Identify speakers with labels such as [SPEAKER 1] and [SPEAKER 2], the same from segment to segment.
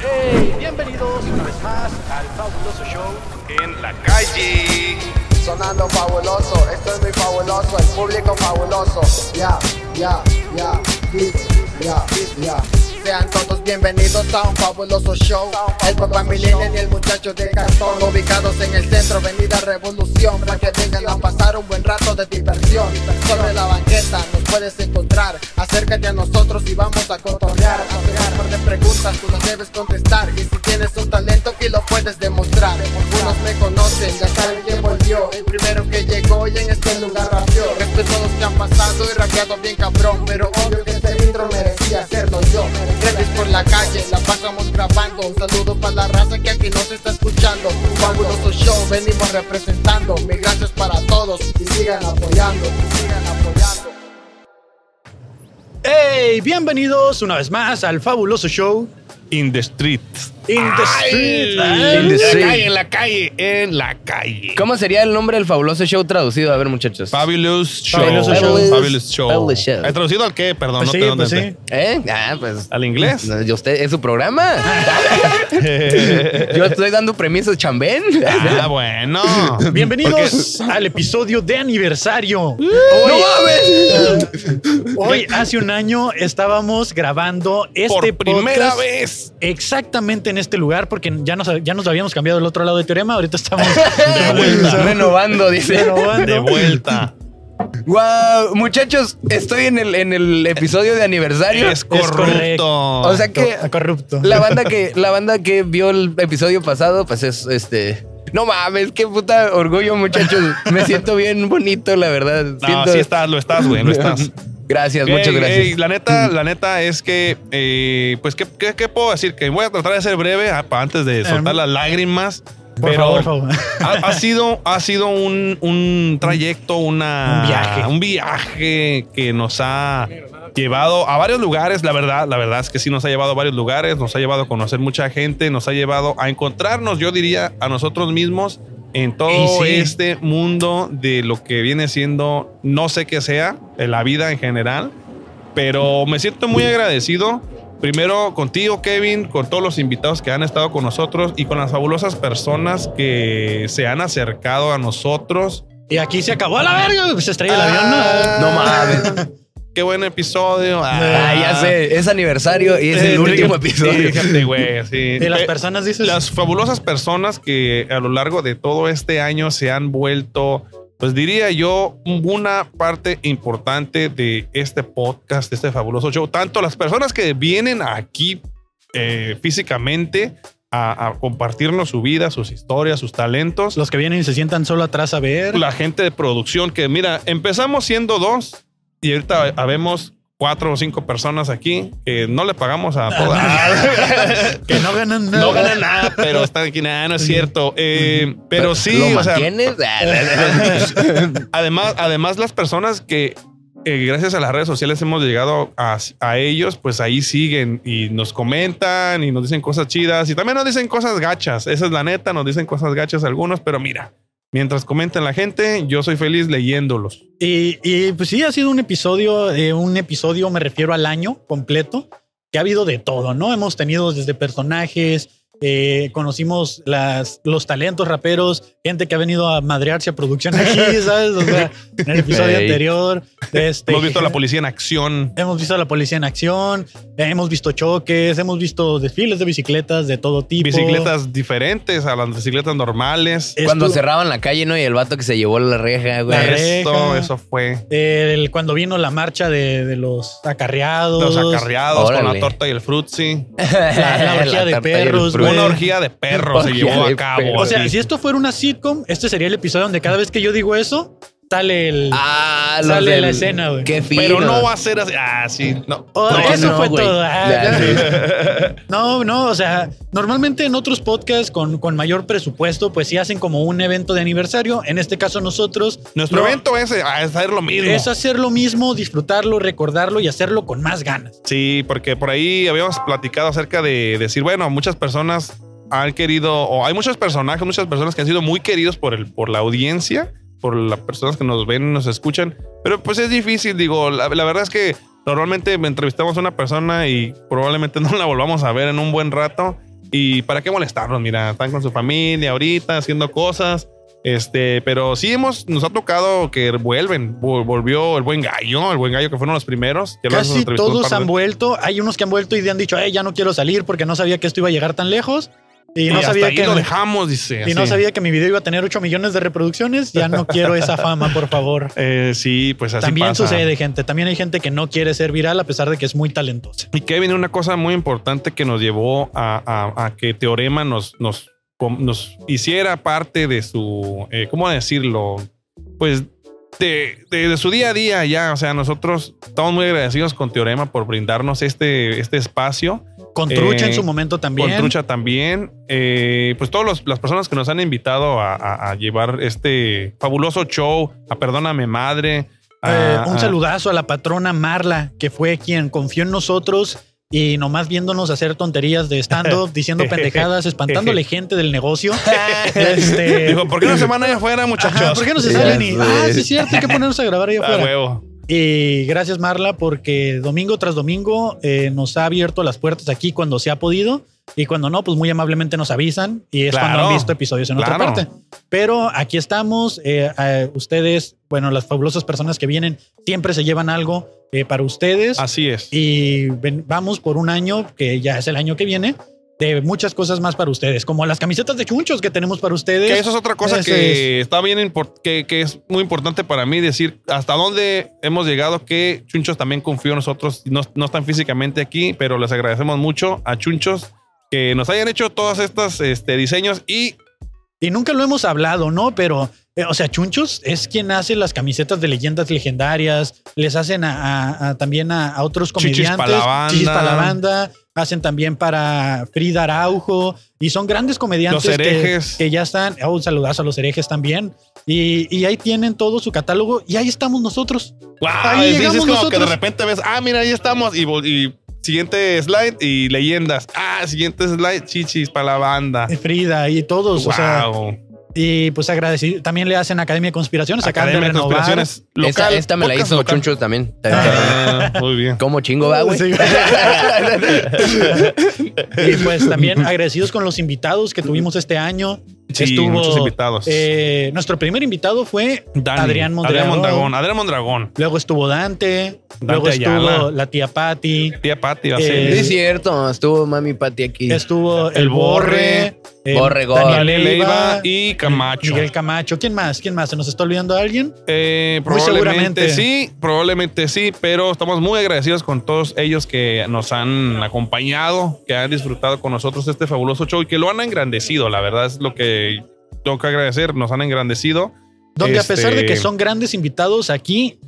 [SPEAKER 1] Y Eh, bienvenidos una vez más al fabuloso show en la calle.
[SPEAKER 2] Sonando fabuloso, esto es muy fabuloso, el público fabuloso. Ya, ya, ya, sí, ya, ya. Sean todos bienvenidos a un fabuloso show. El papá Milenio y el muchacho de cartón, ubicados en el centro, Avenida Revolución, para que vengan a pasar un buen rato de diversión. Sobre la banqueta nos puedes encontrar. Acércate a nosotros y vamos a cotorrear. A pegar par de preguntas, tú las debes contestar. Y si tienes un talento, que lo puedes demostrar. Algunos me conocen, ya saben quién volvió. El primero que llegó y en este lugar rapeó. Respeto a los que han pasado y rapeado bien cabrón. Pero obvio que este intro merecía hacerlo yo. Redes por la calle, la pasamos grabando. Un saludo para la raza que aquí nos está escuchando. Un fabuloso show, venimos representando. Mil gracias para todos y sigan apoyando. y Sigan apoyando.
[SPEAKER 1] ¡Hey! Bienvenidos una vez más al fabuloso show
[SPEAKER 3] In the street.
[SPEAKER 1] in the street. ¿eh?
[SPEAKER 4] En
[SPEAKER 3] In the
[SPEAKER 4] la
[SPEAKER 3] street.
[SPEAKER 4] calle, en la calle, en la calle.
[SPEAKER 5] ¿Cómo sería el nombre del fabuloso show traducido? A ver, muchachos.
[SPEAKER 3] Fabulous Show.
[SPEAKER 1] Fabulous
[SPEAKER 5] Show.
[SPEAKER 3] Fabulous Show.
[SPEAKER 5] Fabulous Show.
[SPEAKER 3] ¿Eh, ¿Traducido al qué? Perdón,
[SPEAKER 1] Pues
[SPEAKER 3] no
[SPEAKER 1] sí,
[SPEAKER 3] te dónde
[SPEAKER 1] pues sí.
[SPEAKER 5] ¿Eh? Ah, pues.
[SPEAKER 3] ¿Al inglés?
[SPEAKER 5] No, yo usted, es su programa. yo estoy dando premisas, chambén.
[SPEAKER 3] Ah, bueno.
[SPEAKER 1] Bienvenidos al episodio de aniversario.
[SPEAKER 5] ¡No mames!
[SPEAKER 1] Hoy, hace un año, estábamos grabando este
[SPEAKER 3] Por primera
[SPEAKER 1] podcast
[SPEAKER 3] vez.
[SPEAKER 1] exactamente en este lugar porque ya nos, ya nos habíamos cambiado del otro lado de teorema. Ahorita estamos de vuelta.
[SPEAKER 5] Renovando, dice.
[SPEAKER 1] Renovando.
[SPEAKER 3] De vuelta.
[SPEAKER 5] Wow, muchachos, estoy en el, en el episodio de aniversario.
[SPEAKER 3] Es corrupto.
[SPEAKER 5] O sea que
[SPEAKER 1] Corrupto.
[SPEAKER 5] la banda que la banda que vio el episodio pasado, pues es este. No mames, qué puta orgullo, muchachos. Me siento bien bonito, la verdad.
[SPEAKER 3] no,
[SPEAKER 5] Siento-
[SPEAKER 3] sí estás, lo estás, güey, lo estás.
[SPEAKER 5] Gracias,
[SPEAKER 3] Ey,
[SPEAKER 5] muchas gracias.
[SPEAKER 3] ey, la neta,
[SPEAKER 1] Mm.
[SPEAKER 3] la neta es que, eh, pues, ¿qué, qué, qué puedo decir? Que voy a tratar de ser breve ah, pa- antes de soltar las lágrimas.
[SPEAKER 1] Em, Por
[SPEAKER 3] pero
[SPEAKER 1] favor, por favor.
[SPEAKER 3] Ha, ha sido, ha sido un, un trayecto, una,
[SPEAKER 1] Un viaje.
[SPEAKER 3] un viaje que nos ha llevado a varios lugares. La verdad, la verdad es que sí nos ha llevado a varios lugares, nos ha llevado a conocer mucha gente, nos ha llevado a encontrarnos, yo diría, a nosotros mismos en todo
[SPEAKER 1] Y sí.
[SPEAKER 3] este mundo de lo que viene siendo, no sé qué sea, de la vida en general pero me siento muy agradecido. Primero contigo, Kevin, con todos los invitados que han estado con nosotros y con las fabulosas personas que se han acercado a nosotros.
[SPEAKER 1] Y aquí se acabó a la verga. güey, pues Se estrella el avión.
[SPEAKER 3] Ah.
[SPEAKER 1] ¿no?
[SPEAKER 5] No mames.
[SPEAKER 3] Qué buen episodio.
[SPEAKER 5] Ah, ya sé, es aniversario y es
[SPEAKER 3] Eh,
[SPEAKER 5] el último
[SPEAKER 3] fíjate,
[SPEAKER 5] episodio.
[SPEAKER 3] fíjate, güey, sí.
[SPEAKER 1] De las
[SPEAKER 3] Pe-
[SPEAKER 1] personas, dices.
[SPEAKER 3] Las fabulosas personas que a lo largo de todo este año se han vuelto, pues diría yo, una parte importante de este podcast, de este fabuloso show. Tanto las personas que vienen aquí eh, físicamente a, a compartirnos su vida, sus historias, sus talentos.
[SPEAKER 1] Los que vienen y se sientan solo atrás a ver.
[SPEAKER 3] La gente de producción que, mira, empezamos siendo dos y ahorita habemos cuatro o cinco personas aquí que no le pagamos a todas.
[SPEAKER 1] Que no ganan nada.
[SPEAKER 3] No ganan nada, pero están aquí. Nada, no es cierto. Eh, pero sí,
[SPEAKER 5] ¿Lo
[SPEAKER 3] o sea,
[SPEAKER 5] mantienes? Ah,
[SPEAKER 3] además, además las personas que eh, gracias a las redes sociales hemos llegado a, a ellos, pues ahí siguen y nos comentan y nos dicen cosas chidas y también nos dicen cosas gachas. Esa es la neta, nos dicen cosas gachas algunos, pero mira, mientras comentan la gente, yo soy feliz leyéndolos.
[SPEAKER 1] Y, y, pues sí, ha sido un episodio, eh, un episodio, me refiero al año completo, que ha habido de todo, ¿no? Hemos tenido desde personajes, eh, conocimos las, los talentos raperos, gente que ha venido a madrearse a producción aquí, ¿sabes? O sea, en el episodio
[SPEAKER 5] Ey.
[SPEAKER 1] anterior. Este,
[SPEAKER 3] Hemos visto a la policía en acción.
[SPEAKER 1] Hemos visto a la policía en acción, eh, hemos visto choques, hemos visto desfiles de bicicletas de todo tipo.
[SPEAKER 3] Bicicletas diferentes a las bicicletas normales.
[SPEAKER 1] Estu-
[SPEAKER 5] Cuando cerraban la calle, ¿no? Y el vato que se llevó la reja, güey.
[SPEAKER 1] La reja.
[SPEAKER 3] Esto, eso fue.
[SPEAKER 1] el- cuando vino la marcha de, de los acarreados.
[SPEAKER 3] Los acarreados con la
[SPEAKER 5] Órale.
[SPEAKER 3] torta y el frutzi.
[SPEAKER 1] la orgía de
[SPEAKER 5] tarta y el
[SPEAKER 1] perros,
[SPEAKER 5] fruit.
[SPEAKER 3] Una orgía de perros se
[SPEAKER 5] Orgía
[SPEAKER 3] llevó a
[SPEAKER 5] de
[SPEAKER 3] cabo.
[SPEAKER 1] O sea,
[SPEAKER 3] Sí.
[SPEAKER 1] si esto fuera una sitcom, este sería el episodio donde cada vez que yo digo eso, sale el.
[SPEAKER 5] Ah, los
[SPEAKER 1] Sale
[SPEAKER 5] del-
[SPEAKER 1] la escena, güey.
[SPEAKER 5] Qué fino.
[SPEAKER 3] pero no va a ser así. Ah, sí. No.
[SPEAKER 1] Oh,
[SPEAKER 5] No,
[SPEAKER 1] eso
[SPEAKER 5] no,
[SPEAKER 1] fue
[SPEAKER 5] güey.
[SPEAKER 1] todo. Ah,
[SPEAKER 5] Ya,
[SPEAKER 1] ya.
[SPEAKER 5] sí.
[SPEAKER 1] No, no, o sea, normalmente en otros podcasts con, con mayor presupuesto, pues sí hacen como un evento de aniversario. En este caso, nosotros.
[SPEAKER 3] Nuestro
[SPEAKER 1] no,
[SPEAKER 3] evento es, ah, es hacer lo mismo.
[SPEAKER 1] Es hacer lo mismo, disfrutarlo, recordarlo y hacerlo con más ganas.
[SPEAKER 3] Sí, porque por ahí habíamos platicado acerca de decir, bueno, muchas personas han querido, o hay muchos personajes, muchas personas que han sido muy queridos por, el, por la audiencia, por las personas que nos ven y nos escuchan, pero pues es difícil, digo, la, la verdad es que normalmente entrevistamos a una persona y probablemente no la volvamos a ver en un buen rato. Y para qué molestarlos, mira, están con su familia ahorita haciendo cosas. Este, pero sí hemos, nos ha tocado que vuelven. Vol- Volvió el buen gallo, el buen gallo que fueron los primeros. Ya lo hemos
[SPEAKER 1] Casi
[SPEAKER 3] entrevistado un
[SPEAKER 1] todos
[SPEAKER 3] par de-
[SPEAKER 1] han vuelto. Hay unos que han vuelto y han dicho, "Ay, ya no quiero salir porque no sabía que esto iba a llegar tan lejos. Y,
[SPEAKER 3] Y
[SPEAKER 1] no
[SPEAKER 3] hasta
[SPEAKER 1] sabía
[SPEAKER 3] ahí
[SPEAKER 1] que
[SPEAKER 3] lo dejamos, dice.
[SPEAKER 1] y no
[SPEAKER 3] así.
[SPEAKER 1] sabía que mi video iba a tener 8 millones de reproducciones. Ya no quiero esa fama, por favor.
[SPEAKER 3] Eh, sí, pues así
[SPEAKER 1] También
[SPEAKER 3] pasa.
[SPEAKER 1] sucede, gente. También hay gente que no quiere ser viral a pesar de que es muy talentosa.
[SPEAKER 3] Y Kevin, una cosa muy importante que nos llevó a, a- a que Teorema nos, nos, nos hiciera parte de su, eh, ¿cómo decirlo? Pues de, de- de su día a día ya. O sea, nosotros estamos muy agradecidos con Teorema por brindarnos este, este espacio.
[SPEAKER 1] Con Trucha
[SPEAKER 3] Eh,
[SPEAKER 1] en su momento también.
[SPEAKER 3] Con Trucha también. Eh, pues todas las personas que nos han invitado a, a- a llevar este fabuloso show, a Perdóname Madre.
[SPEAKER 1] Eh,
[SPEAKER 3] a-
[SPEAKER 1] un
[SPEAKER 3] a-
[SPEAKER 1] saludazo a la patrona Marla, que fue quien confió en nosotros y nomás viéndonos hacer tonterías de stand-up, diciendo pendejadas, espantándole gente del negocio. Este,
[SPEAKER 3] Dijo, ¿por qué no se van allá afuera, muchachos?
[SPEAKER 1] ajá, ¿Por qué no se
[SPEAKER 5] Ya
[SPEAKER 1] salen? Y,
[SPEAKER 5] sé.
[SPEAKER 1] ah, sí, es cierto, hay que ponernos a grabar ahí
[SPEAKER 3] Ah,
[SPEAKER 1] afuera.
[SPEAKER 3] huevo.
[SPEAKER 1] Y gracias, Marla, porque domingo tras domingo eh, nos ha abierto las puertas aquí cuando se ha podido. Y cuando no, pues muy amablemente nos avisan y es cuando
[SPEAKER 3] Claro.
[SPEAKER 1] han visto episodios en otra
[SPEAKER 3] Claro.
[SPEAKER 1] parte. Pero aquí estamos. eh, eh, ustedes, bueno, las fabulosas personas que vienen siempre se llevan algo eh, para ustedes.
[SPEAKER 3] Así es.
[SPEAKER 1] Y ven- vamos por un año, que ya es el año que viene, de muchas cosas más para ustedes, como las camisetas de chunchos que tenemos para ustedes. Eh,
[SPEAKER 3] Que eso es otra cosa
[SPEAKER 1] Ese
[SPEAKER 3] que está bien impor- que, que es muy importante para mí decir hasta dónde hemos llegado que Chunchos también confió en nosotros no, no están físicamente aquí pero les agradecemos mucho a Chunchos que nos hayan hecho todas estas este, diseños y
[SPEAKER 1] Y nunca lo hemos hablado, ¿no? Pero, eh, o sea, Chunchos es quien hace las camisetas de leyendas legendarias, les hacen a, a- a- también a, a otros
[SPEAKER 3] Chichis
[SPEAKER 1] comediantes.
[SPEAKER 3] pa' la banda.
[SPEAKER 1] Chichis pa' la banda, hacen también para Frida Araujo, y son grandes comediantes
[SPEAKER 3] Los
[SPEAKER 1] que-
[SPEAKER 3] herejes.
[SPEAKER 1] Que, ya están, oh, un saludazo a los herejes también, y, y ahí tienen todo su catálogo, y ahí estamos nosotros.
[SPEAKER 3] wow,
[SPEAKER 1] Ahí
[SPEAKER 3] es- es
[SPEAKER 1] llegamos
[SPEAKER 3] como que
[SPEAKER 1] nosotros.
[SPEAKER 3] de repente ves ah mira ahí estamos y, vol- y siguiente slide y leyendas ah siguiente slide chichis para la banda
[SPEAKER 1] Eh, Frida y todos, o sea,
[SPEAKER 3] Wow.
[SPEAKER 1] y pues agradecido. También le hacen Academia de Conspiraciones, acaban
[SPEAKER 3] Academia de
[SPEAKER 1] de renovar.
[SPEAKER 3] Conspiraciones
[SPEAKER 5] Esta,
[SPEAKER 3] local,
[SPEAKER 5] esta me la
[SPEAKER 3] podcast
[SPEAKER 5] hizo
[SPEAKER 3] local.
[SPEAKER 5] Chunchos también.
[SPEAKER 3] Ah, muy bien
[SPEAKER 5] ¿Cómo chingo va, güey?
[SPEAKER 1] Sí. y pues también agradecidos con los invitados que tuvimos este año.
[SPEAKER 3] Sí, muchos invitados.
[SPEAKER 1] eh, nuestro primer invitado fue
[SPEAKER 3] Dani,
[SPEAKER 1] Adrián Mondragón.
[SPEAKER 3] Mondragón. Adrián Mondragón.
[SPEAKER 1] Luego estuvo Dante. luego estuvo
[SPEAKER 3] Ayala.
[SPEAKER 1] la tía Patti.
[SPEAKER 3] Tía Pati va a
[SPEAKER 1] Eh,
[SPEAKER 3] ser.
[SPEAKER 5] Sí, es cierto. Estuvo mami Pati aquí.
[SPEAKER 1] Estuvo el,
[SPEAKER 3] El
[SPEAKER 1] Borre.
[SPEAKER 3] Borre.
[SPEAKER 1] eh,
[SPEAKER 5] Borre Gol.
[SPEAKER 1] Daniel
[SPEAKER 3] Daniel
[SPEAKER 1] Leiva,
[SPEAKER 3] Leiva y Camacho.
[SPEAKER 1] Miguel Camacho. ¿Quién más? ¿Quién más? ¿Se nos está olvidando alguien?
[SPEAKER 3] Eh,
[SPEAKER 1] Muy
[SPEAKER 3] probablemente
[SPEAKER 1] seguramente.
[SPEAKER 3] sí, probablemente sí, pero estamos muy agradecidos con todos ellos que nos han acompañado, que han disfrutado con nosotros este fabuloso show y que lo han engrandecido. La verdad es lo que tengo que agradecer. Nos han engrandecido.
[SPEAKER 1] Donde
[SPEAKER 3] Este,
[SPEAKER 1] a pesar de que son grandes invitados aquí,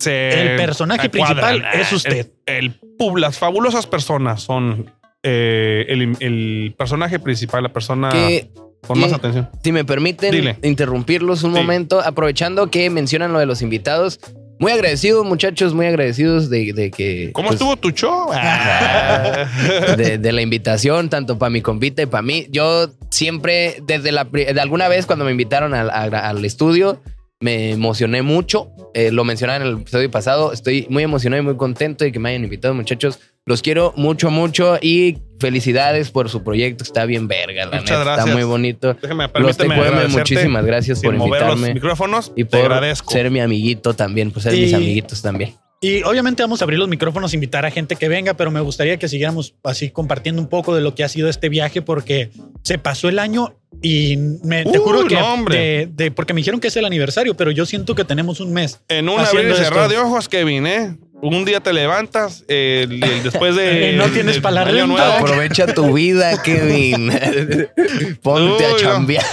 [SPEAKER 3] se
[SPEAKER 1] El personaje
[SPEAKER 3] cuadran. Eh,
[SPEAKER 1] principal es usted.
[SPEAKER 3] El, el pub- las fabulosas personas son eh, el, el personaje principal, la persona
[SPEAKER 5] Que,
[SPEAKER 3] con más
[SPEAKER 5] que-
[SPEAKER 3] atención.
[SPEAKER 5] si me permiten
[SPEAKER 3] Dile.
[SPEAKER 5] interrumpirlos un
[SPEAKER 3] Sí.
[SPEAKER 5] momento, aprovechando que mencionan lo de los invitados. Muy agradecidos, muchachos, muy agradecidos de, de que.
[SPEAKER 3] ¿Cómo
[SPEAKER 5] pues,
[SPEAKER 3] estuvo tu show?
[SPEAKER 5] de, de la invitación, tanto para mi compita y para mí. Yo siempre, desde la pri- de alguna vez cuando me invitaron al, a- al estudio, me emocioné mucho. Eh, lo mencionaba en el episodio pasado. Estoy muy emocionado y muy contento de que me hayan invitado, muchachos. Los quiero mucho, mucho y felicidades por su proyecto. Está bien verga, la
[SPEAKER 3] Muchas
[SPEAKER 5] neta.
[SPEAKER 3] gracias.
[SPEAKER 5] Está muy bonito.
[SPEAKER 3] Déjame,
[SPEAKER 5] Los
[SPEAKER 3] permíteme
[SPEAKER 5] Tecueme,
[SPEAKER 3] agradecerte
[SPEAKER 5] muchísimas gracias por
[SPEAKER 3] sin mover los
[SPEAKER 5] invitarme
[SPEAKER 3] micrófonos.
[SPEAKER 5] y
[SPEAKER 3] te
[SPEAKER 5] por
[SPEAKER 3] agradezco.
[SPEAKER 5] ser mi amiguito también, por ser
[SPEAKER 1] Y-
[SPEAKER 5] mis amiguitos también.
[SPEAKER 1] Y obviamente vamos a abrir los micrófonos, e invitar a gente que venga, pero me gustaría que siguiéramos así compartiendo un poco de lo que ha sido este viaje porque se pasó el año y me, te
[SPEAKER 3] Uy,
[SPEAKER 1] juro que
[SPEAKER 3] Uh, no, hombre.
[SPEAKER 1] de- de- porque me dijeron que es el aniversario, pero yo siento que tenemos un mes.
[SPEAKER 3] En un abrir
[SPEAKER 1] haciendo
[SPEAKER 3] y cerrar
[SPEAKER 1] esto.
[SPEAKER 3] de ojos, Kevin, ¿eh? Un día te levantas eh, el- el- después de.
[SPEAKER 1] Y Eh, no tienes
[SPEAKER 3] del
[SPEAKER 1] pa' la
[SPEAKER 3] año
[SPEAKER 1] renta.
[SPEAKER 3] nuevo.
[SPEAKER 5] Aprovecha tu vida, Kevin. Ponte
[SPEAKER 3] Uy,
[SPEAKER 5] a
[SPEAKER 3] no.
[SPEAKER 5] chambear.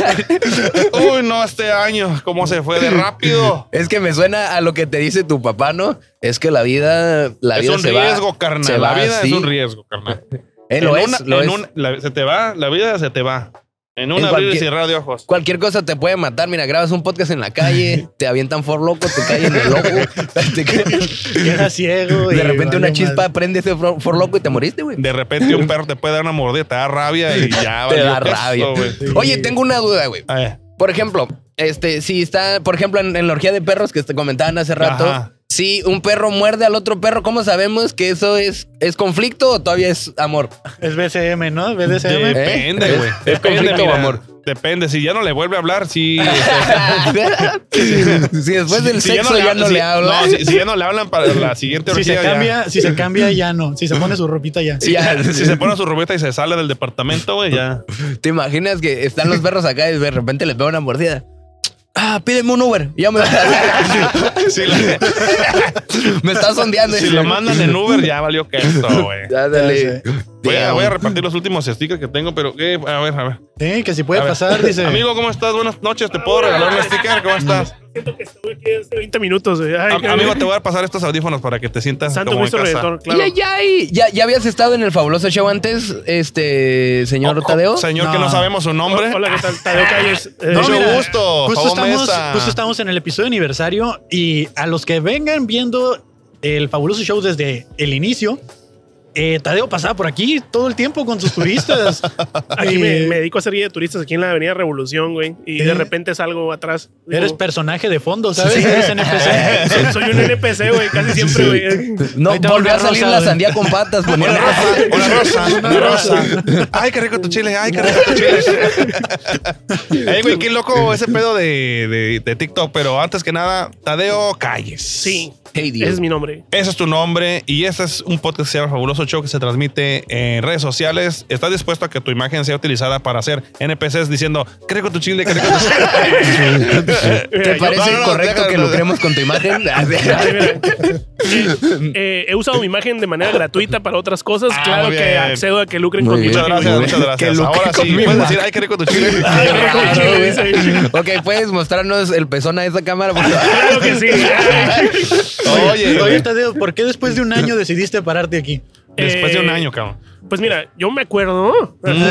[SPEAKER 3] Uy, no, este año, cómo se fue de rápido.
[SPEAKER 5] Es que me suena a lo que te dice tu papá, ¿no? Es que la vida, la
[SPEAKER 3] es
[SPEAKER 5] vida
[SPEAKER 3] un
[SPEAKER 5] se va-
[SPEAKER 3] riesgo, carnal.
[SPEAKER 5] se
[SPEAKER 3] la
[SPEAKER 5] va
[SPEAKER 3] vida
[SPEAKER 5] así.
[SPEAKER 3] es un riesgo, carnal.
[SPEAKER 5] Eh, lo
[SPEAKER 3] En
[SPEAKER 5] es,
[SPEAKER 3] una-
[SPEAKER 5] lo
[SPEAKER 3] en
[SPEAKER 5] es.
[SPEAKER 3] una- la- se te va, la vida se te va. En un
[SPEAKER 5] En
[SPEAKER 3] abrir y
[SPEAKER 5] cualquier-
[SPEAKER 3] cerrar de ojos.
[SPEAKER 5] Cualquier cosa te puede matar. Mira, grabas un podcast en la calle, te avientan for loco, te caen en el ojo. te cae-
[SPEAKER 1] Queda ciego. y
[SPEAKER 5] de repente una
[SPEAKER 1] valió
[SPEAKER 5] chispa
[SPEAKER 1] madre.
[SPEAKER 5] prende ese for, for loco y te moriste, güey.
[SPEAKER 3] De repente un perro te puede dar una mordida, te da rabia y ya
[SPEAKER 5] Te
[SPEAKER 3] valió
[SPEAKER 5] da
[SPEAKER 3] queso,
[SPEAKER 5] rabia.
[SPEAKER 3] güey.
[SPEAKER 5] Oye, tengo una duda, güey.
[SPEAKER 3] A ver.
[SPEAKER 5] Por ejemplo, este, si está, por ejemplo, en, en la orgía de perros que te comentaban hace rato,
[SPEAKER 3] Ajá.
[SPEAKER 5] si un perro muerde al otro perro, ¿cómo sabemos que eso es, es conflicto o todavía es amor?
[SPEAKER 1] Es BCM, ¿no? BDSM.
[SPEAKER 3] Depende,
[SPEAKER 5] ¿Eh?
[SPEAKER 3] güey.
[SPEAKER 5] Es
[SPEAKER 3] Depende,
[SPEAKER 5] conflicto o
[SPEAKER 3] mira.
[SPEAKER 5] amor.
[SPEAKER 3] Depende. Si ya no le vuelve a hablar, sí.
[SPEAKER 5] si después del
[SPEAKER 3] Si
[SPEAKER 5] sexo ya no
[SPEAKER 3] si-
[SPEAKER 5] le hablo.
[SPEAKER 3] no, si, si ya no le hablan para la siguiente
[SPEAKER 1] Si se
[SPEAKER 3] orgía, ya.
[SPEAKER 1] cambia, si se cambia, ya no. Si se pone su ropita, ya.
[SPEAKER 5] Sí, ya.
[SPEAKER 3] Si se pone su rubeta y se sale del departamento, güey, ya.
[SPEAKER 5] ¿Te imaginas que están los perros acá y de repente les pega una mordida? Ah, pídeme un Uber. Ya me,
[SPEAKER 3] Si, la-
[SPEAKER 5] me está sondeando.
[SPEAKER 3] si lo mandan en Uber, ya valió que esto, güey.
[SPEAKER 5] Ándale.
[SPEAKER 3] Voy a,
[SPEAKER 5] Damn.
[SPEAKER 3] voy a repartir los últimos stickers que tengo, pero ¿qué? a ver, a ver.
[SPEAKER 1] Sí, que si puede
[SPEAKER 3] A ver.
[SPEAKER 1] pasar, dice.
[SPEAKER 3] Amigo, ¿cómo estás? Buenas noches, ¿te puedo regalar un sticker? ¿Cómo estás?
[SPEAKER 6] Siento que estuve aquí hace 20 minutos. güey. Ay,
[SPEAKER 3] Am- amigo, te voy a pasar estos audífonos para que te sientas
[SPEAKER 6] Santo
[SPEAKER 3] como en
[SPEAKER 6] Cristo
[SPEAKER 3] casa.
[SPEAKER 6] Redentor, claro.
[SPEAKER 5] Ay, ay, ay. ¿Ya, ya habías estado en el fabuloso show antes, este señor
[SPEAKER 3] Oh, oh,
[SPEAKER 5] Tadeo?
[SPEAKER 3] Señor, que
[SPEAKER 1] No.
[SPEAKER 3] no sabemos su nombre.
[SPEAKER 6] Hola, ¿qué tal? Tadeo Calles. Eh,
[SPEAKER 3] Mucho
[SPEAKER 1] mira,
[SPEAKER 3] gusto.
[SPEAKER 1] Justo
[SPEAKER 3] Pavo
[SPEAKER 1] estamos,
[SPEAKER 3] Mesa.
[SPEAKER 1] justo estamos en el episodio aniversario y a los que vengan viendo el fabuloso show desde el inicio, eh, Tadeo pasaba por aquí todo el tiempo con sus turistas.
[SPEAKER 6] Aquí
[SPEAKER 1] Eh,
[SPEAKER 6] me, me dedico a hacer guía de turistas aquí en la Avenida Revolución, güey. Y
[SPEAKER 1] ¿Eh?
[SPEAKER 6] de repente salgo atrás. Digo,
[SPEAKER 1] Eres personaje de fondo, ¿sabes? Eres NPC.
[SPEAKER 6] soy, soy un NPC, güey, casi siempre, güey.
[SPEAKER 5] No,
[SPEAKER 1] Ahí te va
[SPEAKER 5] volvió a
[SPEAKER 1] una
[SPEAKER 5] salir
[SPEAKER 1] rosa,
[SPEAKER 5] la
[SPEAKER 1] güey.
[SPEAKER 5] sandía con patas. ponía-
[SPEAKER 3] Hola, Rosa. Hola, Rosa. Hola, Rosa. Ay, qué rico tu chile. Ay, qué rico tu chile. Ey, güey, qué loco ese pedo de, de- de TikTok. Pero antes que nada, Tadeo Calles.
[SPEAKER 6] Sí,
[SPEAKER 5] Hey,
[SPEAKER 6] ese
[SPEAKER 5] Dios.
[SPEAKER 6] es mi nombre.
[SPEAKER 3] Ese es tu nombre y este es un podcast que se llama Fabuloso Show que se transmite en redes sociales. ¿Estás dispuesto a que tu imagen sea utilizada para hacer NPCs diciendo, qué rico tu chile, qué rico tu chile?
[SPEAKER 5] ¿Te
[SPEAKER 6] Mira, yo-
[SPEAKER 5] parece
[SPEAKER 3] no, no,
[SPEAKER 5] correcto
[SPEAKER 3] déjalo,
[SPEAKER 5] que
[SPEAKER 3] no,
[SPEAKER 5] lucremos con tu imagen?
[SPEAKER 6] Ay, mira. Eh, eh, he usado mi imagen de manera gratuita para otras cosas.
[SPEAKER 3] Ah,
[SPEAKER 6] claro
[SPEAKER 3] muy
[SPEAKER 6] que
[SPEAKER 3] bien.
[SPEAKER 6] accedo a que lucren
[SPEAKER 5] Muy
[SPEAKER 6] con mi
[SPEAKER 5] bien.
[SPEAKER 3] Muchas
[SPEAKER 6] imagen.
[SPEAKER 3] gracias,
[SPEAKER 5] güey.
[SPEAKER 3] muchas
[SPEAKER 5] Qué
[SPEAKER 3] gracias.
[SPEAKER 5] loco
[SPEAKER 3] Ahora
[SPEAKER 5] con
[SPEAKER 3] sí,
[SPEAKER 5] mi
[SPEAKER 3] puedes
[SPEAKER 5] imagen.
[SPEAKER 3] decir, ay, qué rico tu chile.
[SPEAKER 6] Ay, qué rico tu chile, dice.
[SPEAKER 5] ok, ¿puedes mostrarnos el pezón a esa cámara? por favor?
[SPEAKER 6] Claro que sí. Ay.
[SPEAKER 3] Oye,
[SPEAKER 1] Oye,
[SPEAKER 3] güey,
[SPEAKER 1] Tadeo, ¿por qué después de un año decidiste pararte aquí?
[SPEAKER 3] después de un
[SPEAKER 6] Eh,
[SPEAKER 3] año, cabrón.
[SPEAKER 6] Pues mira, yo me acuerdo
[SPEAKER 3] Mm.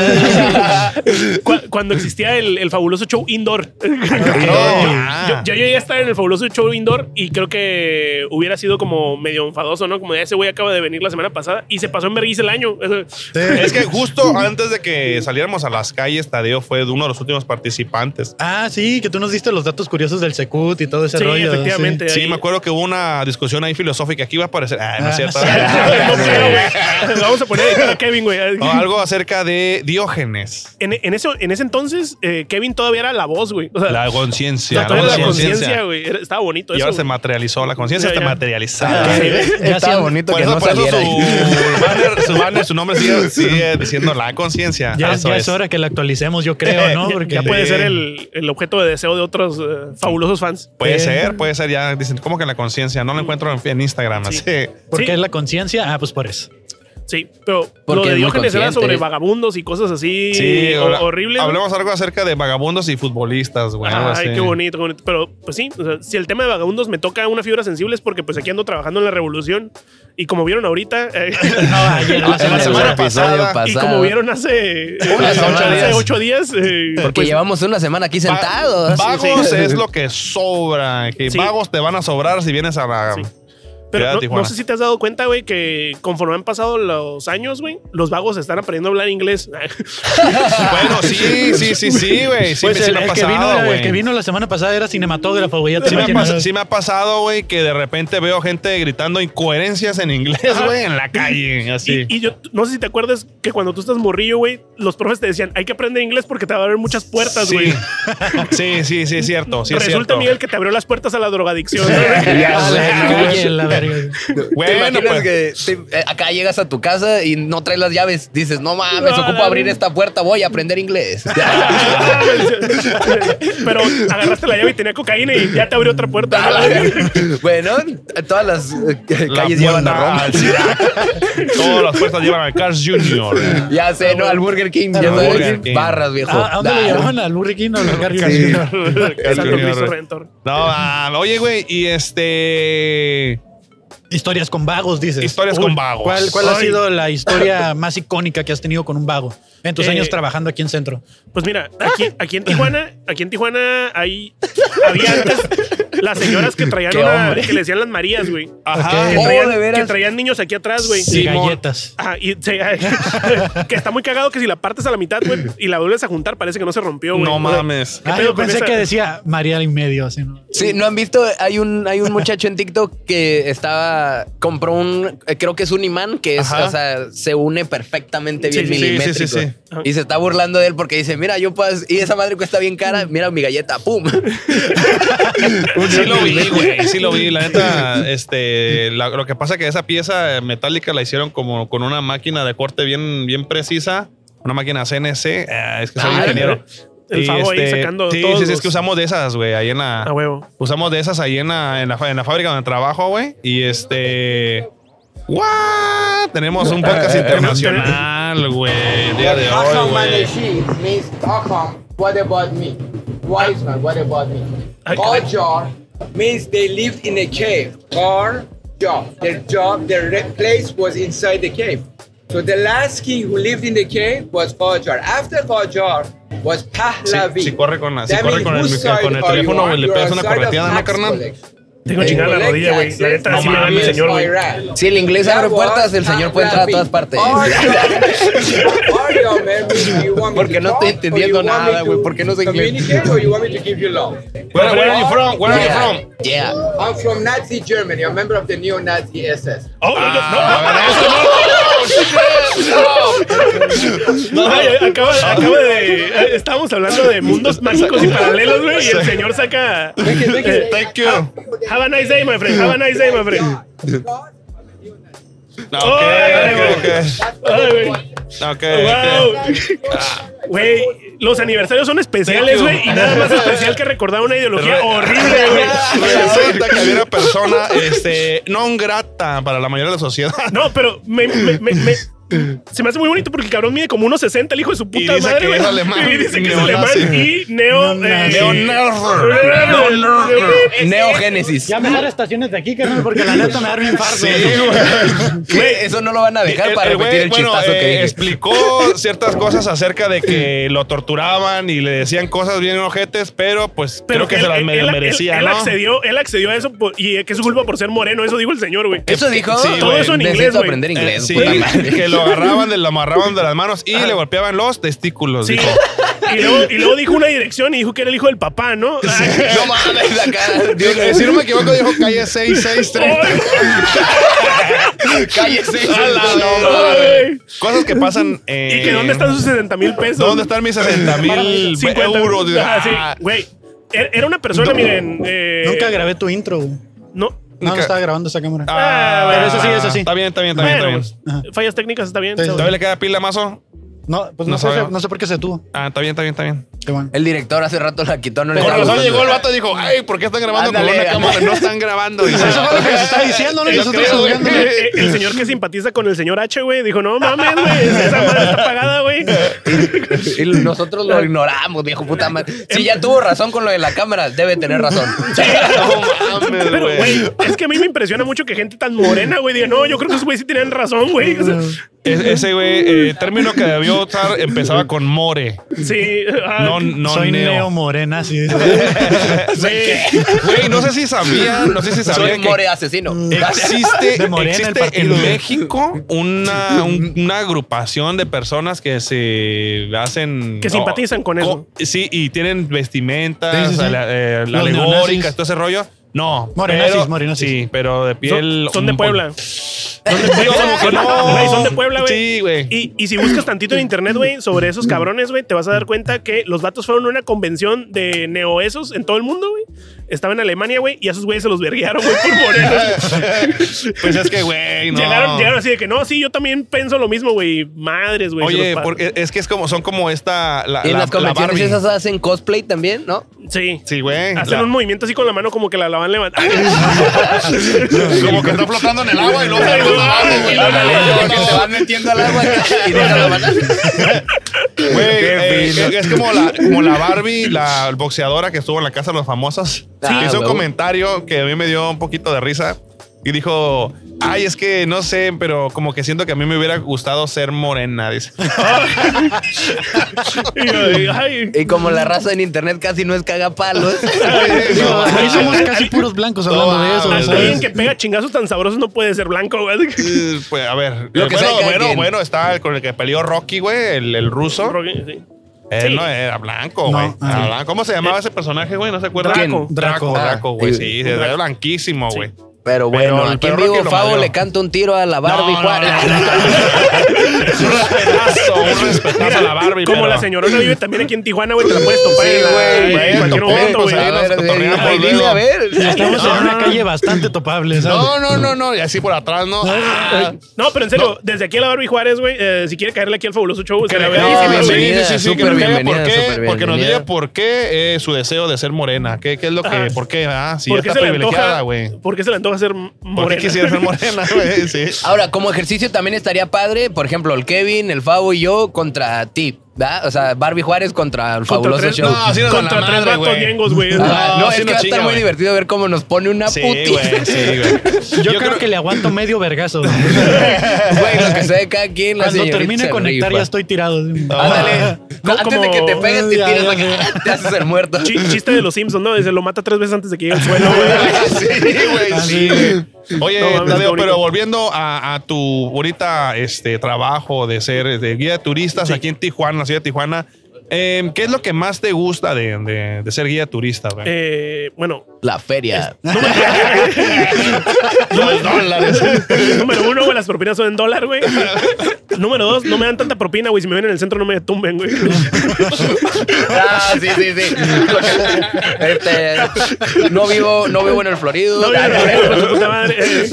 [SPEAKER 6] Cu- cuando existía el, el fabuloso show indoor.
[SPEAKER 3] Ah.
[SPEAKER 6] Yo, yo llegué a estar en el fabuloso show indoor y creo que hubiera sido como medio enfadoso, ¿no? Como de, ese güey acaba de venir la semana pasada y se pasó en vergüenza el año. Eso-
[SPEAKER 3] Es que justo antes de que saliéramos a las calles, Tadeo fue uno de los últimos participantes.
[SPEAKER 1] Ah, sí, que tú nos diste los datos curiosos del Secut y todo ese
[SPEAKER 6] Sí,
[SPEAKER 1] rollo.
[SPEAKER 6] efectivamente.
[SPEAKER 3] Sí,
[SPEAKER 6] ahí-
[SPEAKER 3] me acuerdo que hubo una discusión ahí filosófica. Aquí va a aparecer. Ah, no es cierto.
[SPEAKER 6] No creo, güey. Vamos a poner a Kevin, güey.
[SPEAKER 3] O algo acerca de Diógenes.
[SPEAKER 6] En, en eso, en ese entonces, eh, Kevin todavía era la voz, güey. O sea,
[SPEAKER 3] La conciencia.
[SPEAKER 6] todavía era la conciencia,
[SPEAKER 3] conciencia.
[SPEAKER 6] güey. Era- Estaba bonito
[SPEAKER 3] Y
[SPEAKER 6] eso.
[SPEAKER 3] ahora se
[SPEAKER 6] güey.
[SPEAKER 3] materializó. La conciencia
[SPEAKER 6] Ya,
[SPEAKER 3] está
[SPEAKER 6] ya.
[SPEAKER 3] materializada.
[SPEAKER 1] Ah, Sí, ve, ya
[SPEAKER 5] Estaba
[SPEAKER 1] siendo-
[SPEAKER 5] bonito
[SPEAKER 3] Por
[SPEAKER 5] que
[SPEAKER 3] eso,
[SPEAKER 5] no
[SPEAKER 3] por eso
[SPEAKER 5] saliera. ahí.
[SPEAKER 3] su banner, su banner, su nombre sigue, sigue diciendo la conciencia.
[SPEAKER 1] Ya,
[SPEAKER 3] Eso
[SPEAKER 1] ya
[SPEAKER 3] es.
[SPEAKER 1] es hora que la actualicemos, yo creo, ¿no?
[SPEAKER 6] Ya-
[SPEAKER 1] Porque
[SPEAKER 6] ya puede
[SPEAKER 3] Sí.
[SPEAKER 6] ser el, el objeto de deseo de otros eh, fabulosos fans.
[SPEAKER 3] Puede
[SPEAKER 1] Sí.
[SPEAKER 3] ser, puede ser. Ya dicen, ¿cómo que la conciencia? No la encuentro en, en Instagram.
[SPEAKER 6] Sí.
[SPEAKER 3] así.
[SPEAKER 1] Porque
[SPEAKER 6] Sí.
[SPEAKER 1] es la conciencia. Ah, pues por eso.
[SPEAKER 6] Sí, pero
[SPEAKER 5] Porque
[SPEAKER 6] lo
[SPEAKER 5] es
[SPEAKER 6] de
[SPEAKER 5] muy
[SPEAKER 6] Diógenes era
[SPEAKER 5] consciente.
[SPEAKER 6] sobre vagabundos y cosas así
[SPEAKER 3] Sí,
[SPEAKER 6] hor-
[SPEAKER 3] habla-
[SPEAKER 6] horribles. ¿no?
[SPEAKER 3] Hablemos algo acerca de vagabundos y futbolistas, güey. algo
[SPEAKER 6] Ay,
[SPEAKER 3] así.
[SPEAKER 6] qué bonito, qué bonito. Pero, pues sí, o sea, si el tema de vagabundos me toca una fibra sensible es porque pues aquí ando trabajando en la revolución. Y como vieron ahorita, eh,
[SPEAKER 1] ayer, la
[SPEAKER 5] En el
[SPEAKER 1] semana
[SPEAKER 3] semana
[SPEAKER 5] episodio
[SPEAKER 3] pasada.
[SPEAKER 6] y como vieron hace, eh,
[SPEAKER 5] Unas
[SPEAKER 6] hace ocho
[SPEAKER 5] semanas.
[SPEAKER 6] días, eh,
[SPEAKER 5] Porque
[SPEAKER 6] pues,
[SPEAKER 5] llevamos una semana aquí
[SPEAKER 3] Va-
[SPEAKER 5] sentados.
[SPEAKER 3] Vagos es lo que sobra. Que
[SPEAKER 6] Sí.
[SPEAKER 3] Vagos te van a sobrar si vienes a la.
[SPEAKER 6] Sí.
[SPEAKER 3] ciudad de
[SPEAKER 6] Pero no- no,
[SPEAKER 3] Tijuana.
[SPEAKER 6] sé si te has dado cuenta, güey, que conforme han pasado los años, güey, los vagos están aprendiendo a hablar inglés.
[SPEAKER 3] Ah, Bueno, sí, sí, sí, sí, güey. Sí,
[SPEAKER 1] Pues
[SPEAKER 3] me- sí
[SPEAKER 1] el,
[SPEAKER 3] me ha
[SPEAKER 1] el que
[SPEAKER 3] pasado,
[SPEAKER 1] vino, el
[SPEAKER 3] güey.
[SPEAKER 1] que vino la semana pasada era cinematógrafo, güey. Ya te
[SPEAKER 3] Sí me, ha
[SPEAKER 1] imaginas.
[SPEAKER 3] pas- sí me ha pasado, güey, que de repente veo gente gritando incoherencias en inglés,
[SPEAKER 6] Ajá.
[SPEAKER 3] güey, en la calle, así.
[SPEAKER 6] Y, y yo no sé si te acuerdas que cuando tú estás morrillo, güey, los profes te decían, hay que aprender inglés porque te va a abrir muchas puertas,
[SPEAKER 3] Sí.
[SPEAKER 6] güey.
[SPEAKER 3] Sí, sí, sí, es cierto. Sí, es
[SPEAKER 6] Resulta,
[SPEAKER 3] cierto.
[SPEAKER 6] Miguel, que te abrió las puertas a la drogadicción.
[SPEAKER 1] Ah,
[SPEAKER 5] sé,
[SPEAKER 1] la
[SPEAKER 5] güey.
[SPEAKER 1] calle, la verga.
[SPEAKER 5] ¿Te
[SPEAKER 3] Bueno,
[SPEAKER 5] imaginas
[SPEAKER 3] pues.
[SPEAKER 5] que te- eh, acá llegas a tu casa y no traes las llaves? Dices, no mames,
[SPEAKER 6] No,
[SPEAKER 5] ocupo
[SPEAKER 6] no,
[SPEAKER 5] abrir
[SPEAKER 6] no.
[SPEAKER 5] esta puerta, voy a aprender inglés.
[SPEAKER 6] Pero agarraste la llave y tenía cocaína y ya te abrió otra puerta.
[SPEAKER 5] bueno, todas las eh,
[SPEAKER 3] la
[SPEAKER 5] calles llevan a
[SPEAKER 3] puerta
[SPEAKER 5] Roma.
[SPEAKER 3] al Sirac. Todas las puertas llevan al Cars Junior.
[SPEAKER 5] Ya sé, ¿no? Al Burger King. Ya
[SPEAKER 1] Al
[SPEAKER 5] sabes,
[SPEAKER 3] Burger King.
[SPEAKER 5] barras, viejo.
[SPEAKER 1] Ah, ¿A, a dónde lo
[SPEAKER 5] Nah.
[SPEAKER 1] llevaban? ¿Al burriquino? ¿Al Burger King?
[SPEAKER 6] Santo
[SPEAKER 3] Junior.
[SPEAKER 6] Cristo Redentor.
[SPEAKER 3] No, ah, oye, güey, y este.
[SPEAKER 1] Historias con vagos, dices.
[SPEAKER 3] Historias
[SPEAKER 1] Uy,
[SPEAKER 3] con vagos.
[SPEAKER 1] ¿Cuál, cuál ha
[SPEAKER 6] Ay.
[SPEAKER 1] sido la historia más icónica que has tenido con un vago en tus
[SPEAKER 6] Eh,
[SPEAKER 1] años trabajando aquí en Centro?
[SPEAKER 6] Pues mira, aquí, aquí en Tijuana, aquí en Tijuana hay había antes, Las señoras que traían
[SPEAKER 5] Qué
[SPEAKER 6] una-
[SPEAKER 5] hombre.
[SPEAKER 6] que le decían las Marías, güey.
[SPEAKER 3] Ajá.
[SPEAKER 6] Que
[SPEAKER 5] Oh,
[SPEAKER 6] traían,
[SPEAKER 5] de veras.
[SPEAKER 6] que traían niños aquí atrás, güey.
[SPEAKER 1] Y
[SPEAKER 3] Simón.
[SPEAKER 1] galletas.
[SPEAKER 6] Ajá, y se- que está muy cagado que si la partes a la mitad, güey, y la vuelves a juntar, parece que no se rompió, güey.
[SPEAKER 3] No
[SPEAKER 6] O sea,
[SPEAKER 3] mames.
[SPEAKER 6] ¿qué
[SPEAKER 1] Ah,
[SPEAKER 6] pedo
[SPEAKER 1] yo
[SPEAKER 6] con
[SPEAKER 1] pensé
[SPEAKER 6] esa?
[SPEAKER 1] que decía María y medio, así, ¿no?
[SPEAKER 5] Sí, ¿no han visto? Hay un, hay un muchacho en TikTok que estaba, compró un, eh, creo que es un imán que es,
[SPEAKER 3] Ajá.
[SPEAKER 5] o sea, se une perfectamente bien
[SPEAKER 6] Sí, sí, sí,
[SPEAKER 5] milimétrico.
[SPEAKER 3] sí, sí, sí.
[SPEAKER 6] Ajá.
[SPEAKER 5] Y se está burlando de él porque dice, mira, yo puedo, y esa madre cuesta bien cara, mira mi galleta, pum.
[SPEAKER 3] Sí lo vi, güey. Sí lo vi. La neta, este, la- lo que pasa es que esa pieza eh, metálica la hicieron como con una máquina de corte bien, bien precisa. Una máquina CNC. Ah, es que soy
[SPEAKER 5] Ay,
[SPEAKER 3] ingeniero.
[SPEAKER 6] el
[SPEAKER 3] Y, este,
[SPEAKER 6] favor ahí sacando
[SPEAKER 3] Sí,
[SPEAKER 6] todos
[SPEAKER 3] sí, sí, es
[SPEAKER 6] los-
[SPEAKER 3] que usamos de esas, güey, ahí en la...
[SPEAKER 6] A huevo.
[SPEAKER 3] Usamos de esas ahí en la, en la, fa- en la fábrica donde trabajo, güey. Y este... ¡Wow! Tenemos un podcast internacional, güey. el Día de hoy, güey.
[SPEAKER 2] means Aham, what about me? Wise man, what about me?
[SPEAKER 6] Ay,
[SPEAKER 2] Kojar means they lived in a cave or job. Their job, their re- place was inside the cave. So the last king who lived in the cave was Kojar. After Kojar was Pahlavi.
[SPEAKER 3] Si, si corre con, la, si
[SPEAKER 2] That
[SPEAKER 3] corre
[SPEAKER 2] means
[SPEAKER 3] con el,
[SPEAKER 2] whose side
[SPEAKER 3] con el
[SPEAKER 2] are you
[SPEAKER 3] teléfono,
[SPEAKER 2] on?
[SPEAKER 3] güey, le
[SPEAKER 2] You're
[SPEAKER 3] pegas
[SPEAKER 2] on
[SPEAKER 3] una
[SPEAKER 2] side of
[SPEAKER 3] correteada, ¿no,
[SPEAKER 2] tax
[SPEAKER 3] carnal?
[SPEAKER 2] collection.
[SPEAKER 6] Tengo chingada la
[SPEAKER 2] Collect
[SPEAKER 6] rodilla, güey. La
[SPEAKER 2] taxes,
[SPEAKER 6] neta, sí me da mi
[SPEAKER 2] mames,
[SPEAKER 6] señor, güey.
[SPEAKER 2] Iraq.
[SPEAKER 5] Si el inglés abre puertas, el señor puede entrar a todas partes. Porque
[SPEAKER 2] Porque
[SPEAKER 5] no estoy entendiendo nada, güey, porque no sé inglés.
[SPEAKER 3] Where, where are you from? Where are you
[SPEAKER 5] Yeah,
[SPEAKER 3] from?
[SPEAKER 5] yeah.
[SPEAKER 2] I'm from Nazi Germany, a member of the neo-Nazi SS.
[SPEAKER 6] Oh, no, no, no. Ay, ay, acaba, acaba de. eh, Estábamos hablando de mundos mágicos y paralelos, güey. Y el señor saca. eh,
[SPEAKER 3] Thank you.
[SPEAKER 6] Have a nice day, my friend. Have a nice day, my friend.
[SPEAKER 3] No,
[SPEAKER 6] Oh,
[SPEAKER 3] ok, ok, ok.
[SPEAKER 6] Ay, güey.
[SPEAKER 3] Ok.
[SPEAKER 6] Wow.
[SPEAKER 3] ok.
[SPEAKER 6] Ah, Güey, los aniversarios son especiales, güey. Y nada más especial que recordar una ideología horrible, güey.
[SPEAKER 3] Resulta que había una persona este, non grata para la mayoría de la sociedad.
[SPEAKER 6] No, pero me, me- me- me- se me hace muy bonito porque el cabrón mide como unos 60, el hijo de su puta
[SPEAKER 3] dice
[SPEAKER 6] madre.
[SPEAKER 3] que
[SPEAKER 6] güey.
[SPEAKER 3] es alemán.
[SPEAKER 6] Y dice que es alemán
[SPEAKER 3] Neonazi.
[SPEAKER 6] y neo. eh,
[SPEAKER 3] Leonardo. Leonardo.
[SPEAKER 5] Neogénesis.
[SPEAKER 1] Ya me dar estaciones de aquí, carnal, porque la neta me da un infarto.
[SPEAKER 3] Sí, güey.
[SPEAKER 5] Güey, eso no lo van a dejar para
[SPEAKER 3] güey,
[SPEAKER 5] repetir el
[SPEAKER 3] bueno,
[SPEAKER 5] chistazo
[SPEAKER 3] eh,
[SPEAKER 5] que dije.
[SPEAKER 3] explicó ciertas cosas acerca de que lo torturaban y le decían cosas bien ojetes, pero pues creo que
[SPEAKER 6] él-
[SPEAKER 3] se las
[SPEAKER 6] él-
[SPEAKER 3] me-
[SPEAKER 6] él-
[SPEAKER 3] merecía,
[SPEAKER 6] él, él
[SPEAKER 3] ¿no?
[SPEAKER 6] accedió, él accedió a eso por- y eh, que es su culpa por ser moreno, eso dijo el señor, güey.
[SPEAKER 5] Eso dijo.
[SPEAKER 3] Sí,
[SPEAKER 6] todo
[SPEAKER 3] güey,
[SPEAKER 6] eso en
[SPEAKER 5] Necesito
[SPEAKER 6] inglés, güey.
[SPEAKER 5] aprender inglés.
[SPEAKER 3] Eh, sí,
[SPEAKER 5] puta madre.
[SPEAKER 3] que lo agarraban, de, lo amarraban de las manos y le golpeaban los testículos,
[SPEAKER 6] Sí.
[SPEAKER 3] dijo.
[SPEAKER 6] Y luego, y luego dijo una dirección y dijo que era el hijo del papá, ¿no? Ay,
[SPEAKER 5] No mames, acá. Dios,
[SPEAKER 3] Eh, Si no me equivoco, dijo calle 6630.
[SPEAKER 5] cállese.
[SPEAKER 3] A la
[SPEAKER 6] Ay.
[SPEAKER 3] Cosas que pasan. eh,
[SPEAKER 6] y que dónde están sus 70 mil pesos.
[SPEAKER 3] ¿Dónde están mis 60 mil
[SPEAKER 6] 50.
[SPEAKER 3] euros?
[SPEAKER 6] Ah, sí, güey. Era era una persona, miren. eh,
[SPEAKER 1] Nunca grabé tu intro, güey.
[SPEAKER 6] No.
[SPEAKER 1] No, no
[SPEAKER 3] Nunca.
[SPEAKER 1] estaba grabando esa cámara.
[SPEAKER 3] Ah,
[SPEAKER 6] Pero eso
[SPEAKER 1] sí, eso sí. pues,
[SPEAKER 3] Está bien, está bien, está bien.
[SPEAKER 6] Bueno,
[SPEAKER 3] Está bien.
[SPEAKER 6] pues,
[SPEAKER 1] Ajá.
[SPEAKER 6] fallas técnicas está bien.
[SPEAKER 1] Sí,
[SPEAKER 6] está
[SPEAKER 1] sí.
[SPEAKER 3] ¿Todavía
[SPEAKER 6] bien.
[SPEAKER 3] le queda pila, mazo?
[SPEAKER 1] No, pues no,
[SPEAKER 3] No
[SPEAKER 1] sé,
[SPEAKER 3] sabemos.
[SPEAKER 1] no sé por qué se tuvo.
[SPEAKER 3] Ah, está bien, está bien, está bien.
[SPEAKER 1] Qué bueno.
[SPEAKER 5] El director hace rato la quitó, no le
[SPEAKER 3] Con
[SPEAKER 5] estaba
[SPEAKER 3] razón
[SPEAKER 5] gustando.
[SPEAKER 3] llegó el vato y dijo, ay, ¿por qué están grabando
[SPEAKER 5] Ándale,
[SPEAKER 3] con una
[SPEAKER 5] ándale.
[SPEAKER 3] cámara? No están grabando. Dice,
[SPEAKER 1] Eso fue lo que se está diciendo, ¿no? Y
[SPEAKER 3] Yo
[SPEAKER 1] nosotros
[SPEAKER 3] creo, güey.
[SPEAKER 1] juzgando.
[SPEAKER 6] Eh, El señor que simpatiza con el señor H, güey, dijo, no mames, güey, esa madre está pagada, güey.
[SPEAKER 5] Y nosotros lo ignoramos, viejo puta madre. Si ya tuvo razón con lo de la cámara, debe tener razón.
[SPEAKER 3] no mames,
[SPEAKER 6] Pero,
[SPEAKER 3] güey.
[SPEAKER 6] güey, es que a mí me impresiona mucho que gente tan morena, güey, diga, no, yo creo que esos güeyes sí tenían razón, güey. O sea,
[SPEAKER 3] E- ese güey, eh, término que debió usar empezaba con more.
[SPEAKER 6] sí. ah,
[SPEAKER 3] No, no
[SPEAKER 1] Soy
[SPEAKER 3] neo.
[SPEAKER 1] Neo, Morena, sí. dice.
[SPEAKER 6] güey.
[SPEAKER 3] Güey, no sé si sabían, no sé si
[SPEAKER 5] Soy
[SPEAKER 3] sabían que
[SPEAKER 5] more asesino.
[SPEAKER 3] Existe,
[SPEAKER 1] De Morena
[SPEAKER 3] existe
[SPEAKER 1] el partido,
[SPEAKER 3] en
[SPEAKER 1] güey.
[SPEAKER 3] México una, un- una agrupación de personas que se hacen...
[SPEAKER 6] Que simpatizan con eso.
[SPEAKER 3] Sí, y tienen vestimentas
[SPEAKER 1] Sí, sí, sí.
[SPEAKER 3] a la- eh, la
[SPEAKER 1] Los
[SPEAKER 3] alegóricas,
[SPEAKER 1] neonazis.
[SPEAKER 3] todo ese rollo. No.
[SPEAKER 1] Morenazis,
[SPEAKER 3] pero-
[SPEAKER 1] morenazis.
[SPEAKER 3] Sí, pero de piel...
[SPEAKER 6] Son, son de
[SPEAKER 3] un-
[SPEAKER 6] Puebla.
[SPEAKER 3] Sí, como que no.
[SPEAKER 6] Güey, son de Puebla, güey.
[SPEAKER 3] Sí, güey.
[SPEAKER 6] Y, y si buscas tantito en internet, güey, sobre esos cabrones, güey, te vas a dar cuenta que los vatos fueron a una convención de neoesos en todo el mundo, güey. Estaba en Alemania, güey, y a esos güeyes se los verguearon, güey, por morenos.
[SPEAKER 3] Pues es que, güey, no.
[SPEAKER 6] Llegaron, llegaron así de que no, sí, yo también pienso lo mismo, güey. Madres, güey. se los
[SPEAKER 3] Oye,
[SPEAKER 6] pa-
[SPEAKER 3] porque es que es como, son como esta... La,
[SPEAKER 5] Y en
[SPEAKER 3] la-
[SPEAKER 5] las
[SPEAKER 3] la
[SPEAKER 5] convenciones
[SPEAKER 3] Barbie.
[SPEAKER 5] esas hacen cosplay también, ¿no?
[SPEAKER 6] Sí.
[SPEAKER 3] Sí, güey.
[SPEAKER 6] Hacen
[SPEAKER 3] La-
[SPEAKER 6] un movimiento así con la mano como que la, la van levantando.
[SPEAKER 3] Como que está flotando en el agua y luego...
[SPEAKER 6] Ay, no, y luego la-
[SPEAKER 5] Porque te vas metiendo al agua y dejas la mano.
[SPEAKER 3] Güey,
[SPEAKER 5] Qué
[SPEAKER 3] eh,
[SPEAKER 5] fino.
[SPEAKER 3] es como la, como la Barbie, la boxeadora que estuvo en la casa de los famosos.
[SPEAKER 5] Ah,
[SPEAKER 3] hizo un
[SPEAKER 5] huevo.
[SPEAKER 3] comentario que a mí me dio un poquito de risa y dijo: Ay, es que no sé, pero como que siento que a mí me hubiera gustado ser morena. Dice.
[SPEAKER 6] Y yo digo, ay,
[SPEAKER 5] Y como la raza en internet casi no es cagapalos.
[SPEAKER 1] Digo, aquí somos casi puros blancos hablando de eso.
[SPEAKER 3] mames,
[SPEAKER 1] ¿sabes?
[SPEAKER 6] alguien que pega chingazos tan sabrosos no puede ser blanco, güey.
[SPEAKER 3] Eh, pues a ver.
[SPEAKER 5] Lo que
[SPEAKER 3] bueno,
[SPEAKER 5] sea de cada
[SPEAKER 3] bueno,
[SPEAKER 5] quien.
[SPEAKER 3] bueno, está con el que peleó Rocky, güey, el, el ruso.
[SPEAKER 6] Sí.
[SPEAKER 3] Él
[SPEAKER 6] Sí.
[SPEAKER 3] no era blanco,
[SPEAKER 1] No,
[SPEAKER 3] güey.
[SPEAKER 1] ah.
[SPEAKER 3] Era blanco. ¿Cómo se llamaba ese personaje, güey? No se acuerda.
[SPEAKER 5] ¿Quién?
[SPEAKER 3] Draco. Draco,
[SPEAKER 1] Draco.
[SPEAKER 3] Draco, güey.
[SPEAKER 5] Ah,
[SPEAKER 3] sí, era blanquísimo, güey.
[SPEAKER 5] Pero bueno,
[SPEAKER 3] Pero el
[SPEAKER 5] aquí
[SPEAKER 3] perro
[SPEAKER 5] en vivo
[SPEAKER 3] que lo
[SPEAKER 5] Favo
[SPEAKER 3] madreó.
[SPEAKER 5] le canta un tiro a la Barbie
[SPEAKER 3] No, no,
[SPEAKER 5] Juárez.
[SPEAKER 3] un respetazo, un respetazo a la Barbie.
[SPEAKER 6] Como
[SPEAKER 3] pero-
[SPEAKER 6] la señorona vive también aquí en Tijuana, güey, te la puedes topar
[SPEAKER 5] Sí,
[SPEAKER 6] en, la-
[SPEAKER 5] güey,
[SPEAKER 6] en
[SPEAKER 5] güey,
[SPEAKER 6] cualquier
[SPEAKER 3] lo
[SPEAKER 6] momento,
[SPEAKER 1] pues,
[SPEAKER 3] puedo
[SPEAKER 5] A
[SPEAKER 6] güey.
[SPEAKER 3] pasar.
[SPEAKER 5] ver,
[SPEAKER 3] nos
[SPEAKER 5] de-
[SPEAKER 3] cotorreamos
[SPEAKER 5] ay,
[SPEAKER 3] luego.
[SPEAKER 5] dile a ver.
[SPEAKER 1] Estamos en una
[SPEAKER 6] no.
[SPEAKER 1] calle bastante topable, ¿sabes?
[SPEAKER 3] No, no, no, no. Y así por atrás, no. Ah.
[SPEAKER 6] No, pero en serio, desde aquí a la Barbie Juárez, güey, eh, si quiere caerle aquí al fabuloso show, se la
[SPEAKER 3] No,
[SPEAKER 6] ve.
[SPEAKER 5] no,
[SPEAKER 6] Sí, sí, sí.
[SPEAKER 5] bienvenida,
[SPEAKER 3] sí, sí, sí,
[SPEAKER 5] súper
[SPEAKER 3] que nos diga
[SPEAKER 5] bienvenida,
[SPEAKER 3] por qué,
[SPEAKER 5] súper
[SPEAKER 3] Porque nos diga
[SPEAKER 5] bienvenida.
[SPEAKER 3] por qué eh, su deseo de ser morena. ¿Qué, qué es lo que,
[SPEAKER 6] Ajá.
[SPEAKER 3] por qué? Ah, si ya
[SPEAKER 6] ¿Por qué
[SPEAKER 3] está
[SPEAKER 6] se le
[SPEAKER 3] privilegiada,
[SPEAKER 6] antoja?
[SPEAKER 3] güey.
[SPEAKER 6] ¿Por qué se le antoja ser m-
[SPEAKER 3] ¿Por qué
[SPEAKER 6] morena?
[SPEAKER 3] quisiera ser morena, güey? Sí.
[SPEAKER 5] Ahora, como ejercicio también estaría padre, por ejemplo, el Kevin, el Favo y yo contra ti, ¿verdad? O sea, Barbie Juárez contra el fabuloso
[SPEAKER 6] tres-
[SPEAKER 5] show.
[SPEAKER 3] No, así nos
[SPEAKER 6] Contra
[SPEAKER 3] dan la
[SPEAKER 6] tres
[SPEAKER 3] madre,
[SPEAKER 6] vatos
[SPEAKER 3] güey.
[SPEAKER 6] ñengos, güey.
[SPEAKER 5] Ah,
[SPEAKER 3] no,
[SPEAKER 5] no,
[SPEAKER 3] sí
[SPEAKER 5] es que
[SPEAKER 3] nos
[SPEAKER 5] va a estar
[SPEAKER 3] chinga,
[SPEAKER 5] muy
[SPEAKER 3] güey.
[SPEAKER 5] divertido ver cómo nos pone una
[SPEAKER 3] Sí,
[SPEAKER 5] putiza.
[SPEAKER 3] güey, sí, güey.
[SPEAKER 1] Yo, creo, que le aguanto medio vergazo. güey.
[SPEAKER 5] Güey, lo que sea de cada quien, la
[SPEAKER 1] Cuando
[SPEAKER 5] señorita
[SPEAKER 1] termine
[SPEAKER 5] se
[SPEAKER 1] de conectar
[SPEAKER 5] rifa.
[SPEAKER 1] ya estoy tirado. Ah,
[SPEAKER 5] Ándale.
[SPEAKER 6] No,
[SPEAKER 5] Antes de
[SPEAKER 6] como-
[SPEAKER 5] que te peguen, te
[SPEAKER 1] Ya,
[SPEAKER 5] tiras
[SPEAKER 1] ya,
[SPEAKER 5] la
[SPEAKER 1] ya.
[SPEAKER 5] cara, te haces el muerto.
[SPEAKER 6] Chi- Chiste de los Simpsons, ¿no? Dice, lo mata tres veces antes de que llegue al suelo, güey.
[SPEAKER 3] Sí, güey, sí.
[SPEAKER 1] Así.
[SPEAKER 3] güey. Oye,
[SPEAKER 6] No mames,
[SPEAKER 3] Tadeo,
[SPEAKER 6] qué
[SPEAKER 3] Eh, pero
[SPEAKER 6] bonito.
[SPEAKER 3] volviendo a, a tu bonita este, trabajo de ser de guía de turistas aquí en Tijuana, la ciudad de Tijuana, eh, ¿qué es lo que más te gusta de, de- de ser guía turista, güey?
[SPEAKER 6] Eh, bueno,
[SPEAKER 5] La feria.
[SPEAKER 3] Los dólares.
[SPEAKER 6] número uno, güey, las propinas son en dólar, güey. Número dos, no me dan tanta propina, güey. Si me ven en el centro, no me tumben, güey.
[SPEAKER 5] Ah, sí, sí, sí. Este, no vivo, no vivo en el Florido.
[SPEAKER 6] No, ya, ya, ya, por su puta madre. Eh,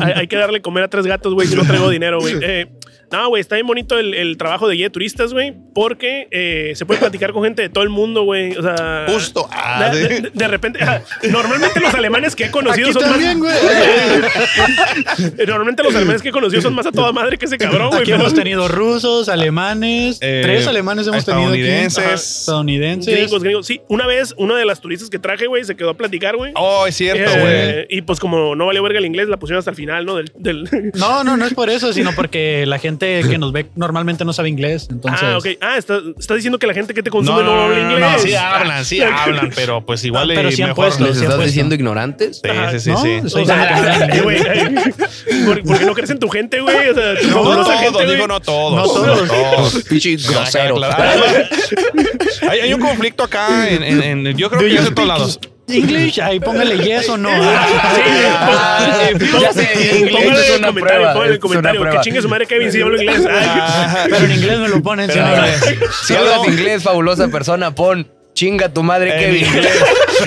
[SPEAKER 6] hay, hay que darle comer a tres gatos, güey, si no traigo dinero, güey. Eh, no, güey, está bien bonito el, el trabajo de guía de turistas, güey, porque eh, se puede platicar con gente de todo el mundo, güey. O sea.
[SPEAKER 3] Justo. Ah,
[SPEAKER 6] De,
[SPEAKER 3] sí.
[SPEAKER 6] de- de repente, ah, normalmente los alemanes que he conocido
[SPEAKER 1] Aquí
[SPEAKER 6] son
[SPEAKER 1] también,
[SPEAKER 6] más. Eh,
[SPEAKER 1] güey.
[SPEAKER 6] Normalmente los alemanes que he conocido son más a toda madre que ese cabrón, güey.
[SPEAKER 1] Aquí
[SPEAKER 6] pero-
[SPEAKER 1] hemos tenido rusos, alemanes,
[SPEAKER 3] Eh,
[SPEAKER 1] tres alemanes hemos tenido aquí.
[SPEAKER 3] estadounidenses.
[SPEAKER 1] Ajá, Estadounidenses.
[SPEAKER 6] Gringos, gringos. Sí, una vez, una de las turistas que traje, güey, se quedó a platicar, güey.
[SPEAKER 3] Oh, es cierto,
[SPEAKER 6] Eh,
[SPEAKER 3] güey.
[SPEAKER 6] y pues como no valió verga el inglés, la pusieron hasta el final, ¿no? Del, del-
[SPEAKER 1] No, no, no es por eso, sino porque la gente que nos ve normalmente no sabe inglés. Entonces,
[SPEAKER 6] Ah, ok. Ah, está- estás diciendo que la gente que te consume no, habla inglés.
[SPEAKER 3] sí hablan, sí hablan, pero pues igual
[SPEAKER 1] pero
[SPEAKER 3] y
[SPEAKER 1] sí han
[SPEAKER 3] mejor.
[SPEAKER 1] puesto,
[SPEAKER 5] ¿Les
[SPEAKER 1] sí han
[SPEAKER 5] estás
[SPEAKER 1] puesto.
[SPEAKER 5] diciendo ignorantes?
[SPEAKER 3] Sí, sí, sí,
[SPEAKER 1] ¿No?
[SPEAKER 3] sí.
[SPEAKER 1] Estoy
[SPEAKER 6] O sea,
[SPEAKER 1] diciendo que-
[SPEAKER 6] eh, güey, eh, ¿por, por qué no crees en tu gente, güey? O sea, tu
[SPEAKER 3] No,
[SPEAKER 6] fabulosa
[SPEAKER 3] todos,
[SPEAKER 6] gente, güey.
[SPEAKER 3] digo no todos.
[SPEAKER 1] No todos.
[SPEAKER 5] Pichi
[SPEAKER 3] Ah, claro,
[SPEAKER 5] grosero.
[SPEAKER 3] claro. hay, hay un conflicto acá en, en- en- yo creo que es en todos lados.
[SPEAKER 1] English, ahí póngale yes o no.
[SPEAKER 6] Sí,
[SPEAKER 5] Ah,
[SPEAKER 6] pues,
[SPEAKER 5] ya sé, inglés
[SPEAKER 6] póngale
[SPEAKER 5] es
[SPEAKER 6] el
[SPEAKER 5] una
[SPEAKER 6] comentario,
[SPEAKER 5] prueba,
[SPEAKER 6] póngale el
[SPEAKER 5] es una
[SPEAKER 6] comentario,
[SPEAKER 5] prueba.
[SPEAKER 6] Que chingue su madre Kevin si hablo inglés. Ay,
[SPEAKER 3] Ah,
[SPEAKER 1] Pero en inglés me lo ponen. sí,
[SPEAKER 3] Pero-
[SPEAKER 1] no, güey.
[SPEAKER 5] Si hablas inglés, fabulosa persona, pon chinga tu madre,
[SPEAKER 3] En
[SPEAKER 5] Kevin.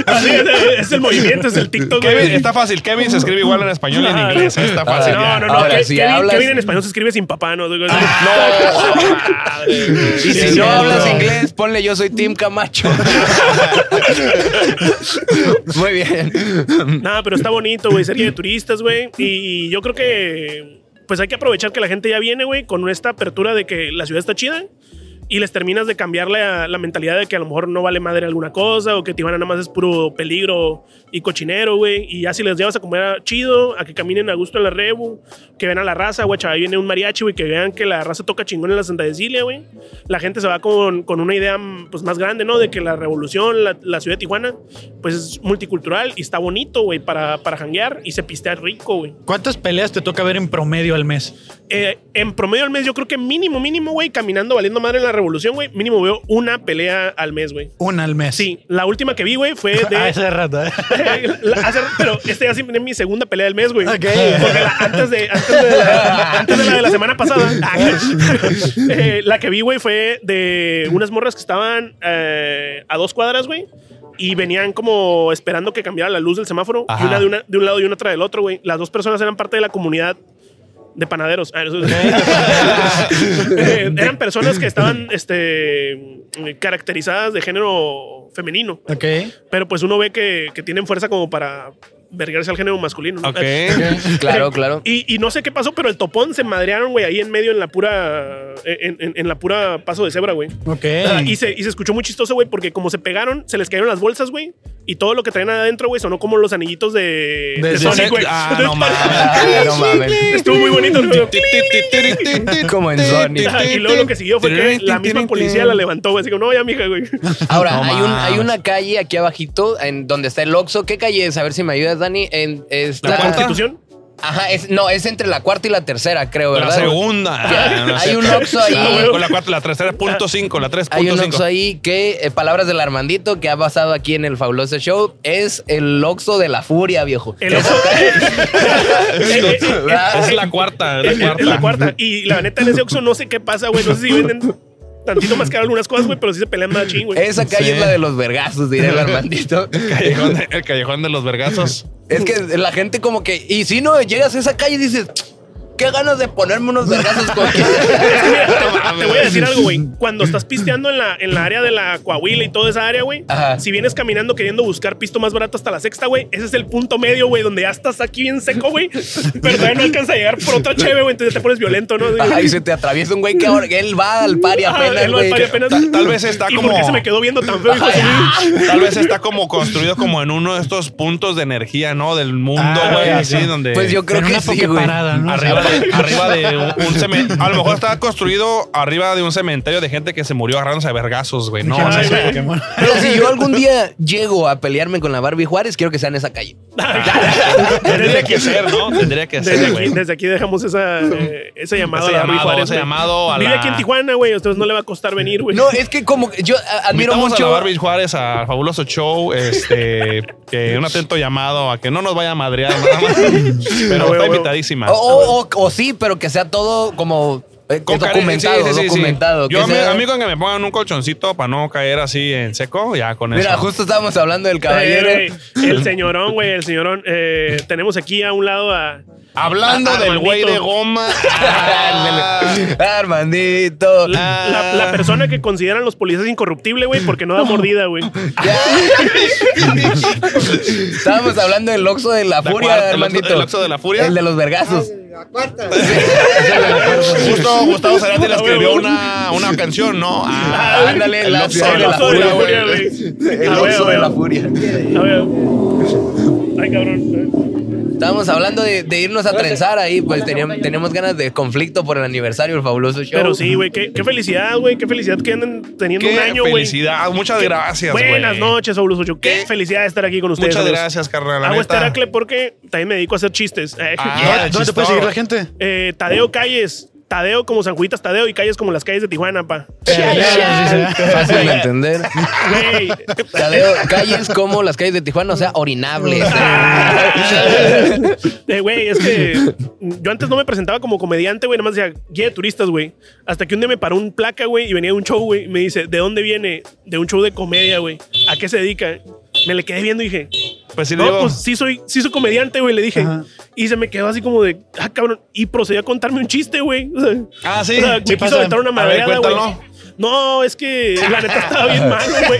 [SPEAKER 6] así es, es el movimiento, es el TikTok. güey.
[SPEAKER 3] Kevin, está fácil. Kevin se escribe igual en español y en
[SPEAKER 6] Ah,
[SPEAKER 3] inglés. ¿eh? Está fácil.
[SPEAKER 6] No,
[SPEAKER 3] ya.
[SPEAKER 6] no, no.
[SPEAKER 5] Ahora,
[SPEAKER 6] Ke-
[SPEAKER 5] si
[SPEAKER 6] Kevin,
[SPEAKER 5] hablas-
[SPEAKER 6] Kevin en español se escribe sin papá, ¿no? No.
[SPEAKER 3] Ah.
[SPEAKER 5] Y si
[SPEAKER 1] sí,
[SPEAKER 5] no
[SPEAKER 1] sí,
[SPEAKER 5] hablas
[SPEAKER 1] sí.
[SPEAKER 5] inglés, ponle yo soy Tim Camacho. Muy bien.
[SPEAKER 6] Nada, pero está bonito, güey, serie de turistas, güey. Y yo creo que pues hay que aprovechar que la gente ya viene, güey, con esta apertura de que la ciudad está chida y les terminas de cambiar la, la mentalidad de que a lo mejor no vale madre alguna cosa o que Tijuana nada más es puro peligro y cochinero, güey. Y ya si les llevas a comer chido, a que caminen a gusto en la rebu, que vean a la raza, güey, chaval, ahí viene un mariachi, güey, que vean que la raza toca chingón en la Santa Cecilia, güey. La gente se va con, con una idea pues más grande, ¿no? De que la revolución, la, la ciudad de Tijuana, pues es multicultural y está bonito, güey, para, para janguear y se pistea rico, güey.
[SPEAKER 1] ¿Cuántas peleas te toca ver en promedio al mes?
[SPEAKER 6] Eh, en promedio al mes, yo creo que mínimo, mínimo, güey, caminando valiendo madre en la revolución, güey, mínimo veo una pelea al mes, güey.
[SPEAKER 1] Una al mes.
[SPEAKER 6] Sí, la última que vi, güey, fue de.
[SPEAKER 1] Ah, ese rato. ¿eh?
[SPEAKER 6] La- hace- pero este ya sí es mi segunda pelea del mes, güey.
[SPEAKER 1] Ok.
[SPEAKER 6] Porque la- antes, de, antes, de la, antes de la de la semana pasada, eh, la que vi, güey, fue de unas morras que estaban eh, a dos cuadras, güey. Y venían como esperando que cambiara la luz del semáforo. Y
[SPEAKER 3] Ajá.
[SPEAKER 6] una de, una de un lado y una otra del otro, güey. Las dos personas eran parte de la comunidad de panaderos. Ah, eso- Eh, eran personas que estaban este, caracterizadas de género femenino.
[SPEAKER 1] Ok.
[SPEAKER 6] Pero pues uno ve que, que tienen fuerza como para vergarse al género masculino. ¿no?
[SPEAKER 3] Ok.
[SPEAKER 5] Claro, claro.
[SPEAKER 6] Y, y no sé qué pasó, pero el topón se madrearon, güey, ahí en medio en la pura. En, en- en la pura paso de cebra, güey.
[SPEAKER 1] Ok.
[SPEAKER 6] Ah, y, se, y se escuchó muy chistoso, güey, porque como se pegaron, se les cayeron las bolsas, güey. Y todo lo que traían adentro, güey, sonó como los anillitos de, de
[SPEAKER 1] Desde
[SPEAKER 6] Sonic,
[SPEAKER 1] ese-
[SPEAKER 6] güey.
[SPEAKER 3] Ah, no mames.
[SPEAKER 5] Ah, no mames.
[SPEAKER 6] Estuvo muy bonito. ¿no?
[SPEAKER 5] Como en Sonic.
[SPEAKER 6] Ajá, Y luego lo que siguió fue que la misma policía la levantó, güey. Así que, no, ya, mija, güey.
[SPEAKER 5] Ahora,
[SPEAKER 3] No
[SPEAKER 5] hay, un-
[SPEAKER 3] mames.
[SPEAKER 5] hay una calle aquí abajito en donde está el Oxxo. ¿Qué calle es? A ver si me ayudas, Dani. En, está-
[SPEAKER 6] La
[SPEAKER 3] cuarta?
[SPEAKER 6] constitución.
[SPEAKER 5] Ajá, es, no, es entre la cuarta y la tercera, creo,
[SPEAKER 3] La
[SPEAKER 5] ¿verdad?
[SPEAKER 3] segunda. No
[SPEAKER 5] Hay
[SPEAKER 3] sé.
[SPEAKER 5] un Oxxo ahí. Ah,
[SPEAKER 3] Ah, güey, Con la cuarta, la tercera, punto cinco, la tres,
[SPEAKER 5] Hay
[SPEAKER 3] punto
[SPEAKER 5] un
[SPEAKER 3] cinco.
[SPEAKER 5] Oxxo ahí que, eh, palabras del Armandito, que ha pasado aquí en el fabuloso show, es el Oxxo de la furia, viejo.
[SPEAKER 6] El ojo.
[SPEAKER 3] Es la cuarta,
[SPEAKER 6] Es
[SPEAKER 3] la cuarta.
[SPEAKER 6] es la cuarta. Y la neta, en ese Oxxo no sé qué pasa, güey. No sé si venden tantito más caro algunas cosas, güey, pero sí se pelean más ching, güey.
[SPEAKER 5] Esa calle
[SPEAKER 3] Sí.
[SPEAKER 5] es la de los vergazos, diría el Armandito.
[SPEAKER 3] Callejón de- el callejón de los vergazos.
[SPEAKER 5] es que la gente como que, y si no, llegas a esa calle y dices, qué ganas de ponerme unos vergazos con
[SPEAKER 6] Es que mira, te, te voy a decir algo, güey. Cuando estás pisteando en la, en la área de la Coahuila y toda esa área, güey,
[SPEAKER 5] Ajá.
[SPEAKER 6] si vienes caminando queriendo buscar pisto más barato hasta la sexta, güey, ese es el punto medio, güey, donde ya estás aquí bien seco, güey, pero todavía no alcanza a llegar por otra cheve, güey, entonces ya te pones violento, ¿no?
[SPEAKER 5] Ajá, y se te atraviesa un güey que ahora que él va al par y
[SPEAKER 6] Ah,
[SPEAKER 5] apenas,
[SPEAKER 6] él va al
[SPEAKER 5] güey.
[SPEAKER 6] par y apenas-
[SPEAKER 3] Ta- tal vez está
[SPEAKER 6] ¿Y
[SPEAKER 3] como-
[SPEAKER 6] ¿Por qué se me quedó viendo tan feo, hijo de su madre?
[SPEAKER 3] Tal vez está como construido como en uno de estos puntos de energía, ¿no? Del mundo,
[SPEAKER 1] Ah,
[SPEAKER 3] güey,
[SPEAKER 1] ya,
[SPEAKER 3] así
[SPEAKER 1] ya.
[SPEAKER 3] donde.
[SPEAKER 5] Pues yo creo
[SPEAKER 1] En
[SPEAKER 5] que
[SPEAKER 1] una
[SPEAKER 5] sí, güey.
[SPEAKER 1] pokeparada, ¿no?
[SPEAKER 3] Arriba de, arriba de un, un cementerio. A lo mejor estaba construido arriba de un cementerio de gente que se murió agarrándose a vergazos, güey. No,
[SPEAKER 1] Ay,
[SPEAKER 3] o sea,
[SPEAKER 1] güey.
[SPEAKER 5] Pero si yo algún día llego a pelearme con la Barbie Juárez, quiero que sea en esa calle.
[SPEAKER 3] tendría que ser, ¿no? Tendría que
[SPEAKER 6] Desde
[SPEAKER 3] ser,
[SPEAKER 6] aquí,
[SPEAKER 3] güey.
[SPEAKER 6] desde aquí dejamos esa, eh, ese llamado
[SPEAKER 3] Ese
[SPEAKER 6] a la Barbie
[SPEAKER 3] llamado,
[SPEAKER 6] Juárez,
[SPEAKER 3] ese
[SPEAKER 6] güey.
[SPEAKER 3] llamado a
[SPEAKER 6] Vive
[SPEAKER 3] la-
[SPEAKER 6] aquí en Tijuana, güey. A ustedes no le va a costar venir, güey.
[SPEAKER 5] No, es que como que yo a- admiro
[SPEAKER 3] Invitamos
[SPEAKER 5] mucho.
[SPEAKER 3] a la Barbie Juárez al fabuloso show. Este, que un atento llamado a que no nos vaya a madrear nada más. Pero
[SPEAKER 6] huevo,
[SPEAKER 3] está
[SPEAKER 6] huevo.
[SPEAKER 3] invitadísima.
[SPEAKER 5] O, o- o- o sí, pero que sea todo como eh,
[SPEAKER 3] Con cari-
[SPEAKER 5] documentado,
[SPEAKER 3] sí, sí, sí, sí.
[SPEAKER 5] documentado.
[SPEAKER 3] Yo,
[SPEAKER 5] que
[SPEAKER 3] a mí,
[SPEAKER 5] sea-
[SPEAKER 3] a mí con que me pongan un colchoncito para no caer así en seco, ya con
[SPEAKER 5] Mira,
[SPEAKER 3] eso.
[SPEAKER 5] justo estábamos hablando del
[SPEAKER 6] Eh,
[SPEAKER 5] caballero.
[SPEAKER 6] güey, el señorón, güey, el señorón. eh, tenemos aquí a un lado a.
[SPEAKER 3] Hablando
[SPEAKER 6] Ah,
[SPEAKER 3] del güey
[SPEAKER 6] Armandito.
[SPEAKER 3] de goma.
[SPEAKER 5] Ah, Armandito.
[SPEAKER 6] La, la persona que consideran los policías incorruptible, güey, porque no da mordida, güey.
[SPEAKER 5] Ya. estábamos hablando del Oxxo de la,
[SPEAKER 3] La
[SPEAKER 5] Furia,
[SPEAKER 3] cuarta, el
[SPEAKER 5] Armandito.
[SPEAKER 3] Oxxo- el Oxxo de la Furia.
[SPEAKER 5] El de los vergazos.
[SPEAKER 2] La cuarta.
[SPEAKER 3] Justo Gustavo Cerati le escribió
[SPEAKER 6] huevo.
[SPEAKER 3] una, una canción, ¿no? Ah,
[SPEAKER 5] Ándale,
[SPEAKER 3] el
[SPEAKER 5] la
[SPEAKER 3] Oxxo
[SPEAKER 5] de
[SPEAKER 6] El
[SPEAKER 5] la
[SPEAKER 6] oso de la
[SPEAKER 5] furia,
[SPEAKER 6] furia,
[SPEAKER 5] güey.
[SPEAKER 6] güey.
[SPEAKER 5] El
[SPEAKER 6] A
[SPEAKER 5] Oxxo
[SPEAKER 6] huevo,
[SPEAKER 5] de la
[SPEAKER 6] huevo.
[SPEAKER 5] Furia.
[SPEAKER 6] A huevo. Ay, cabrón.
[SPEAKER 5] Estábamos hablando de, de irnos a trenzar ahí, pues teníamos, tenemos ganas de conflicto por el aniversario del fabuloso show.
[SPEAKER 6] Pero sí, güey, qué, qué felicidad, güey. Qué felicidad que anden teniendo
[SPEAKER 3] Qué
[SPEAKER 6] un año, güey.
[SPEAKER 3] felicidad. Muchas gracias, güey.
[SPEAKER 6] Buenas noches, Fabuloso Ocho. Qué
[SPEAKER 3] ¿Qué?
[SPEAKER 6] felicidad de estar aquí con ustedes.
[SPEAKER 3] Muchas
[SPEAKER 6] amigos.
[SPEAKER 3] gracias, carnal. la
[SPEAKER 6] Hago este
[SPEAKER 3] neta.
[SPEAKER 6] Heracle porque también me dedico a hacer chistes. Eh,
[SPEAKER 3] Ah,
[SPEAKER 1] ¿Dónde te puede seguir la gente?
[SPEAKER 6] eh, Tadeo Calles. Tadeo como San Juditas Tadeo y calles como las calles de Tijuana, pa. Eh,
[SPEAKER 5] Fácil de entender.
[SPEAKER 6] Güey.
[SPEAKER 5] Tadeo, calles como las calles de Tijuana, o sea, orinables.
[SPEAKER 6] Eh, Güey, es que yo antes no me presentaba como comediante, güey, nada más decía guía de turistas, güey. Hasta que un día me paró un placa, güey, y venía de un show, güey, y me dice, ¿de dónde viene? De un show de comedia, güey. ¿A qué se dedica? Me le quedé viendo y dije,
[SPEAKER 3] Pues sí, le
[SPEAKER 6] no,
[SPEAKER 3] digo.
[SPEAKER 6] pues sí soy, sí soy comediante, güey, le dije.
[SPEAKER 1] Ajá.
[SPEAKER 6] Y se me quedó así como de, ah, cabrón. Y procedió a contarme un chiste, güey. O sea,
[SPEAKER 3] Ah, sí,
[SPEAKER 6] o sea, me
[SPEAKER 3] sí
[SPEAKER 6] quiso
[SPEAKER 3] pasa.
[SPEAKER 6] aventar una
[SPEAKER 3] A ver,
[SPEAKER 6] madreada, güey.
[SPEAKER 3] cuéntalo.
[SPEAKER 6] No, es que la neta estaba bien malo, güey.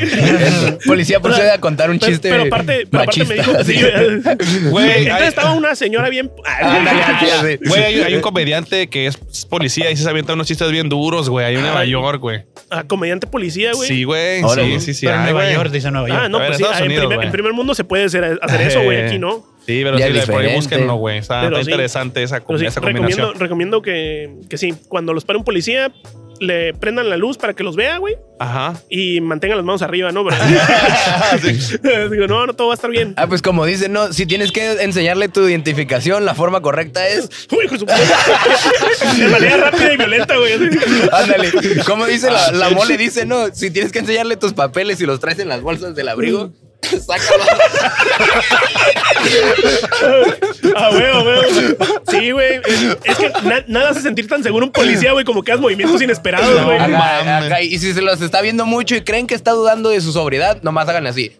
[SPEAKER 5] Policía procede a contar un
[SPEAKER 6] Pero-
[SPEAKER 5] chiste
[SPEAKER 6] Pero, aparte, pero aparte me dijo
[SPEAKER 5] machista,
[SPEAKER 6] que
[SPEAKER 5] sí.
[SPEAKER 6] sí, güey.
[SPEAKER 3] Güey,
[SPEAKER 6] Entonces
[SPEAKER 3] hay-
[SPEAKER 6] estaba una señora bien. Ah,
[SPEAKER 5] Ándale, así, así.
[SPEAKER 3] Ah, Güey, hay, hay un comediante que es policía y se avienta unos chistes bien duros, güey. Ahí en Nueva
[SPEAKER 6] Ay.
[SPEAKER 3] York, güey.
[SPEAKER 6] Ah, comediante policía, güey.
[SPEAKER 3] Sí, güey.
[SPEAKER 5] Ahora,
[SPEAKER 3] Sí,
[SPEAKER 5] güey.
[SPEAKER 3] sí, sí.
[SPEAKER 1] Pero en
[SPEAKER 3] ay,
[SPEAKER 1] Nueva
[SPEAKER 3] güey.
[SPEAKER 1] York, dice Nueva York.
[SPEAKER 6] Ah, no,
[SPEAKER 3] A ver,
[SPEAKER 6] pues sí.
[SPEAKER 3] Estados
[SPEAKER 6] ah, en,
[SPEAKER 3] Unidos,
[SPEAKER 6] primer,
[SPEAKER 3] güey.
[SPEAKER 6] en primer mundo se puede hacer, hacer eso, güey. Aquí no.
[SPEAKER 3] Sí, pero
[SPEAKER 5] Ya
[SPEAKER 3] sí,
[SPEAKER 5] es
[SPEAKER 3] por ahí
[SPEAKER 5] diferente.
[SPEAKER 3] búsquenlo, güey. Está,
[SPEAKER 6] Pero
[SPEAKER 3] está
[SPEAKER 6] sí.
[SPEAKER 3] interesante esa, com-
[SPEAKER 6] Pero sí,
[SPEAKER 3] esa
[SPEAKER 6] recomiendo,
[SPEAKER 3] combinación.
[SPEAKER 6] recomiendo que, que sí. Cuando los pare un policía, le prendan la luz para que los vea, güey.
[SPEAKER 3] Ajá.
[SPEAKER 6] y mantengan las manos arriba, ¿no? Pero- Digo, no, no, todo va a estar bien.
[SPEAKER 5] Ah, pues como dicen, no, si tienes que enseñarle tu identificación, la forma correcta es.
[SPEAKER 6] Uy, hijo de su puta. De manera rápida y violenta, güey.
[SPEAKER 5] Ándale, como dice la, la mole, dice, no, si tienes que enseñarle tus papeles y los traes en las bolsas del abrigo, sácalos.
[SPEAKER 6] Ah, güey, ah, güey. Sí, güey. Es- Es que na- nada hace sentir tan seguro un policía, güey, como que haces movimientos inesperados, güey.
[SPEAKER 5] Ajá, ajá, Y si se los está viendo mucho y creen que está dudando de su sobriedad, nomás hagan así.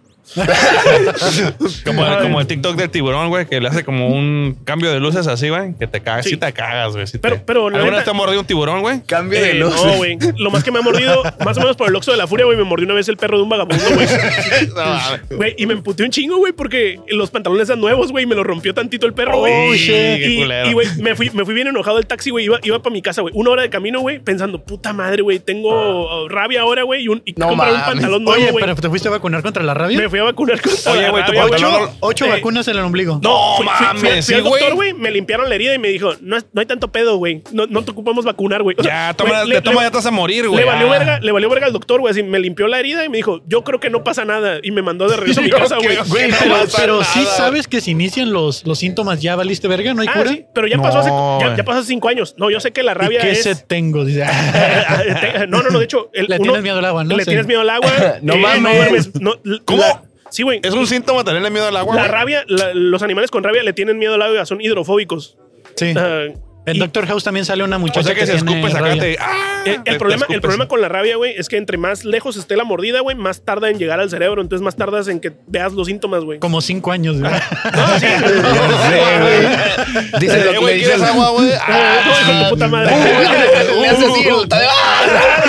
[SPEAKER 3] Como, el- como el TikTok del tiburón, güey, que le hace como un cambio de luces así, güey. Que te cagas,
[SPEAKER 6] Sí.
[SPEAKER 3] sí, te cagas, güey. sí
[SPEAKER 6] Pero-
[SPEAKER 3] te-
[SPEAKER 6] pero la
[SPEAKER 3] ¿Alguna
[SPEAKER 6] neta-
[SPEAKER 3] vez te ha mordido un tiburón, güey?
[SPEAKER 5] Cambio
[SPEAKER 6] Eh,
[SPEAKER 5] de luz.
[SPEAKER 6] no, güey. Lo más que me ha mordido, más o menos por el oxo de la furia, güey, me mordió una vez el perro de un vagabundo, güey. Güey, y me emputé un chingo, güey, porque los pantalones eran nuevos, güey, y me lo rompió tantito el perro, güey.
[SPEAKER 3] Oh, shit, qué
[SPEAKER 6] Y,
[SPEAKER 3] culero.
[SPEAKER 6] y, güey, me fui, me fui bien enojado del taxi, güey. Iba, iba para mi casa, güey. Una hora de camino, güey, pensando, puta madre, güey, tengo uh, rabia ahora, güey, y, un, y
[SPEAKER 5] Ah. No
[SPEAKER 6] comprar un
[SPEAKER 5] mames.
[SPEAKER 6] pantalón
[SPEAKER 1] Oye,
[SPEAKER 6] nuevo, güey.
[SPEAKER 1] pero ¿te fuiste a vacunar contra la
[SPEAKER 6] Me
[SPEAKER 1] rabia?
[SPEAKER 6] fui a vacunar con
[SPEAKER 3] Oye, güey, tu
[SPEAKER 6] rabia,
[SPEAKER 3] pantalón
[SPEAKER 1] Ocho,
[SPEAKER 3] no-
[SPEAKER 1] ocho
[SPEAKER 6] Eh,
[SPEAKER 1] vacunas en el ombligo.
[SPEAKER 3] No
[SPEAKER 6] Fui- fui- fui-
[SPEAKER 3] mames,
[SPEAKER 6] fui
[SPEAKER 3] sí,
[SPEAKER 6] al doctor,
[SPEAKER 3] güey.
[SPEAKER 6] güey, me limpiaron la herida y me dijo, no, es- no hay tanto pedo, güey. No, no te ocupamos vacunar, güey. O sea,
[SPEAKER 3] Ya, toma,
[SPEAKER 6] güey,
[SPEAKER 3] te
[SPEAKER 6] le-
[SPEAKER 3] toma,
[SPEAKER 6] le-
[SPEAKER 3] ya te vas a morir, güey.
[SPEAKER 6] le valió,
[SPEAKER 3] Ah.
[SPEAKER 6] verga, le valió verga al doctor, güey. Así me limpió la herida y me dijo, yo creo que no pasa nada. Y me mandó de regreso a mi
[SPEAKER 3] Yo
[SPEAKER 6] casa, güey.
[SPEAKER 3] creo que
[SPEAKER 1] Güey,
[SPEAKER 3] no
[SPEAKER 1] pero,
[SPEAKER 3] pasa
[SPEAKER 1] pero
[SPEAKER 3] nada.
[SPEAKER 1] sí sabes que si inician los, los síntomas ya valiste verga, no hay
[SPEAKER 6] Ah,
[SPEAKER 1] cura.
[SPEAKER 6] sí, pero ya pasó, hace,
[SPEAKER 3] No,
[SPEAKER 6] ya,
[SPEAKER 3] güey.
[SPEAKER 6] ya pasó hace cinco años. No, yo sé que la
[SPEAKER 1] ¿Y
[SPEAKER 6] rabia
[SPEAKER 1] qué
[SPEAKER 6] es...
[SPEAKER 1] se tengo? Dice,
[SPEAKER 6] Te- no, no, no, de hecho... el-
[SPEAKER 1] Le tienes miedo al agua, ¿no?
[SPEAKER 6] Le
[SPEAKER 1] Sí.
[SPEAKER 6] tienes miedo al agua.
[SPEAKER 5] No
[SPEAKER 6] eh,
[SPEAKER 5] mames.
[SPEAKER 6] no, la-
[SPEAKER 3] ¿Cómo?
[SPEAKER 6] sí, güey.
[SPEAKER 3] Es un síntoma tenerle miedo al agua.
[SPEAKER 6] La
[SPEAKER 3] güey.
[SPEAKER 6] rabia, la- los animales con rabia le tienen miedo al agua, son hidrofóbicos.
[SPEAKER 1] sí.
[SPEAKER 6] Ah,
[SPEAKER 1] El
[SPEAKER 6] y-
[SPEAKER 1] Doctor House también sale una muchacha
[SPEAKER 3] O sea que, se
[SPEAKER 1] tiene
[SPEAKER 3] escupes acá,
[SPEAKER 1] rabia.
[SPEAKER 3] te. ¡Ah!
[SPEAKER 6] El, el
[SPEAKER 3] Te- te
[SPEAKER 6] problema, el
[SPEAKER 3] escupes.
[SPEAKER 6] problema con la rabia, güey, es que entre más lejos esté la mordida, güey, más tarda en llegar al cerebro. Entonces, más tardas en que veas los síntomas, güey.
[SPEAKER 1] Como cinco años. güey.
[SPEAKER 3] Ah.
[SPEAKER 5] Dice lo
[SPEAKER 3] Eh,
[SPEAKER 5] que le
[SPEAKER 3] güey,
[SPEAKER 5] dice
[SPEAKER 3] ¿quieres
[SPEAKER 5] el-
[SPEAKER 3] agua, güey? uh,
[SPEAKER 6] Ah, no, hijo de tu puta madre.
[SPEAKER 5] Le hace así el Tadeo. ¡Ah!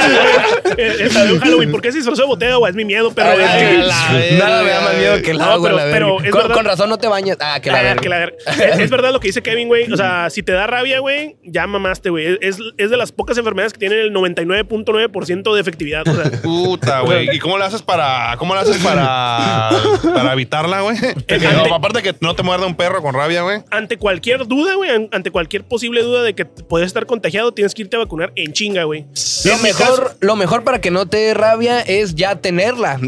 [SPEAKER 6] El- el Tadeo Halloween, ¿por qué se disfrazó de botella, güey? Es mi miedo, pero.
[SPEAKER 5] Ay,
[SPEAKER 6] es
[SPEAKER 5] ay,
[SPEAKER 6] que-
[SPEAKER 5] ay, Nada me da más miedo que el
[SPEAKER 6] No,
[SPEAKER 5] agua.
[SPEAKER 6] pero-
[SPEAKER 5] la verga.
[SPEAKER 6] pero es
[SPEAKER 5] con,
[SPEAKER 6] verdad-
[SPEAKER 5] con razón no te bañas. Ah, que la
[SPEAKER 6] Ah,
[SPEAKER 5] verga.
[SPEAKER 6] que la verga. es, es verdad lo que dice Kevin, güey. O sea, si te da rabia, güey, ya mamaste, güey. Es, es de las pocas enfermedades que tienen el 99.9% de efectividad. O sea,
[SPEAKER 3] Puta, güey. ¿Y cómo le haces para. ¿Cómo le haces para. para evitarla, güey?
[SPEAKER 6] El-
[SPEAKER 3] Que no, Aparte que no te muerde un perro con rabia, güey.
[SPEAKER 6] ante cualquier duda, güey, an- ante cualquier posible duda de que t- puedes estar contagiado, tienes que irte a vacunar en chinga, güey.
[SPEAKER 5] Lo
[SPEAKER 6] En mi caso-
[SPEAKER 5] mejor, lo mejor para que no te dé rabia es ya tenerla.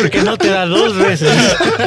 [SPEAKER 1] Porque no te da dos veces.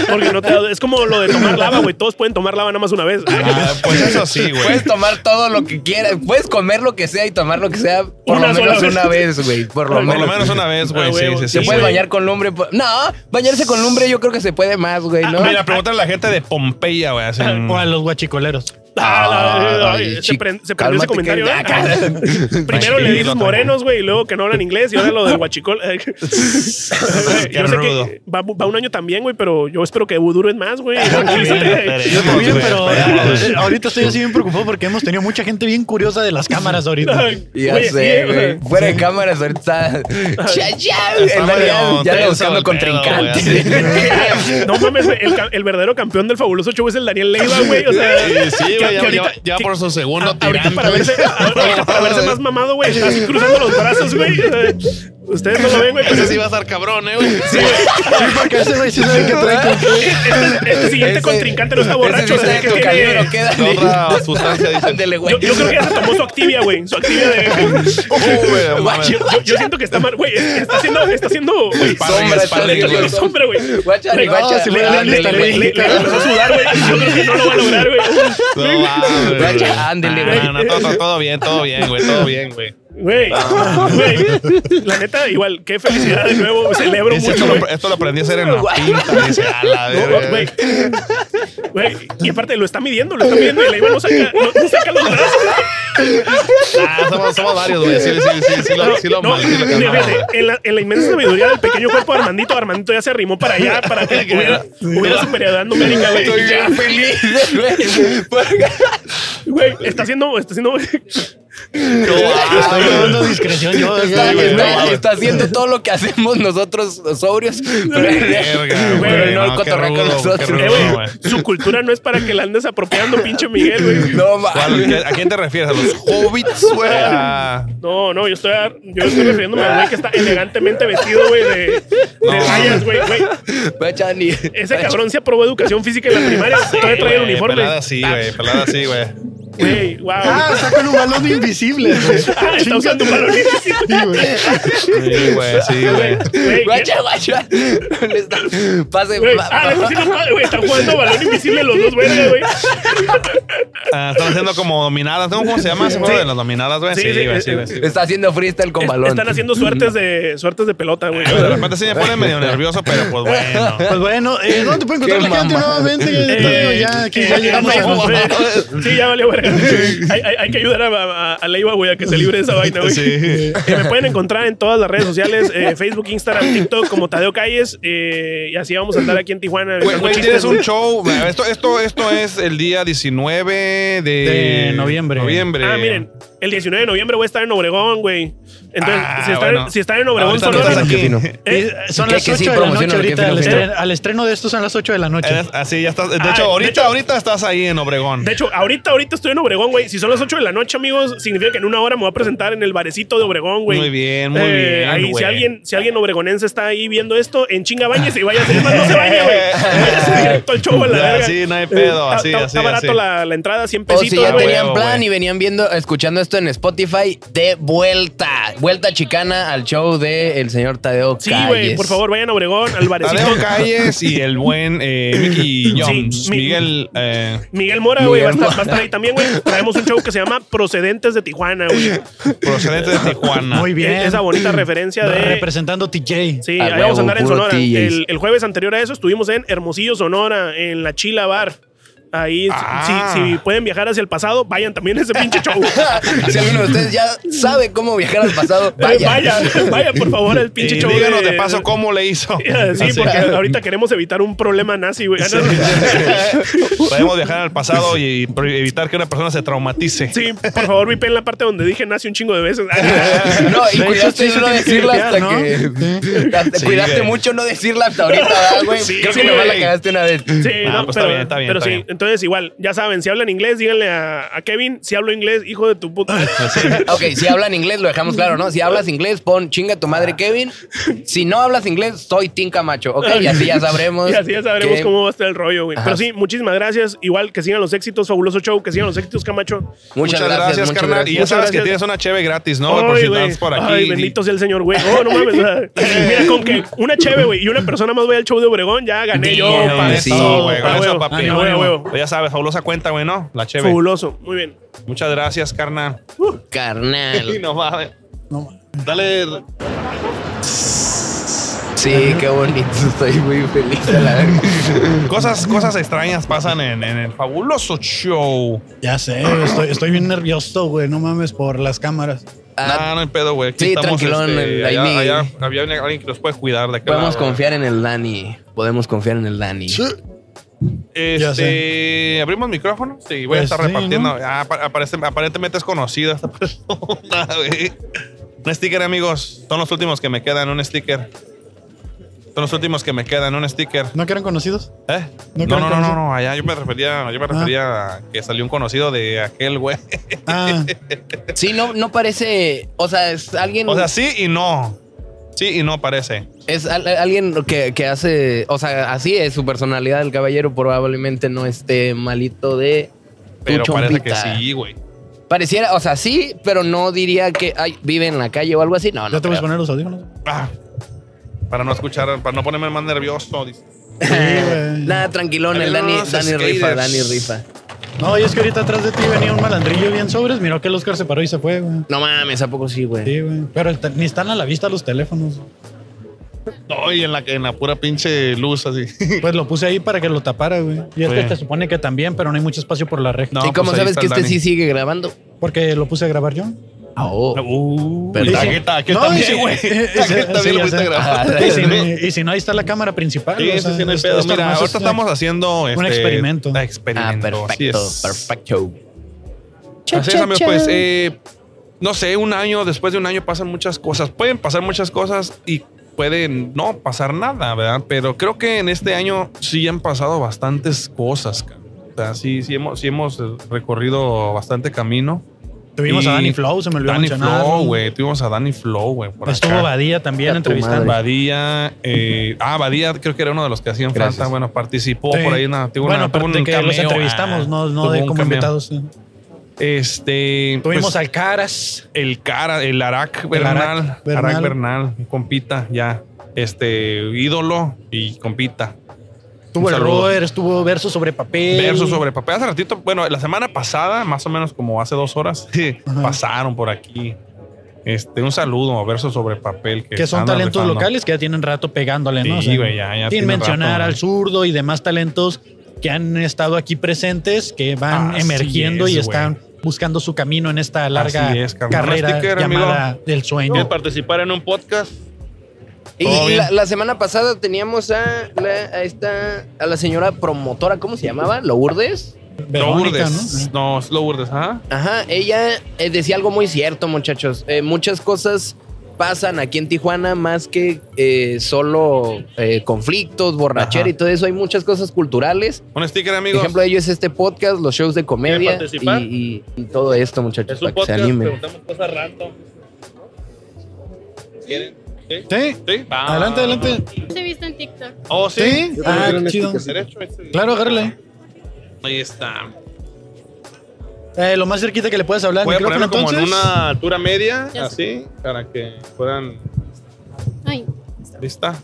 [SPEAKER 6] Porque no te- es como lo de tomar lava, güey. Todos pueden tomar lava nada más una vez.
[SPEAKER 3] Ah, pues eso sí, güey.
[SPEAKER 5] Puedes tomar todo lo que quieras, puedes comer lo que sea y tomar lo que sea por
[SPEAKER 6] Una
[SPEAKER 5] lo
[SPEAKER 6] sola
[SPEAKER 5] menos
[SPEAKER 6] vez.
[SPEAKER 5] una vez, güey. Por lo
[SPEAKER 3] Por lo
[SPEAKER 5] menos.
[SPEAKER 3] menos una vez,
[SPEAKER 6] Ah,
[SPEAKER 3] güey.
[SPEAKER 6] güey,
[SPEAKER 3] Sí, sí,
[SPEAKER 5] Se
[SPEAKER 3] sí.
[SPEAKER 5] puede
[SPEAKER 6] güey.
[SPEAKER 5] bañar con lumbre. po- No, bañarse con lumbre yo creo que se puede más, güey, ¿no?
[SPEAKER 3] Mira, pregúntale a la gente de Pompeya, güey. así.
[SPEAKER 1] o a los guachicoleros.
[SPEAKER 6] Ah, la- la-
[SPEAKER 5] Ay,
[SPEAKER 6] se
[SPEAKER 5] chico,
[SPEAKER 6] prend- se prendió ese
[SPEAKER 5] cálmate,
[SPEAKER 6] comentario,
[SPEAKER 5] que-
[SPEAKER 6] ¿eh?
[SPEAKER 5] Ah, cara.
[SPEAKER 6] Pues, Primero le
[SPEAKER 3] Tranquilo,
[SPEAKER 6] dices morenos, güey, y luego que no hablan inglés, y ahora lo del guachicol. Yo sé
[SPEAKER 3] Qué rudo.
[SPEAKER 6] que va, va un año también, güey, pero yo espero que duren más, güey.
[SPEAKER 3] Esperemos,
[SPEAKER 1] Yo también,
[SPEAKER 3] güey,
[SPEAKER 1] pero
[SPEAKER 3] esperemos.
[SPEAKER 1] eh, ahorita
[SPEAKER 3] pues,
[SPEAKER 1] estoy así bien preocupado porque hemos tenido mucha gente bien curiosa de las cámaras ahorita.
[SPEAKER 5] Ya
[SPEAKER 6] Oye,
[SPEAKER 5] sé,
[SPEAKER 6] eh, sí,
[SPEAKER 5] güey.
[SPEAKER 6] güey.
[SPEAKER 5] Fuera de cámaras, ahorita. Ya, ya, en
[SPEAKER 3] medio
[SPEAKER 5] realidad, ya
[SPEAKER 3] tenso
[SPEAKER 5] ando buscando
[SPEAKER 3] el
[SPEAKER 5] contrincantes.
[SPEAKER 3] pedo,
[SPEAKER 6] No mames, güey, el, ca- el verdadero campeón del fabuloso show es el Daniel Leiva, güey. O sea,
[SPEAKER 3] Sí, sí,
[SPEAKER 6] que-
[SPEAKER 3] güey,
[SPEAKER 6] que
[SPEAKER 3] ya,
[SPEAKER 6] ahorita-
[SPEAKER 3] ya- ya
[SPEAKER 6] que-
[SPEAKER 3] por su
[SPEAKER 6] a-
[SPEAKER 3] segundo
[SPEAKER 6] ahorita
[SPEAKER 3] tirante,
[SPEAKER 6] para
[SPEAKER 3] güey.
[SPEAKER 6] verse, a- ahorita para verse más mamado, güey. Está así cruzando los brazos, güey. O sea, Ustedes no lo ven, güey. pero
[SPEAKER 3] Ese sí va a estar cabrón, eh, güey. Sí,
[SPEAKER 1] Sí, porque ese güey sí sabe que trae con-
[SPEAKER 6] Este, este siguiente
[SPEAKER 5] Ese-
[SPEAKER 6] contrincante no está
[SPEAKER 5] ese sí
[SPEAKER 6] borracho. o sea,
[SPEAKER 5] está de
[SPEAKER 6] que
[SPEAKER 5] tu
[SPEAKER 6] tiene-
[SPEAKER 5] calibre, ¿o qué, Dani?
[SPEAKER 3] Otra sustancia, dice.
[SPEAKER 5] Ándele, güey.
[SPEAKER 6] yo, yo creo que ya se tomó su activia, güey. Su activia de.
[SPEAKER 3] Güey, no mames.
[SPEAKER 5] Guacha,
[SPEAKER 6] Yo, yo siento que está mal, güey. Está haciendo, está haciendo, güey.
[SPEAKER 3] Sparring,
[SPEAKER 5] Sombra,
[SPEAKER 3] sparring,
[SPEAKER 5] está-
[SPEAKER 3] güey.
[SPEAKER 6] Es hombre, güey.
[SPEAKER 5] Guacha,
[SPEAKER 6] Le-
[SPEAKER 5] guacha,
[SPEAKER 1] si fuera
[SPEAKER 5] ándele,
[SPEAKER 1] Dani,
[SPEAKER 5] güey.
[SPEAKER 6] Le, le empezó a sudar, güey. Yo creo que no lo va a lograr, güey.
[SPEAKER 3] No mames, güey.
[SPEAKER 5] Guacha, ándele,
[SPEAKER 3] Ah,
[SPEAKER 5] güey.
[SPEAKER 3] no, no, todo, todo bien, todo bien, güey. Todo bien, güey.
[SPEAKER 6] Güey,
[SPEAKER 3] Ah.
[SPEAKER 6] güey. La neta, igual, qué felicidad de nuevo. Celebro
[SPEAKER 3] Dice,
[SPEAKER 6] mucho,
[SPEAKER 3] Esto
[SPEAKER 6] güey.
[SPEAKER 3] lo, esto lo aprendí a hacer en la pinta. Dice, a la verga.
[SPEAKER 6] Güey. Güey, Y aparte lo está midiendo, lo está midiendo y la iba no saca, no, no saca los brazos.
[SPEAKER 3] Ah, somos, somos varios, güey. Sí, sí, sí, sí, lo, sí lo
[SPEAKER 6] No,
[SPEAKER 3] mal- sí lo
[SPEAKER 6] mira,
[SPEAKER 3] calmamos.
[SPEAKER 6] fíjate, en, la, en la inmensa sabiduría del pequeño cuerpo de Armandito, Armandito ya se arrimó para allá para que hubiera, hubiera superioridad numérica, güey.
[SPEAKER 5] Estoy bien feliz,
[SPEAKER 6] Güey, está haciendo, está haciendo. ah,
[SPEAKER 1] Estoy llevando discreción yo.
[SPEAKER 5] Está,
[SPEAKER 1] güey.
[SPEAKER 5] está- está haciendo todo lo que hacemos nosotros los sobrios. Pero,
[SPEAKER 3] Verga, güey,
[SPEAKER 5] pero no,
[SPEAKER 3] no, qué
[SPEAKER 5] cotorrea con
[SPEAKER 3] rudo,
[SPEAKER 5] nosotros.
[SPEAKER 3] qué rudo.
[SPEAKER 6] Eh, güey,
[SPEAKER 3] güey.
[SPEAKER 6] su cultura no es para que la andes apropiando, pinche Miguel, güey.
[SPEAKER 5] No
[SPEAKER 3] ¿Cuál?
[SPEAKER 5] mames.
[SPEAKER 3] ¿A quién te refieres? ¿A los hobbits, güey? Ah,
[SPEAKER 6] No, no, yo estoy, a- yo estoy refiriéndome al güey que está elegantemente vestido, güey, de, de rayas, güey, güey.
[SPEAKER 5] Guacha, ni-
[SPEAKER 6] Ese cabrón se aprobó educación física en la primaria, todavía trae el
[SPEAKER 3] güey,
[SPEAKER 6] uniforme.
[SPEAKER 3] Pelada sí, güey. Pelada sí, güey.
[SPEAKER 6] Güey, wow.
[SPEAKER 1] Ah, sacan un balón invisible. güey.
[SPEAKER 6] Ah, está usando un balón. invisible,
[SPEAKER 1] Sí, güey.
[SPEAKER 3] Sí, güey, sí, güey.
[SPEAKER 6] güey.
[SPEAKER 5] Guacha, guacha. Le está- Pase.
[SPEAKER 6] Güey,
[SPEAKER 5] va-
[SPEAKER 6] ah, le pusieron padre, güey. Están jugando balón invisible los dos, güey, güey.
[SPEAKER 3] Ah, están haciendo como dominadas. ¿no? ¿Cómo se llama ese juego
[SPEAKER 6] Sí.
[SPEAKER 3] de las dominadas, güey?
[SPEAKER 6] Sí,
[SPEAKER 3] Sí,
[SPEAKER 6] sí,
[SPEAKER 3] güey,
[SPEAKER 6] eh,
[SPEAKER 3] sí, güey. sí.
[SPEAKER 5] Está haciendo freestyle con
[SPEAKER 6] Es-
[SPEAKER 5] balón.
[SPEAKER 6] Están haciendo suertes de, suertes de pelota, güey.
[SPEAKER 3] Ah, De repente sí me pone medio nervioso, pero pues bueno.
[SPEAKER 1] Pues bueno, eh, ¿dónde te puede encontrar
[SPEAKER 5] Qué
[SPEAKER 1] la gente
[SPEAKER 5] mamá.
[SPEAKER 1] nuevamente? Antonio?
[SPEAKER 6] Eh,
[SPEAKER 1] ya, aquí
[SPEAKER 6] eh,
[SPEAKER 1] ya llegamos
[SPEAKER 6] eh,
[SPEAKER 1] a...
[SPEAKER 6] sí, ya valió, güey. hay, hay- hay que ayudar a, a- a Leiva, güey, a que se libre de esa vaina, güey.
[SPEAKER 3] Sí.
[SPEAKER 6] Eh, me pueden encontrar en todas las redes sociales, eh, Facebook, Instagram, TikTok, como Tadeo Calles. eh, y así vamos a andar aquí en Tijuana.
[SPEAKER 3] Güey,
[SPEAKER 6] echando
[SPEAKER 3] güey,
[SPEAKER 6] chistes,
[SPEAKER 3] tienes un
[SPEAKER 6] güey.
[SPEAKER 3] show. Esto, esto, esto es el día 19 de,
[SPEAKER 1] De noviembre.
[SPEAKER 3] noviembre.
[SPEAKER 6] Ah, miren, el 19 de noviembre voy a estar en Obregón, güey. Entonces,
[SPEAKER 3] Ah,
[SPEAKER 6] si, están,
[SPEAKER 3] bueno.
[SPEAKER 6] si están en Obregón,
[SPEAKER 3] Ahorita
[SPEAKER 6] son
[SPEAKER 3] no
[SPEAKER 5] Qué
[SPEAKER 3] estás
[SPEAKER 5] fino,
[SPEAKER 3] aquí.
[SPEAKER 5] qué fino.
[SPEAKER 1] Eh, son
[SPEAKER 5] que-
[SPEAKER 1] las
[SPEAKER 5] que
[SPEAKER 1] 8
[SPEAKER 5] sí,
[SPEAKER 1] de la noche
[SPEAKER 5] promocionalo, que
[SPEAKER 1] ahorita.
[SPEAKER 5] fino,
[SPEAKER 1] al,
[SPEAKER 5] fino.
[SPEAKER 1] estre- al estreno de esto son las 8 de la noche.
[SPEAKER 3] Eres- Así ya estás. De
[SPEAKER 6] Ah,
[SPEAKER 3] hecho,
[SPEAKER 6] de
[SPEAKER 3] ahorita,
[SPEAKER 6] hecho-
[SPEAKER 3] ahorita estás ahí en Obregón.
[SPEAKER 6] De hecho, ahorita, ahorita estoy en Obregón, güey. Si son las 8 de la noche, amigos, significa que en una hora me voy a presentar en el barecito de Obregón, güey. Eh,
[SPEAKER 3] Muy bien, muy bien,
[SPEAKER 6] ahí, si
[SPEAKER 3] güey.
[SPEAKER 6] alguien, si alguien obregonense está ahí viendo esto, en chinga bañes y vaya a ser. No se bañe, güey. Váyase directo al show a la
[SPEAKER 3] Ya,
[SPEAKER 6] verga.
[SPEAKER 3] sí, no hay pedo,
[SPEAKER 6] Está-
[SPEAKER 3] así,
[SPEAKER 6] está-
[SPEAKER 3] así,
[SPEAKER 6] Está barato
[SPEAKER 3] así.
[SPEAKER 6] la, la entrada, 100
[SPEAKER 5] O
[SPEAKER 6] pesitos,
[SPEAKER 5] si Oh, ya
[SPEAKER 6] güey.
[SPEAKER 5] tenían
[SPEAKER 3] Huevo,
[SPEAKER 5] plan
[SPEAKER 3] güey.
[SPEAKER 5] y venían viendo, escuchando esto en Spotify, de vuelta, vuelta chicana al show de el señor Tadeo
[SPEAKER 6] Sí, güey,
[SPEAKER 5] Calles.
[SPEAKER 6] por favor, vayan a Obregón, al barecito.
[SPEAKER 3] Tadeo Calles y el buen eh, Mickey Jones.
[SPEAKER 6] Sí, mi-
[SPEAKER 3] Miguel. eh,
[SPEAKER 6] Miguel Mora, güey, va, a
[SPEAKER 5] Miguel
[SPEAKER 6] estar- va a estar ahí también, güey. Traemos un show que se llama Procedentes de Tijuana, güey.
[SPEAKER 3] procedente de Tijuana.
[SPEAKER 1] Muy bien.
[SPEAKER 6] E-, Esa bonita referencia de...
[SPEAKER 1] Representando TJ.
[SPEAKER 6] Sí,
[SPEAKER 5] Ah,
[SPEAKER 6] ahí
[SPEAKER 5] huevo,
[SPEAKER 6] vamos a andar en
[SPEAKER 5] puro
[SPEAKER 6] Sonora.
[SPEAKER 5] TJs.
[SPEAKER 6] El, el jueves anterior a eso estuvimos en Hermosillo, Sonora, en la Chila Bar. Ahí,
[SPEAKER 3] Ah.
[SPEAKER 6] si, si pueden viajar hacia el pasado, vayan también a ese pinche show.
[SPEAKER 5] si alguno de ustedes ya sabe cómo viajar al pasado,
[SPEAKER 6] Eh,
[SPEAKER 5] vaya.
[SPEAKER 6] vaya, vaya, por favor, al
[SPEAKER 3] Y
[SPEAKER 6] pinche show.
[SPEAKER 3] díganos de paso cómo le hizo. Ah,
[SPEAKER 6] Sí,
[SPEAKER 3] Así.
[SPEAKER 6] porque ahorita queremos evitar un problema nazi, güey. Ah, no,
[SPEAKER 3] Podemos viajar al pasado y, y evitar que una persona se traumatice.
[SPEAKER 6] Sí, por favor, vipen la parte donde dije nazi un chingo de veces.
[SPEAKER 5] No, y
[SPEAKER 1] De hecho,
[SPEAKER 5] cuidaste
[SPEAKER 1] sí se
[SPEAKER 5] no
[SPEAKER 1] tiene que
[SPEAKER 5] decirla
[SPEAKER 1] limpiar,
[SPEAKER 5] hasta
[SPEAKER 1] ¿no?
[SPEAKER 5] que. hasta-
[SPEAKER 3] Sí,
[SPEAKER 5] cuidaste
[SPEAKER 3] güey.
[SPEAKER 5] mucho no decirla hasta ahorita, ¿verdad, güey.
[SPEAKER 6] Sí,
[SPEAKER 5] Creo que
[SPEAKER 6] sí,
[SPEAKER 5] nomás la
[SPEAKER 6] güey.
[SPEAKER 5] cagaste una vez.
[SPEAKER 6] Sí,
[SPEAKER 3] Ah,
[SPEAKER 6] no,
[SPEAKER 3] pues
[SPEAKER 6] pero,
[SPEAKER 3] está bien, está bien,
[SPEAKER 6] pero
[SPEAKER 3] está
[SPEAKER 6] sí,
[SPEAKER 3] bien.
[SPEAKER 6] entonces igual, ya saben, si hablan inglés, díganle a, a Kevin, si hablo inglés, hijo de tu puta.
[SPEAKER 3] Pues
[SPEAKER 5] Ok, si hablan inglés, lo dejamos claro, ¿no? Si hablas inglés, pon chinga tu
[SPEAKER 6] Ah.
[SPEAKER 5] madre, Kevin. Si no hablas inglés, soy Tinka Macho. Ok, y así ya sabremos.
[SPEAKER 6] Y así ya sabremos
[SPEAKER 5] que-
[SPEAKER 6] cómo va a estar el rollo, güey.
[SPEAKER 5] Ajá.
[SPEAKER 6] Pero sí, muchísimas gracias. Igual que sigan los éxitos, fabuloso show, que sigan los éxitos, Camacho.
[SPEAKER 5] Muchas, gracias, muchas
[SPEAKER 3] carnal.
[SPEAKER 5] gracias.
[SPEAKER 3] Y ya
[SPEAKER 6] Muchas
[SPEAKER 3] sabes que
[SPEAKER 6] gracias.
[SPEAKER 3] tienes una cheve gratis, ¿no? por
[SPEAKER 6] Ay,
[SPEAKER 3] si
[SPEAKER 6] güey.
[SPEAKER 3] andas por aquí.
[SPEAKER 6] Ay, bendito sea el señor, güey. Oh, no mames. ¿verdad? Mira, con que una chévere, güey, y una persona más vaya al show de Obregón, ya gané yo.
[SPEAKER 3] Con
[SPEAKER 6] pa.
[SPEAKER 5] sí,
[SPEAKER 3] eso, güey, con
[SPEAKER 6] Ah,
[SPEAKER 3] eso,
[SPEAKER 6] huevo.
[SPEAKER 3] papi.
[SPEAKER 6] Ah, huevo, huevo.
[SPEAKER 3] Pues ya sabes, fabulosa cuenta, güey, ¿no? La cheve.
[SPEAKER 6] Fabuloso. Muy bien.
[SPEAKER 3] Muchas gracias, carnal.
[SPEAKER 5] Carnal.
[SPEAKER 3] no mames.
[SPEAKER 1] No,
[SPEAKER 3] Dale.
[SPEAKER 5] Sí, qué bonito. Estoy muy feliz a la verga.
[SPEAKER 3] Cosas, cosas extrañas pasan en, en el fabuloso show.
[SPEAKER 1] ya sé, estoy, estoy bien nervioso, güey. No mames por las cámaras.
[SPEAKER 5] Ah,
[SPEAKER 3] Ah, no hay pedo, güey. Aquí
[SPEAKER 5] sí,
[SPEAKER 3] estamos, este,
[SPEAKER 5] tranquilón, el- ahí
[SPEAKER 3] allá-
[SPEAKER 5] mi-
[SPEAKER 3] allá había una- alguien que nos puede cuidar de acá.
[SPEAKER 5] Podemos confiar en el Dani. Podemos confiar en el Dani.
[SPEAKER 1] Ya
[SPEAKER 3] Este, abrimos micrófono. Sí, voy a
[SPEAKER 1] Pues
[SPEAKER 3] estar
[SPEAKER 1] sí,
[SPEAKER 3] repartiendo.
[SPEAKER 1] ¿no?
[SPEAKER 3] Ah, apa- aparece- aparentemente es conocida esta persona, güey. Un sticker, amigos. Son los últimos que me quedan. Un sticker. Son los últimos que me quedan. Un sticker.
[SPEAKER 1] ¿No que eran conocidos?
[SPEAKER 3] ¿Eh? No,
[SPEAKER 1] ¿No
[SPEAKER 3] no,
[SPEAKER 1] creen
[SPEAKER 3] no,
[SPEAKER 1] que Ah.
[SPEAKER 3] no,
[SPEAKER 1] no-
[SPEAKER 3] Allá yo me refería, yo me refería a que salió un conocido de aquel güey.
[SPEAKER 1] Ah,
[SPEAKER 5] Sí, no, no parece. O sea, es alguien.
[SPEAKER 3] O sea, sí y no. Sí y no parece.
[SPEAKER 5] es al- alguien que, que hace. O sea, así es su personalidad. El caballero probablemente no esté malito de. tu
[SPEAKER 3] Pero parece que
[SPEAKER 5] chompita.
[SPEAKER 3] sí, güey.
[SPEAKER 5] Pareciera, o sea, sí, pero no diría que ay, vive en la calle o algo así. No,
[SPEAKER 1] ya
[SPEAKER 5] no.
[SPEAKER 1] te voy a
[SPEAKER 5] creo.
[SPEAKER 1] poner los audífonos.
[SPEAKER 3] Ah, para no escuchar, para no ponerme más nervioso. dice.
[SPEAKER 1] Sí, güey.
[SPEAKER 5] Nada, tranquilón, el
[SPEAKER 3] Había
[SPEAKER 5] Dani,
[SPEAKER 3] unos
[SPEAKER 5] Dani
[SPEAKER 3] skaters.
[SPEAKER 5] rifa, Dani rifa.
[SPEAKER 1] No, y es que ahorita atrás de ti venía un malandrillo bien sobres. Miró que el Oscar se paró y se fue, güey.
[SPEAKER 5] No mames, ¿a poco sí, güey?
[SPEAKER 1] Sí, güey. Pero el te- ni están a la vista los teléfonos.
[SPEAKER 3] No, y en la, en la pura pinche luz así.
[SPEAKER 1] Pues lo puse ahí para que lo tapara, güey. Y es que
[SPEAKER 3] Sí.
[SPEAKER 1] se supone que también, pero no hay mucho espacio por la reja.
[SPEAKER 3] No,
[SPEAKER 5] ¿Y cómo
[SPEAKER 3] pues ahí
[SPEAKER 5] sabes
[SPEAKER 3] está
[SPEAKER 5] que
[SPEAKER 3] el
[SPEAKER 5] este
[SPEAKER 3] Dani.
[SPEAKER 5] sí sigue grabando?
[SPEAKER 1] Porque lo puse a grabar yo.
[SPEAKER 5] Oh.
[SPEAKER 3] Uh,
[SPEAKER 5] Perdón.
[SPEAKER 3] y aquí está, aquí
[SPEAKER 1] No,
[SPEAKER 3] también,
[SPEAKER 1] y si-
[SPEAKER 3] güey.
[SPEAKER 1] y- y-
[SPEAKER 3] Aquí
[SPEAKER 1] sí,
[SPEAKER 3] también
[SPEAKER 1] sí,
[SPEAKER 3] lo
[SPEAKER 1] ya
[SPEAKER 3] fuiste
[SPEAKER 1] sé.
[SPEAKER 3] grabando.
[SPEAKER 1] Y si, no- y si no, ahí está la cámara principal.
[SPEAKER 3] Sí,
[SPEAKER 1] o
[SPEAKER 3] ese
[SPEAKER 1] sea,
[SPEAKER 3] sí no hay
[SPEAKER 1] esto-
[SPEAKER 3] pedo.
[SPEAKER 1] esto
[SPEAKER 3] Mira,
[SPEAKER 1] nomás
[SPEAKER 3] ahorita
[SPEAKER 1] es-
[SPEAKER 3] estamos haciendo este,
[SPEAKER 1] experimento.
[SPEAKER 3] un
[SPEAKER 5] Ah,
[SPEAKER 3] experimento, así
[SPEAKER 5] perfecto,
[SPEAKER 3] es.
[SPEAKER 5] perfecto.
[SPEAKER 3] Así es, amigos, pues, eh, no sé, un año, después de un año pasan muchas cosas. Pueden pasar muchas cosas y pueden no pasar nada, ¿verdad? Pero creo que en este año sí han pasado bastantes cosas, cabrón. O sea, sí, sí hemos, sí hemos recorrido bastante camino.
[SPEAKER 1] Tuvimos
[SPEAKER 3] Y
[SPEAKER 1] a Danny Flow, se me olvidó
[SPEAKER 3] Danny
[SPEAKER 1] mencionar.
[SPEAKER 3] Flow, güey. Tuvimos a Danny Flow, güey. por
[SPEAKER 1] Estuvo
[SPEAKER 3] acá.
[SPEAKER 1] Badía también
[SPEAKER 5] A tu
[SPEAKER 1] entrevistando.
[SPEAKER 5] madre.
[SPEAKER 3] Badía. eh, ah, Badía creo que era uno de los que hacían
[SPEAKER 5] Gracias.
[SPEAKER 3] falta. Bueno, participó
[SPEAKER 1] Sí.
[SPEAKER 3] por ahí. en una, tuvo
[SPEAKER 1] bueno,
[SPEAKER 3] una- tuvo
[SPEAKER 1] aparte
[SPEAKER 3] un
[SPEAKER 1] que los
[SPEAKER 3] cameo.
[SPEAKER 1] entrevistamos,
[SPEAKER 3] Ah,
[SPEAKER 1] no, no
[SPEAKER 3] tuvo
[SPEAKER 1] de
[SPEAKER 3] un
[SPEAKER 1] como
[SPEAKER 3] cameo.
[SPEAKER 1] invitados. ¿eh? sí.
[SPEAKER 3] Este.
[SPEAKER 1] Tuvimos
[SPEAKER 3] pues,
[SPEAKER 1] al Caras.
[SPEAKER 3] el cara, el Arac
[SPEAKER 1] Arac
[SPEAKER 3] Bernal,
[SPEAKER 1] Bernal.
[SPEAKER 3] Arac Bernal, un compita ya, este ídolo y compita.
[SPEAKER 1] Estuvo el
[SPEAKER 3] saludo.
[SPEAKER 1] Roer, estuvo verso sobre papel.
[SPEAKER 3] Verso sobre papel. Hace ratito, bueno, la semana pasada, más o menos como hace dos horas,
[SPEAKER 1] Ajá.
[SPEAKER 3] pasaron por aquí. Este, un saludo, a verso sobre papel. Que,
[SPEAKER 1] Que son
[SPEAKER 3] andan
[SPEAKER 1] talentos
[SPEAKER 3] rifando.
[SPEAKER 1] locales que ya tienen rato pegándole, ¿no?
[SPEAKER 3] Sí, güey, ya- ya
[SPEAKER 1] sin
[SPEAKER 3] tiene
[SPEAKER 1] mencionar
[SPEAKER 3] rato,
[SPEAKER 1] al
[SPEAKER 3] güey.
[SPEAKER 1] zurdo y demás talentos que han estado aquí presentes, que van
[SPEAKER 3] Así
[SPEAKER 1] emergiendo y
[SPEAKER 3] es,
[SPEAKER 1] están buscando su camino en esta larga
[SPEAKER 3] Así es, carnal.
[SPEAKER 1] carrera
[SPEAKER 3] Sticker, amigo.
[SPEAKER 1] llamada del
[SPEAKER 7] ¿Quieres
[SPEAKER 1] sueño.
[SPEAKER 7] participar en un podcast?
[SPEAKER 5] Y
[SPEAKER 3] Todo bien.
[SPEAKER 5] la, la semana pasada teníamos a, la, a esta, a la señora promotora, ¿cómo se llamaba? ¿Lourdes?
[SPEAKER 1] Verónica,
[SPEAKER 3] Lourdes. No, es Lourdes, ajá.
[SPEAKER 5] Ajá, ella eh, decía algo muy cierto, muchachos. Eh, muchas cosas pasan aquí en Tijuana más que eh, solo eh, conflictos, borrachera
[SPEAKER 3] Ajá.
[SPEAKER 5] y todo eso. Hay muchas cosas culturales.
[SPEAKER 3] Un sticker,
[SPEAKER 5] Por
[SPEAKER 3] amigos.
[SPEAKER 5] ejemplo, de ello es este podcast, los shows de comedia
[SPEAKER 7] ¿Quieren
[SPEAKER 5] y,
[SPEAKER 7] participar?
[SPEAKER 5] y- y todo esto, muchachos,
[SPEAKER 7] Es
[SPEAKER 5] para
[SPEAKER 7] un
[SPEAKER 5] que se
[SPEAKER 7] podcast,
[SPEAKER 5] animen.
[SPEAKER 7] preguntamos cosas random. ¿Quieren? ¿Sí?
[SPEAKER 1] ¿no? Sí,
[SPEAKER 7] ¿Sí? Va.
[SPEAKER 1] adelante, adelante.
[SPEAKER 8] Se viste en TikTok.
[SPEAKER 7] Oh, sí.
[SPEAKER 1] Sí,
[SPEAKER 2] Yo también
[SPEAKER 1] ah,
[SPEAKER 2] quiero un
[SPEAKER 1] qué chido.
[SPEAKER 2] sticker.
[SPEAKER 7] Derecho, este.
[SPEAKER 1] Claro, agárrale.
[SPEAKER 7] Ahí está.
[SPEAKER 1] Eh, lo más cerquita que le puedes hablar. al
[SPEAKER 3] Voy a
[SPEAKER 1] micrófono,
[SPEAKER 3] ponerlo como en
[SPEAKER 1] entonces.
[SPEAKER 3] una altura media,
[SPEAKER 8] Ya
[SPEAKER 3] así, para que puedan.
[SPEAKER 8] Ay,
[SPEAKER 3] ¿Lista?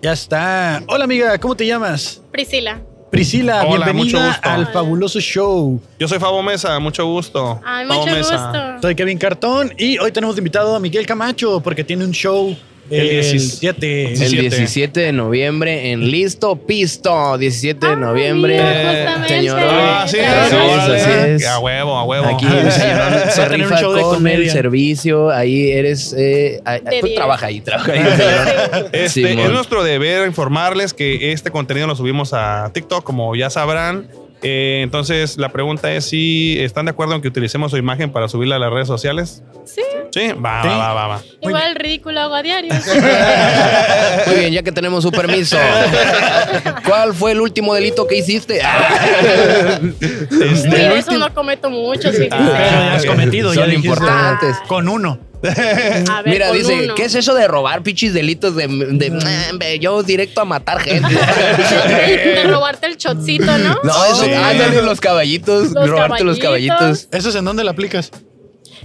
[SPEAKER 1] Ya está. Hola, amiga, ¿cómo te llamas?
[SPEAKER 8] Priscila.
[SPEAKER 1] Priscila,
[SPEAKER 3] Hola, mucho
[SPEAKER 1] bienvenida
[SPEAKER 3] gusto.
[SPEAKER 1] al
[SPEAKER 8] Hola.
[SPEAKER 1] fabuloso show.
[SPEAKER 3] Yo soy Fabo Mesa, mucho gusto.
[SPEAKER 8] Ay,
[SPEAKER 3] Fabo
[SPEAKER 8] mucho
[SPEAKER 3] Mesa.
[SPEAKER 8] gusto.
[SPEAKER 1] Soy Kevin Cartón y hoy tenemos de invitado a Miguel Camacho porque tiene un show
[SPEAKER 3] El
[SPEAKER 1] el,
[SPEAKER 3] 16.
[SPEAKER 1] 7.
[SPEAKER 5] El
[SPEAKER 3] 17.
[SPEAKER 5] 17 de noviembre en Listo Pisto. 17 de
[SPEAKER 8] Ah,
[SPEAKER 5] noviembre.
[SPEAKER 8] mira,
[SPEAKER 3] Eh,
[SPEAKER 8] justamente.
[SPEAKER 5] señor.
[SPEAKER 3] Ah, sí,
[SPEAKER 5] Sí,
[SPEAKER 3] así
[SPEAKER 5] sí,
[SPEAKER 3] es,
[SPEAKER 5] sí,
[SPEAKER 3] así es.
[SPEAKER 5] sí.
[SPEAKER 3] A huevo, a huevo.
[SPEAKER 5] Aquí el señor
[SPEAKER 1] Va
[SPEAKER 5] se
[SPEAKER 1] a tener un
[SPEAKER 5] rifa
[SPEAKER 1] show de
[SPEAKER 5] con el
[SPEAKER 1] comedia.
[SPEAKER 5] servicio. Ahí eres. eh, ah,
[SPEAKER 8] De
[SPEAKER 5] tú
[SPEAKER 8] diez.
[SPEAKER 5] trabaja ahí, trabaja ahí. señor.
[SPEAKER 3] Este,
[SPEAKER 5] Simón.
[SPEAKER 3] es nuestro deber informarles que este contenido lo subimos a TikTok, como ya sabrán. Eh, entonces, la pregunta es si están de acuerdo en que utilicemos su imagen para subirla a las redes sociales.
[SPEAKER 8] Sí,
[SPEAKER 3] Sí, va,
[SPEAKER 1] Sí.
[SPEAKER 3] va, va, va, va.
[SPEAKER 8] igual ridículo hago a diario.
[SPEAKER 5] Muy bien, ya que tenemos su permiso. ¿Cuál fue el último delito que hiciste? Ah. Este,
[SPEAKER 8] Y Este, eso no cometo mucho,
[SPEAKER 1] Pero
[SPEAKER 8] fíjate.
[SPEAKER 1] ya has
[SPEAKER 3] Ah, ok.
[SPEAKER 1] cometido, ya
[SPEAKER 5] Ah, Son
[SPEAKER 1] dijiste,
[SPEAKER 5] importantes.
[SPEAKER 1] Con uno.
[SPEAKER 8] A ver,
[SPEAKER 5] Mira,
[SPEAKER 8] con
[SPEAKER 5] dice,
[SPEAKER 8] uno. Mm.
[SPEAKER 5] ¿qué es eso de robar pichis delitos de, de- ah, hombre, yo directo a matar gente?
[SPEAKER 8] De robarte el chotcito, ¿no?
[SPEAKER 5] No, eso, ándale, los caballitos,
[SPEAKER 8] Los
[SPEAKER 5] robarte los caballitos.
[SPEAKER 8] caballitos.
[SPEAKER 1] ¿Eso es en dónde la aplicas?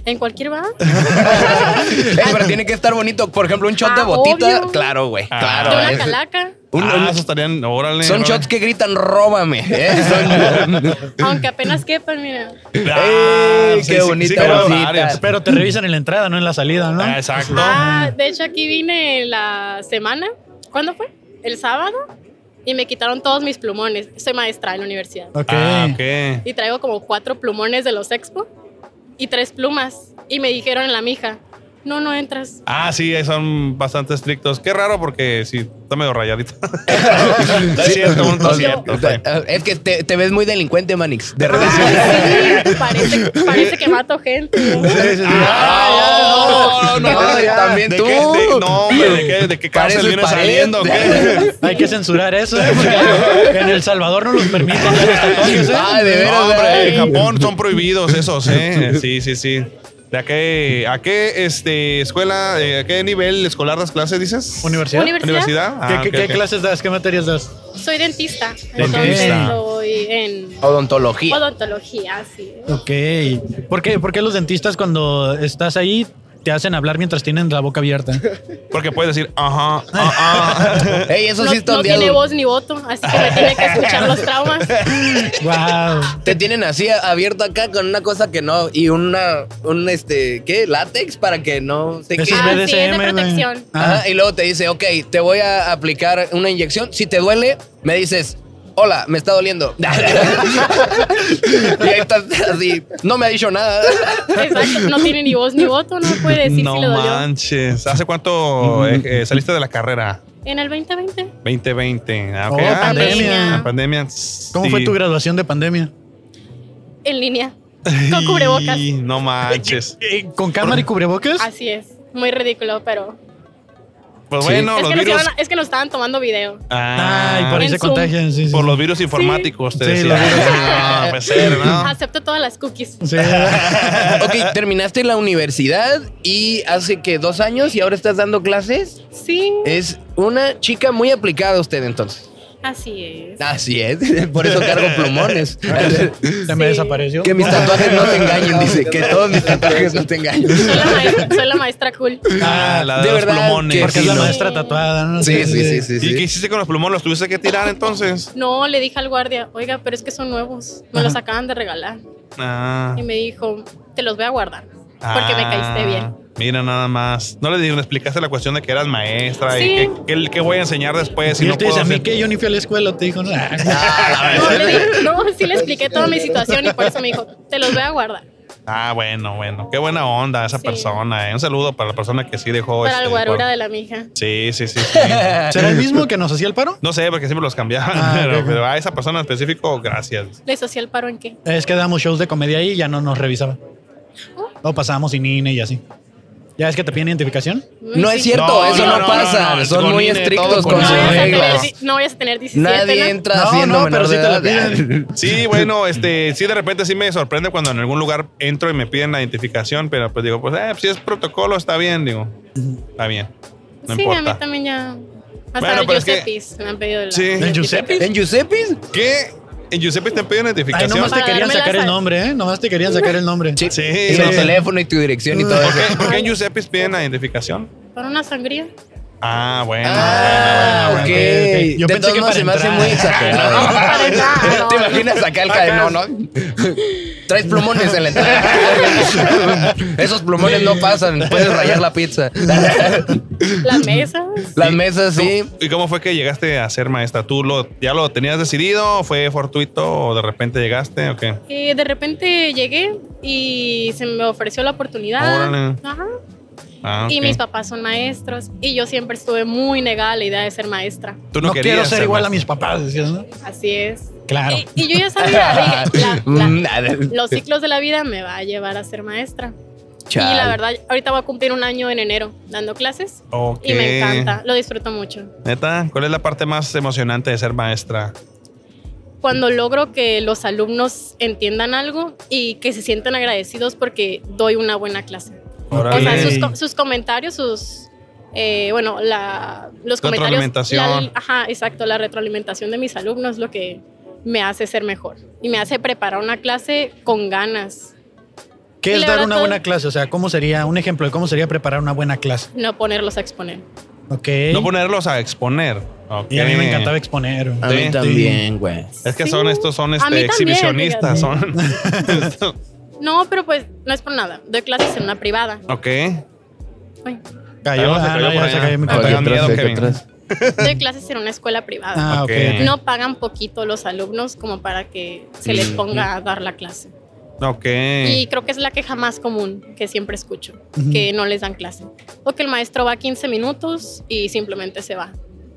[SPEAKER 8] En cualquier bar.
[SPEAKER 5] Eh, pero tiene que estar bonito, por ejemplo, un shot de
[SPEAKER 8] Ah,
[SPEAKER 5] botita,
[SPEAKER 8] obvio.
[SPEAKER 5] claro, güey,
[SPEAKER 3] Ah.
[SPEAKER 5] claro.
[SPEAKER 8] De una
[SPEAKER 5] es-
[SPEAKER 8] calaca.
[SPEAKER 5] un-
[SPEAKER 3] Ah,
[SPEAKER 5] un-
[SPEAKER 3] esos estarían, órale.
[SPEAKER 5] son
[SPEAKER 3] órale.
[SPEAKER 5] shots que gritan, róbame. eh, son-
[SPEAKER 8] Aunque apenas quepan, mira.
[SPEAKER 5] ¡Ey,
[SPEAKER 3] sí,
[SPEAKER 5] qué
[SPEAKER 3] sí, sí,
[SPEAKER 5] bonita
[SPEAKER 3] claro,
[SPEAKER 5] rosita!
[SPEAKER 3] varias.
[SPEAKER 1] Pero te revisan en la entrada, no en la salida, ¿no?
[SPEAKER 3] Ah, exacto.
[SPEAKER 8] Ah, de hecho aquí vine la semana. ¿Cuándo fue? El sábado. Y me quitaron todos mis plumones. Soy maestra en la universidad.
[SPEAKER 1] Ok.
[SPEAKER 3] Ah, ok.
[SPEAKER 8] Y traigo como cuatro plumones de los expo y tres plumas. Y me dijeron en la mija, no, no entras.
[SPEAKER 3] Ah, sí, ahí son bastante estrictos. Qué raro porque sí, está medio rayadito. no es
[SPEAKER 5] Sí.
[SPEAKER 3] cierto, no es cierto.
[SPEAKER 5] O sea, Es que te, te ves muy delincuente, Manix. De repente.
[SPEAKER 8] Ah, sí, parece, parece que mato gente. ¿no?
[SPEAKER 5] Ah, no, no,
[SPEAKER 3] no,
[SPEAKER 5] ya, también
[SPEAKER 3] ¿De
[SPEAKER 5] tú.
[SPEAKER 3] qué- de- no, hombre, ¿de qué, de qué cárcel
[SPEAKER 5] Pareces
[SPEAKER 3] viene
[SPEAKER 5] pared.
[SPEAKER 3] saliendo? o qué?
[SPEAKER 1] Hay que censurar eso, ¿eh? Porque en El Salvador no los permiten los tatuajes, ¿eh?
[SPEAKER 5] Ah, de veras.
[SPEAKER 3] No, hombre, en
[SPEAKER 5] ¿verdad?
[SPEAKER 3] Japón son prohibidos esos, ¿eh? Sí, sí, sí. ¿De a qué, a qué este, escuela, eh, a qué nivel escolar das clases, dices?
[SPEAKER 1] ¿Universidad?
[SPEAKER 8] Universidad.
[SPEAKER 3] ¿Universidad? Ah,
[SPEAKER 1] ¿Qué, qué-
[SPEAKER 3] ok,
[SPEAKER 1] qué
[SPEAKER 3] ok.
[SPEAKER 1] clases das? ¿Qué materias das?
[SPEAKER 8] Soy dentista, entonces
[SPEAKER 1] Dentista.
[SPEAKER 8] estoy en
[SPEAKER 5] Odontología.
[SPEAKER 8] odontología, sí.
[SPEAKER 1] Ok. ¿Por qué, por qué los dentistas cuando estás ahí te hacen hablar mientras tienen la boca abierta?
[SPEAKER 3] Porque puedes decir, ajá, ajá.
[SPEAKER 5] Ey, eso
[SPEAKER 8] No,
[SPEAKER 5] sí está
[SPEAKER 8] no
[SPEAKER 5] ondeado.
[SPEAKER 8] tiene voz ni voto, así que me tiene que escuchar los traumas.
[SPEAKER 1] wow.
[SPEAKER 5] Te tienen así abierto acá con una cosa que no. Y una, un este, ¿qué? Látex para que no se quede.
[SPEAKER 1] Eso es
[SPEAKER 8] Ah, sí,
[SPEAKER 1] BDSM.
[SPEAKER 8] es de
[SPEAKER 1] güey. Ah.
[SPEAKER 8] protección.
[SPEAKER 1] Ajá.
[SPEAKER 5] Ajá, y luego te dice, ok, te voy a aplicar una inyección. Si te duele, me dices, hola, me está doliendo. y ahí estás así, no me ha dicho nada.
[SPEAKER 8] Exacto, no tiene ni voz ni voto, no puede decir
[SPEAKER 3] no
[SPEAKER 8] si le dolió.
[SPEAKER 3] manches. ¿Hace cuánto eh, eh, saliste de la carrera?
[SPEAKER 8] En el 2020,
[SPEAKER 3] 2020. Ah, ok.
[SPEAKER 1] Oh,
[SPEAKER 3] Ah,
[SPEAKER 1] pandemia.
[SPEAKER 3] la pandemia.
[SPEAKER 1] ¿Cómo
[SPEAKER 3] sí.
[SPEAKER 1] fue tu graduación de pandemia?
[SPEAKER 8] en línea, con cubrebocas.
[SPEAKER 3] Y No manches.
[SPEAKER 1] Eh, ¿Con cámara y cubrebocas?
[SPEAKER 8] Así es, muy ridículo, pero
[SPEAKER 3] Pues
[SPEAKER 5] Sí.
[SPEAKER 3] bueno,
[SPEAKER 8] es,
[SPEAKER 3] los
[SPEAKER 8] que nos
[SPEAKER 3] virus.
[SPEAKER 8] iban a- es que nos estaban tomando video.
[SPEAKER 1] Ah, y por ahí
[SPEAKER 8] En
[SPEAKER 1] se
[SPEAKER 8] Zoom.
[SPEAKER 1] contagian. Sí, sí,
[SPEAKER 3] Por
[SPEAKER 1] sí.
[SPEAKER 3] los virus informáticos, te
[SPEAKER 1] Sí,
[SPEAKER 3] decía.
[SPEAKER 1] los virus.
[SPEAKER 3] Ah, pues, ser, ¿no?
[SPEAKER 8] Acepto todas las cookies.
[SPEAKER 1] Sí.
[SPEAKER 5] ok, terminaste la universidad y hace que dos años y ahora estás dando clases.
[SPEAKER 8] Sí,
[SPEAKER 5] Es una chica muy aplicada usted entonces.
[SPEAKER 8] así es.
[SPEAKER 5] Así es, por eso cargo plumones.
[SPEAKER 1] Ah, Se me
[SPEAKER 8] Sí.
[SPEAKER 1] desapareció. Ah.
[SPEAKER 5] que mis tatuajes no te engañen, dice, que todos mis tatuajes no te engañen.
[SPEAKER 8] Soy la maestra, soy la maestra cool.
[SPEAKER 3] Ah, la de,
[SPEAKER 5] De
[SPEAKER 3] los
[SPEAKER 5] verdad
[SPEAKER 3] plumones.
[SPEAKER 5] que
[SPEAKER 1] Porque es la
[SPEAKER 5] Sí, ¿no?
[SPEAKER 1] maestra tatuada, ¿no?
[SPEAKER 5] Sí, sí, sí, sí.
[SPEAKER 3] ¿Y qué
[SPEAKER 5] sí.
[SPEAKER 3] hiciste con los plumones? ¿Los tuviste que tirar entonces?
[SPEAKER 8] No, le dije al guardia, oiga, pero es que son nuevos, me los acaban de regalar.
[SPEAKER 3] Ah.
[SPEAKER 8] Y me dijo, te los voy a guardar, porque me
[SPEAKER 3] Ah.
[SPEAKER 8] caíste bien.
[SPEAKER 3] Mira nada más. No le digo, le explicaste la cuestión de que eras maestra
[SPEAKER 8] Sí.
[SPEAKER 3] y que, que- que voy a enseñar después.
[SPEAKER 1] Y
[SPEAKER 3] Y
[SPEAKER 1] él
[SPEAKER 3] no
[SPEAKER 1] te
[SPEAKER 3] puedo
[SPEAKER 1] dice, a mí
[SPEAKER 3] hacer- Ah,
[SPEAKER 1] que yo ni fui a la escuela, te dijo, "Nah".
[SPEAKER 8] No, le di- no, sí le expliqué toda mi situación y por eso me dijo, te los voy a guardar.
[SPEAKER 3] Ah, bueno, bueno. Qué buena onda esa
[SPEAKER 8] Sí.
[SPEAKER 3] persona. eh. Un saludo para la persona que sí dejó.
[SPEAKER 8] Para
[SPEAKER 3] este,
[SPEAKER 8] el guarura
[SPEAKER 3] por-
[SPEAKER 8] de la mija.
[SPEAKER 3] Sí, sí, sí. sí.
[SPEAKER 1] ¿Será el mismo que nos hacía el paro?
[SPEAKER 3] No sé, porque siempre los cambiaban.
[SPEAKER 1] Ah,
[SPEAKER 3] pero,
[SPEAKER 1] ok, ok.
[SPEAKER 3] pero a esa persona en específico, gracias.
[SPEAKER 8] ¿Les hacía el paro en qué?
[SPEAKER 1] Es que damos shows de comedia ahí y ya no nos revisaban.
[SPEAKER 8] ¿Oh?
[SPEAKER 1] O pasábamos sin INE y así. ¿Ya es que te piden identificación?
[SPEAKER 8] Mm,
[SPEAKER 5] No
[SPEAKER 8] sí.
[SPEAKER 5] es cierto,
[SPEAKER 3] No,
[SPEAKER 5] eso
[SPEAKER 3] no,
[SPEAKER 5] no,
[SPEAKER 3] no,
[SPEAKER 5] pasa.
[SPEAKER 3] no, no,
[SPEAKER 5] Son
[SPEAKER 3] con
[SPEAKER 5] muy
[SPEAKER 3] INE, todo
[SPEAKER 5] estrictos
[SPEAKER 3] con
[SPEAKER 8] No
[SPEAKER 5] con sus
[SPEAKER 3] INE.
[SPEAKER 8] vayas, a tener,
[SPEAKER 5] reglas.
[SPEAKER 8] di- no vayas a tener 17,
[SPEAKER 5] Nadie
[SPEAKER 8] ¿no?
[SPEAKER 5] entra
[SPEAKER 1] No,
[SPEAKER 5] siendo
[SPEAKER 1] no,
[SPEAKER 5] menor
[SPEAKER 1] pero sí
[SPEAKER 5] de
[SPEAKER 1] te la
[SPEAKER 5] edad.
[SPEAKER 1] piden.
[SPEAKER 3] Sí, bueno, este, sí, de repente sí me sorprende cuando en algún lugar entro y me piden la identificación, pero pues digo, pues eh, si es protocolo, está bien, digo. Está bien. No
[SPEAKER 8] sí,
[SPEAKER 3] importa.
[SPEAKER 8] a mí también ya. Hasta
[SPEAKER 3] Bueno,
[SPEAKER 8] el
[SPEAKER 3] pero es que-
[SPEAKER 8] Giuseppe's me han pedido la-
[SPEAKER 3] Sí.
[SPEAKER 1] ¿El Giuseppe?
[SPEAKER 5] ¿En Giuseppe's?
[SPEAKER 3] ¿Qué? En Giuseppe te piden
[SPEAKER 1] Ay,
[SPEAKER 3] identificación.
[SPEAKER 1] nomás te
[SPEAKER 8] Para
[SPEAKER 1] querían
[SPEAKER 8] darme la
[SPEAKER 1] sacar el
[SPEAKER 8] sal.
[SPEAKER 1] nombre, ¿eh? Nomás te querían sacar el nombre.
[SPEAKER 5] Sí.
[SPEAKER 3] Sí.
[SPEAKER 5] Y tu teléfono y tu dirección y todo
[SPEAKER 3] ¿Por
[SPEAKER 5] eso.
[SPEAKER 3] qué, por qué en Giuseppe piden la identificación?
[SPEAKER 8] Para una sangría.
[SPEAKER 3] Ah, bueno.
[SPEAKER 5] Ah,
[SPEAKER 3] bueno,
[SPEAKER 5] ok.
[SPEAKER 3] bueno,
[SPEAKER 1] bueno, ok, ok. Yo
[SPEAKER 5] De
[SPEAKER 1] pensé
[SPEAKER 5] todos
[SPEAKER 1] que
[SPEAKER 5] modos
[SPEAKER 1] para
[SPEAKER 5] se me hace
[SPEAKER 1] entrar.
[SPEAKER 5] muy exagerado.
[SPEAKER 8] Para entrar, Ah, no.
[SPEAKER 5] ¿Te imaginas acá el cadenón, no? Traes plumones en la entrada. Esos plumones no pasan. Puedes rayar la pizza.
[SPEAKER 8] Las mesas.
[SPEAKER 5] Las mesas, sí.
[SPEAKER 3] ¿Y cómo fue que llegaste a ser maestra? ¿Tú lo, ya lo tenías decidido? ¿Fue fortuito o de repente llegaste o qué?
[SPEAKER 8] Eh, de repente llegué y se me ofreció la oportunidad.
[SPEAKER 3] Órale.
[SPEAKER 8] Ajá.
[SPEAKER 3] Ah,
[SPEAKER 8] Y
[SPEAKER 3] ok.
[SPEAKER 8] mis papás son maestros y yo siempre estuve muy negada a la idea de ser maestra.
[SPEAKER 3] Tú
[SPEAKER 1] No,
[SPEAKER 3] querías
[SPEAKER 1] quiero ser igual a
[SPEAKER 3] maestra.
[SPEAKER 1] mis papás, decías, ¿no?
[SPEAKER 8] Así es.
[SPEAKER 1] Claro.
[SPEAKER 8] Eh, Y, y yo ya sabía, dije, la-
[SPEAKER 3] Mm,
[SPEAKER 8] la-
[SPEAKER 5] Mm, Nada.
[SPEAKER 8] los ciclos de la vida me va a llevar a ser maestra. Y la
[SPEAKER 5] Chale.
[SPEAKER 8] verdad, ahorita voy a cumplir un año en enero dando clases
[SPEAKER 3] Ok.
[SPEAKER 8] y me encanta, lo disfruto mucho.
[SPEAKER 3] Neta, ¿cuál es la parte más emocionante de ser maestra?
[SPEAKER 8] Cuando logro que los alumnos entiendan algo y que se sientan agradecidos porque doy una buena clase. O sea,
[SPEAKER 3] Órale.
[SPEAKER 8] sus, co- sus comentarios, sus. eh, bueno, la, los comentarios.
[SPEAKER 3] Retroalimentación.
[SPEAKER 8] la- ajá, exacto. La retroalimentación de mis alumnos es lo que me hace ser mejor y me hace preparar una clase con ganas. y
[SPEAKER 1] ¿Qué es
[SPEAKER 8] la
[SPEAKER 1] dar
[SPEAKER 8] verdad
[SPEAKER 1] una
[SPEAKER 8] todo-
[SPEAKER 1] buena clase? O sea, ¿cómo sería un ejemplo de cómo sería preparar una buena clase?
[SPEAKER 8] No ponerlos a exponer.
[SPEAKER 1] Ok.
[SPEAKER 3] No ponerlos a exponer. Ok.
[SPEAKER 1] y a mí me encantaba exponer.
[SPEAKER 5] Eh. A
[SPEAKER 3] Sí.
[SPEAKER 5] mí también, güey.
[SPEAKER 3] Es que
[SPEAKER 8] Sí.
[SPEAKER 3] son estos, son
[SPEAKER 8] A
[SPEAKER 3] este,
[SPEAKER 8] mí también,
[SPEAKER 3] exhibicionistas. Son.
[SPEAKER 8] No, pero pues no es por nada. Doy clases en una privada.
[SPEAKER 3] ok.
[SPEAKER 8] Ay.
[SPEAKER 1] Cayó,
[SPEAKER 3] Ah, se
[SPEAKER 1] ah,
[SPEAKER 3] cayó
[SPEAKER 1] no,
[SPEAKER 3] por
[SPEAKER 1] ya se
[SPEAKER 3] allá.
[SPEAKER 1] cayó mi
[SPEAKER 3] Ah, Te
[SPEAKER 1] computadora.
[SPEAKER 3] dan miedo, Kevin.
[SPEAKER 8] Doy clases en una escuela privada.
[SPEAKER 1] Ah, ok.
[SPEAKER 3] Ok.
[SPEAKER 1] ok.
[SPEAKER 8] No pagan poquito los alumnos como para que se les
[SPEAKER 3] Mm,
[SPEAKER 8] ponga a dar la clase.
[SPEAKER 3] Ok.
[SPEAKER 8] Y creo que es la queja más común que siempre escucho, que no les dan clase. O que el maestro va 15 minutos y simplemente se va.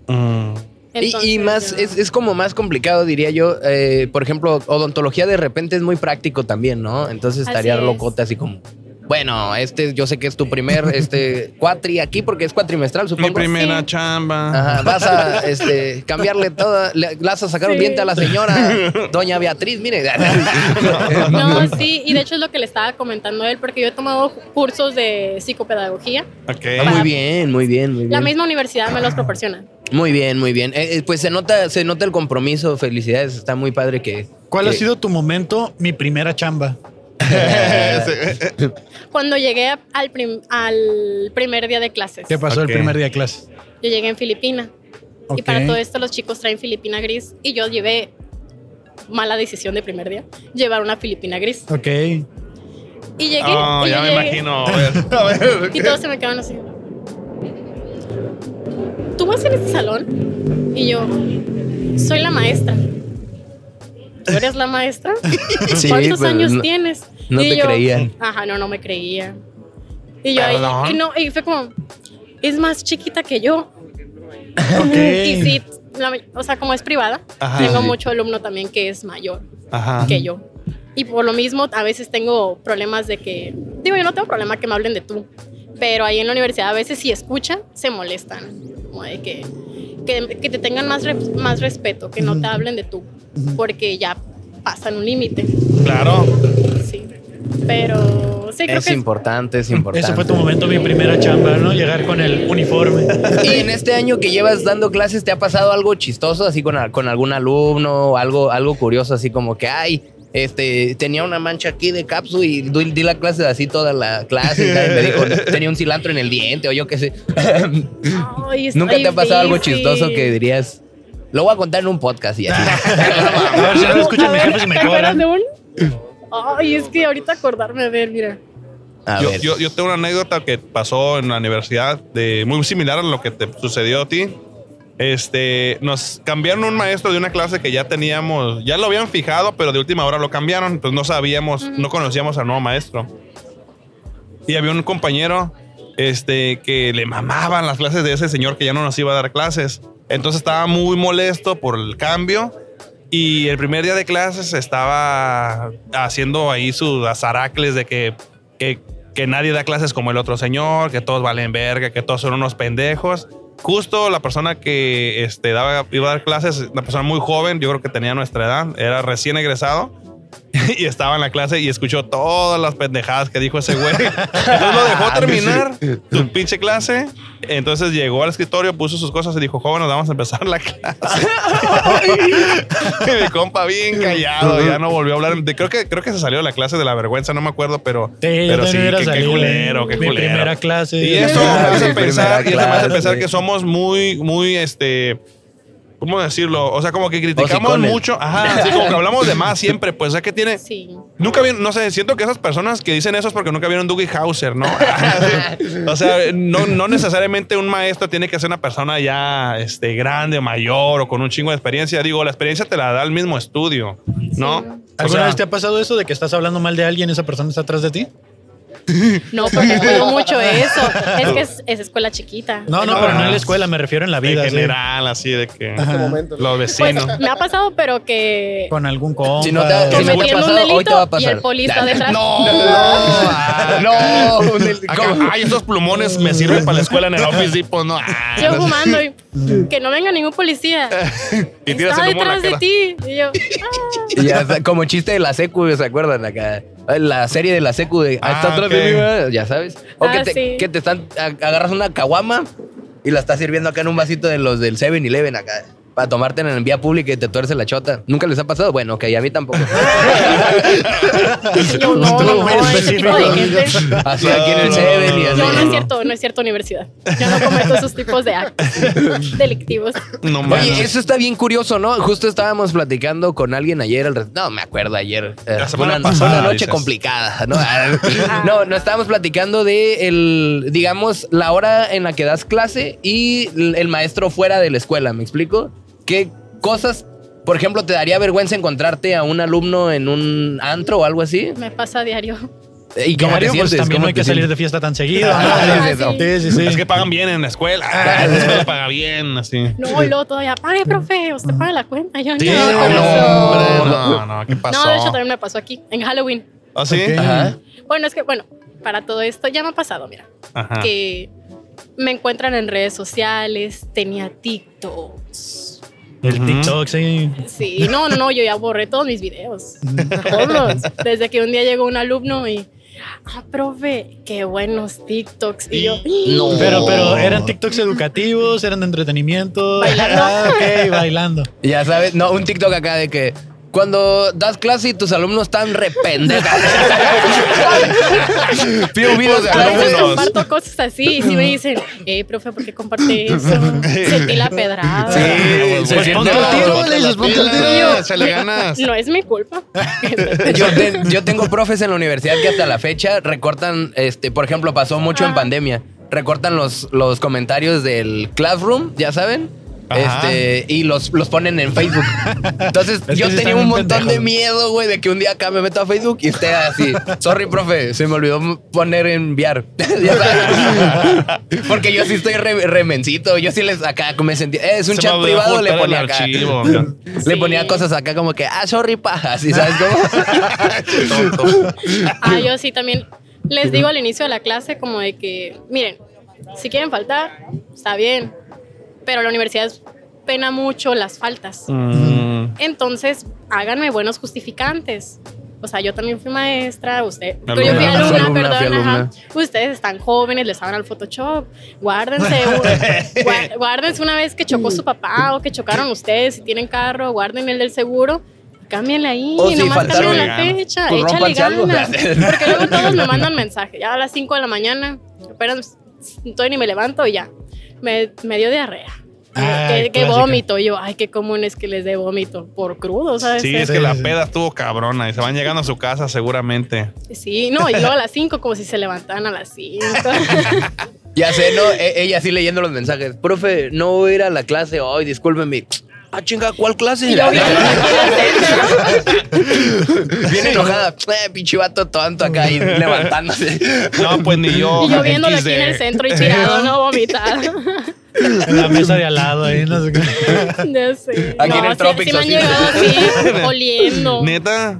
[SPEAKER 3] Mm.
[SPEAKER 5] Y- y,
[SPEAKER 8] Entonces,
[SPEAKER 5] más,
[SPEAKER 8] yo-
[SPEAKER 5] es, es como más complicado, diría yo. Eh, por ejemplo, odontología de repente es muy práctico también, ¿no? Entonces
[SPEAKER 8] Así
[SPEAKER 5] estaría
[SPEAKER 8] es.
[SPEAKER 5] locota así como. Bueno, este yo sé que es tu primer este cuatri aquí porque es cuatrimestral,
[SPEAKER 3] Mi
[SPEAKER 5] supongo.
[SPEAKER 3] primera
[SPEAKER 8] Sí.
[SPEAKER 3] chamba.
[SPEAKER 5] Ajá, vas a este, cambiarle toda, le le vas a sacar un
[SPEAKER 8] Sí.
[SPEAKER 5] diente a la señora Doña Beatriz, mire.
[SPEAKER 1] Ah,
[SPEAKER 8] No, sí, y de hecho es lo que le estaba comentando a él, porque yo he tomado cursos de psicopedagogía.
[SPEAKER 5] Ah,
[SPEAKER 3] Ok.
[SPEAKER 5] muy bien, muy bien, muy bien.
[SPEAKER 8] La misma universidad me los proporciona.
[SPEAKER 5] Muy bien, muy bien. Eh, eh, pues se nota, se nota el compromiso, felicidades, está muy padre que.
[SPEAKER 1] ¿Cuál ha
[SPEAKER 5] que-
[SPEAKER 1] sido tu momento, mi primera chamba?
[SPEAKER 8] Cuando llegué a- al, prim- al primer día de clases,
[SPEAKER 1] ¿Qué pasó
[SPEAKER 3] Ok.
[SPEAKER 1] el primer día de clase?
[SPEAKER 8] yo llegué en Filipina. Y
[SPEAKER 1] Ok.
[SPEAKER 8] para todo esto los chicos traen Filipina gris y yo llevé mala decisión de primer día, llevar una Filipina gris.
[SPEAKER 1] Ok.
[SPEAKER 8] Y llegué.
[SPEAKER 5] Ah,
[SPEAKER 3] Oh,
[SPEAKER 8] y
[SPEAKER 3] ya
[SPEAKER 8] yo
[SPEAKER 3] me
[SPEAKER 8] llegué.
[SPEAKER 3] imagino. A ver, a ver.
[SPEAKER 8] Y todos se me quedaron así. ¿Tú vas en este salón? Y yo, soy la maestra. ¿Tú eres la maestra?
[SPEAKER 5] Sí,
[SPEAKER 8] ¿Cuántos
[SPEAKER 5] pero
[SPEAKER 8] años
[SPEAKER 5] no-
[SPEAKER 8] tienes?
[SPEAKER 5] no
[SPEAKER 8] Y
[SPEAKER 5] te
[SPEAKER 8] yo,
[SPEAKER 5] creían.
[SPEAKER 8] Ajá, no, no me creían. Y yo ahí,
[SPEAKER 3] Perdón.
[SPEAKER 8] y no, y fue como, es más chiquita que yo.
[SPEAKER 1] Ok.
[SPEAKER 8] Y sí, la ma- o sea, como es privada,
[SPEAKER 3] Ajá.
[SPEAKER 8] tengo
[SPEAKER 5] Sí.
[SPEAKER 8] mucho alumno también que es mayor
[SPEAKER 3] Ajá.
[SPEAKER 8] que yo. Y por lo mismo, a veces tengo problemas de que. Digo, yo no tengo problema que me hablen de tú. Pero ahí en la universidad, a veces si escuchan, se molestan. Como de que. Que, que te tengan más, re- más respeto, que no te hablen de tú. Porque ya pasan un límite.
[SPEAKER 3] Claro.
[SPEAKER 8] Sí. Pero. Sí, creo
[SPEAKER 5] Es
[SPEAKER 8] que.
[SPEAKER 5] importante, es importante.
[SPEAKER 1] Ese fue tu momento, mi primera chamba, ¿no? Llegar con el uniforme.
[SPEAKER 5] Y en este año que llevas dando clases, ¿te ha pasado algo chistoso así con, a- con algún alumno o algo, algo curioso así como que, ay, este, tenía una mancha aquí de capsu y du- di la clase así toda la clase y nadie me dijo, tenía un cilantro en el diente o yo qué sé.
[SPEAKER 8] Ay, está
[SPEAKER 5] ¿Nunca te ha pasado algo
[SPEAKER 8] difícil.
[SPEAKER 5] chistoso que dirías? Lo voy a contar en un podcast y así.
[SPEAKER 1] A ver si no lo escuchan
[SPEAKER 8] A
[SPEAKER 1] mis
[SPEAKER 8] ver,
[SPEAKER 1] jefes y me
[SPEAKER 8] ¿te acuerdas
[SPEAKER 1] cobran.
[SPEAKER 8] de un? Ay, es que ahorita acordarme, a ver, mira.
[SPEAKER 5] A
[SPEAKER 3] yo,
[SPEAKER 5] ver.
[SPEAKER 3] yo- yo tengo una anécdota que pasó en la universidad de muy similar a lo que te sucedió a ti. Este, nos cambiaron un maestro de una clase que ya teníamos, ya lo habían fijado, pero de última hora lo cambiaron, entonces no sabíamos, no conocíamos al nuevo maestro. Y había un compañero este, que le mamaban las clases de ese señor que ya no nos iba a dar clases. Entonces estaba muy molesto por el cambio. Y el primer día de clases estaba haciendo ahí sus azaracles de que, que, que nadie da clases como el otro señor, que todos valen verga, que todos son unos pendejos. Justo la persona que este, daba, iba a dar clases, una persona muy joven, yo creo que tenía nuestra edad, era recién egresado y estaba en la clase y escuchó todas las pendejadas que dijo ese güey. Entonces lo dejó terminar su pinche clase. Entonces llegó al escritorio, puso sus cosas y dijo, joven, nos vamos a empezar la clase. y mi compa bien callado, ya no volvió a hablar. De- creo, que, creo que se salió de la clase de la vergüenza, no me acuerdo, pero,
[SPEAKER 1] Sí, yo
[SPEAKER 3] pero
[SPEAKER 1] también
[SPEAKER 3] sí,
[SPEAKER 1] hubiera
[SPEAKER 3] que, qué
[SPEAKER 1] salido
[SPEAKER 3] culero, qué
[SPEAKER 1] mi
[SPEAKER 3] culero.
[SPEAKER 1] primera clase.
[SPEAKER 3] Y eso me
[SPEAKER 5] Ah,
[SPEAKER 3] hace
[SPEAKER 5] mi
[SPEAKER 3] pensar, y
[SPEAKER 5] primera
[SPEAKER 3] eso me hace
[SPEAKER 5] clase.
[SPEAKER 3] pensar que somos muy, muy, este, ¿cómo decirlo? O sea, como que criticamos
[SPEAKER 5] Hocicones.
[SPEAKER 3] mucho, ajá, así como que hablamos de más siempre, pues, o sea, que tiene,
[SPEAKER 8] Sí.
[SPEAKER 3] Nunca vieron, no sé, siento que esas personas que dicen eso es porque nunca vieron Dougie Hauser, ¿no? o sea, no, no necesariamente un maestro tiene que ser una persona ya este, grande o mayor o con un chingo de experiencia. Digo, la experiencia te la da el mismo estudio, ¿no? O
[SPEAKER 1] ¿Alguna
[SPEAKER 3] sea,
[SPEAKER 1] vez te ha pasado eso de que estás hablando mal de alguien y esa persona está atrás de ti?
[SPEAKER 8] No, porque cuido mucho eso. Es que es, es escuela chiquita.
[SPEAKER 1] No, no,
[SPEAKER 3] No,
[SPEAKER 1] pero
[SPEAKER 3] no.
[SPEAKER 1] no
[SPEAKER 5] Ah.
[SPEAKER 1] en la escuela, me refiero en la
[SPEAKER 3] en
[SPEAKER 1] vida. sí.
[SPEAKER 3] general, así de que
[SPEAKER 2] este momento. ¿no?
[SPEAKER 3] los
[SPEAKER 8] Pues
[SPEAKER 3] vecinos.
[SPEAKER 8] me ha pasado, pero que
[SPEAKER 1] Con algún compa.
[SPEAKER 5] Si no te Ah, ha-
[SPEAKER 8] que
[SPEAKER 5] si no
[SPEAKER 8] metí
[SPEAKER 5] te
[SPEAKER 8] en
[SPEAKER 5] ha
[SPEAKER 8] un
[SPEAKER 5] pasado, hoy te
[SPEAKER 8] delito
[SPEAKER 5] va a
[SPEAKER 8] y
[SPEAKER 5] pasar.
[SPEAKER 8] el poli está detrás.
[SPEAKER 3] Ah,
[SPEAKER 5] No, un del-
[SPEAKER 3] acá,
[SPEAKER 5] ¿cómo?
[SPEAKER 3] ay, estos plumones me sirven para la escuela en el office depot, ¿no? Ah,
[SPEAKER 8] Yo fumando y que no venga ningún policía.
[SPEAKER 3] y tiras
[SPEAKER 8] Está
[SPEAKER 3] el humo en la
[SPEAKER 8] detrás de
[SPEAKER 3] cara.
[SPEAKER 8] ti. Y yo, ah.
[SPEAKER 5] Y ya está, como el chiste de la secu, ¿se acuerdan acá? La serie de la secu de... Ah, está
[SPEAKER 3] Ah,
[SPEAKER 5] atrás
[SPEAKER 3] ok.
[SPEAKER 5] de mí, ¿verdad? ya sabes. O
[SPEAKER 8] Ah,
[SPEAKER 5] que, te,
[SPEAKER 8] sí.
[SPEAKER 5] que te están... a- Agarras una caguama y la estás sirviendo acá en un vasito de los del 7-Eleven acá. Para tomarte en el vía pública y te tuerce la chota. ¿Nunca les ha pasado? Bueno, ok, a mí tampoco.
[SPEAKER 8] Yo no, no, no, ese tipo de "Ah, gente.
[SPEAKER 5] Así aquí en el 7 y
[SPEAKER 8] Yo
[SPEAKER 5] así.
[SPEAKER 8] no es cierto, no es cierto universidad. Yo no cometo esos tipos de actos delictivos.
[SPEAKER 3] No
[SPEAKER 5] Oye,
[SPEAKER 3] mames.
[SPEAKER 5] eso está bien curioso, ¿no? Justo estábamos platicando con alguien ayer. al res- No, me acuerdo ayer. Eh,
[SPEAKER 3] La
[SPEAKER 5] fue
[SPEAKER 3] semana
[SPEAKER 5] una,
[SPEAKER 3] pasada,
[SPEAKER 5] una noche
[SPEAKER 3] dices.
[SPEAKER 5] complicada, ¿no? Ah, no, no estábamos platicando de el, digamos, la hora en la que das clase y l- el maestro fuera de la escuela, ¿me explico? ¿Qué cosas, por ejemplo, te daría vergüenza encontrarte a un alumno en un antro o algo así?
[SPEAKER 8] Me pasa a diario.
[SPEAKER 5] ¿Y cómo
[SPEAKER 1] Diario,
[SPEAKER 5] te
[SPEAKER 1] pues,
[SPEAKER 5] sientes?
[SPEAKER 1] también
[SPEAKER 5] ¿Cómo
[SPEAKER 1] no hay
[SPEAKER 5] te
[SPEAKER 1] que salir
[SPEAKER 5] sientes?
[SPEAKER 1] de fiesta tan seguido.
[SPEAKER 8] Ah,
[SPEAKER 1] ¿no?
[SPEAKER 8] sí.
[SPEAKER 1] Sí, sí, sí.
[SPEAKER 3] Es que pagan bien en la escuela. Ah, La escuela paga bien, así.
[SPEAKER 8] No, y luego todavía, pague, profe, usted paga la cuenta. Yo no.
[SPEAKER 3] Sí,
[SPEAKER 8] no,
[SPEAKER 3] no,
[SPEAKER 8] no.
[SPEAKER 3] no,
[SPEAKER 5] no.
[SPEAKER 3] no, no, ¿qué pasó?
[SPEAKER 8] No, de hecho también me pasó aquí, en Halloween.
[SPEAKER 3] ¿Ah, sí?
[SPEAKER 1] Ok.
[SPEAKER 5] Ajá.
[SPEAKER 8] Bueno, es que, bueno, para todo esto ya me ha pasado, mira.
[SPEAKER 3] Ajá.
[SPEAKER 8] Que me encuentran en redes sociales, tenía TikTok.
[SPEAKER 1] El
[SPEAKER 3] Ujú.
[SPEAKER 1] TikTok, sí.
[SPEAKER 8] Sí, no, no, no, yo ya borré todos mis videos. Todos. Desde que un día llegó un alumno y, ah, profe, qué buenos TikToks. Y yo, "Mm".
[SPEAKER 5] No.
[SPEAKER 1] Pero, pero eran TikToks educativos, eran de entretenimiento.
[SPEAKER 8] Bailando.
[SPEAKER 1] Ah, ok, bailando.
[SPEAKER 5] Ya sabes, no, un TikTok acá de que cuando das clase y tus alumnos están rependejas. Pido videos de
[SPEAKER 8] A veces
[SPEAKER 5] alumnos.
[SPEAKER 8] comparto cosas así y si me dicen, eh, profe, ¿por qué comparte eso? Sentí la pedrada.
[SPEAKER 5] Sí,
[SPEAKER 3] Pues
[SPEAKER 5] se
[SPEAKER 1] ponte
[SPEAKER 5] siente
[SPEAKER 1] el
[SPEAKER 5] la-
[SPEAKER 1] tiro,
[SPEAKER 5] ponte
[SPEAKER 1] le
[SPEAKER 5] la
[SPEAKER 1] dices, ponte el
[SPEAKER 5] pila.
[SPEAKER 1] tiro.
[SPEAKER 3] Se le ganas.
[SPEAKER 8] No es mi culpa.
[SPEAKER 5] Yo, te- yo tengo profes en la universidad que hasta la fecha recortan, este, por ejemplo, pasó mucho
[SPEAKER 1] Ah.
[SPEAKER 5] en pandemia, recortan los, los comentarios del classroom, ya saben.
[SPEAKER 3] Ajá.
[SPEAKER 5] Este, y los, los ponen en Facebook. Entonces,
[SPEAKER 1] Es que
[SPEAKER 5] yo
[SPEAKER 1] sí
[SPEAKER 5] tenía
[SPEAKER 1] están
[SPEAKER 5] un
[SPEAKER 1] bien
[SPEAKER 5] montón de
[SPEAKER 1] pendejos.
[SPEAKER 5] miedo, güey, de que un día acá me meto a Facebook y esté así. Sorry, profe, se me olvidó poner enviar. Ya sabes. Porque yo sí estoy re- remencito. Yo sí les acá me sentía. eh, es un
[SPEAKER 3] Se
[SPEAKER 5] chat
[SPEAKER 3] me olvidó
[SPEAKER 5] privado, le
[SPEAKER 3] juntar
[SPEAKER 5] ponía
[SPEAKER 3] el
[SPEAKER 5] acá.
[SPEAKER 3] archivo.
[SPEAKER 5] Le
[SPEAKER 8] Sí.
[SPEAKER 5] ponía cosas acá como que, ah, sorry, paja. Así, ¿sabes cómo?
[SPEAKER 8] Ah, yo sí también les digo al inicio de la clase como de que, miren, si quieren faltar, está bien, pero la universidad pena mucho las faltas.
[SPEAKER 3] Mm.
[SPEAKER 8] Entonces, háganme buenos justificantes. O sea, yo también fui maestra, usted,
[SPEAKER 3] Alumna.
[SPEAKER 8] yo fui alumna,
[SPEAKER 5] Fui alumna, fui
[SPEAKER 8] perdón,
[SPEAKER 5] alumna.
[SPEAKER 8] ajá. ustedes están jóvenes, les saben al Photoshop, guárdense, u- guá- guárdense una vez que chocó su papá o que chocaron ustedes, si tienen carro, guarden el del seguro, cámbienle ahí,
[SPEAKER 5] O si
[SPEAKER 8] nomás
[SPEAKER 5] faltaron,
[SPEAKER 8] cambien la fecha,
[SPEAKER 5] pues,
[SPEAKER 8] échale
[SPEAKER 5] rómpanse algo.
[SPEAKER 8] ganas, porque luego todos me mandan mensaje, ya a las 5 de la mañana, apenas estoy ni me levanto y ya, me, me dio diarrea.
[SPEAKER 1] Ah,
[SPEAKER 8] que, que
[SPEAKER 1] clásica.
[SPEAKER 8] vómito. Y yo, ay, qué común es que les dé vómito por crudo, ¿sabes?
[SPEAKER 3] Sí,
[SPEAKER 8] Eh,
[SPEAKER 3] es
[SPEAKER 1] sí,
[SPEAKER 3] que la
[SPEAKER 1] sí.
[SPEAKER 3] peda estuvo cabrona y se van llegando a su casa seguramente.
[SPEAKER 8] Sí, no, y luego a las 5 como si se levantaran a las 5.
[SPEAKER 5] Ya sé, ¿no? E- ella sí leyendo los mensajes. Profe, no voy a ir a la clase hoy, discúlpeme. Ah, chinga, ¿cuál clase?
[SPEAKER 8] y luego bien,
[SPEAKER 5] Bien enojada. Eh, pinche vato tonto acá ahí levantándose.
[SPEAKER 3] No, pues ni yo.
[SPEAKER 8] y yo viéndolo aquí en
[SPEAKER 3] XD.
[SPEAKER 8] el centro y tirado, no vomitar.
[SPEAKER 1] En la mesa de al lado ahí, no sé qué.
[SPEAKER 8] Ya sé.
[SPEAKER 5] Aquí
[SPEAKER 8] no,
[SPEAKER 5] en el
[SPEAKER 8] sí-
[SPEAKER 5] Tropics,
[SPEAKER 8] sí me han
[SPEAKER 5] así.
[SPEAKER 8] llegado así, oliendo.
[SPEAKER 3] Neta.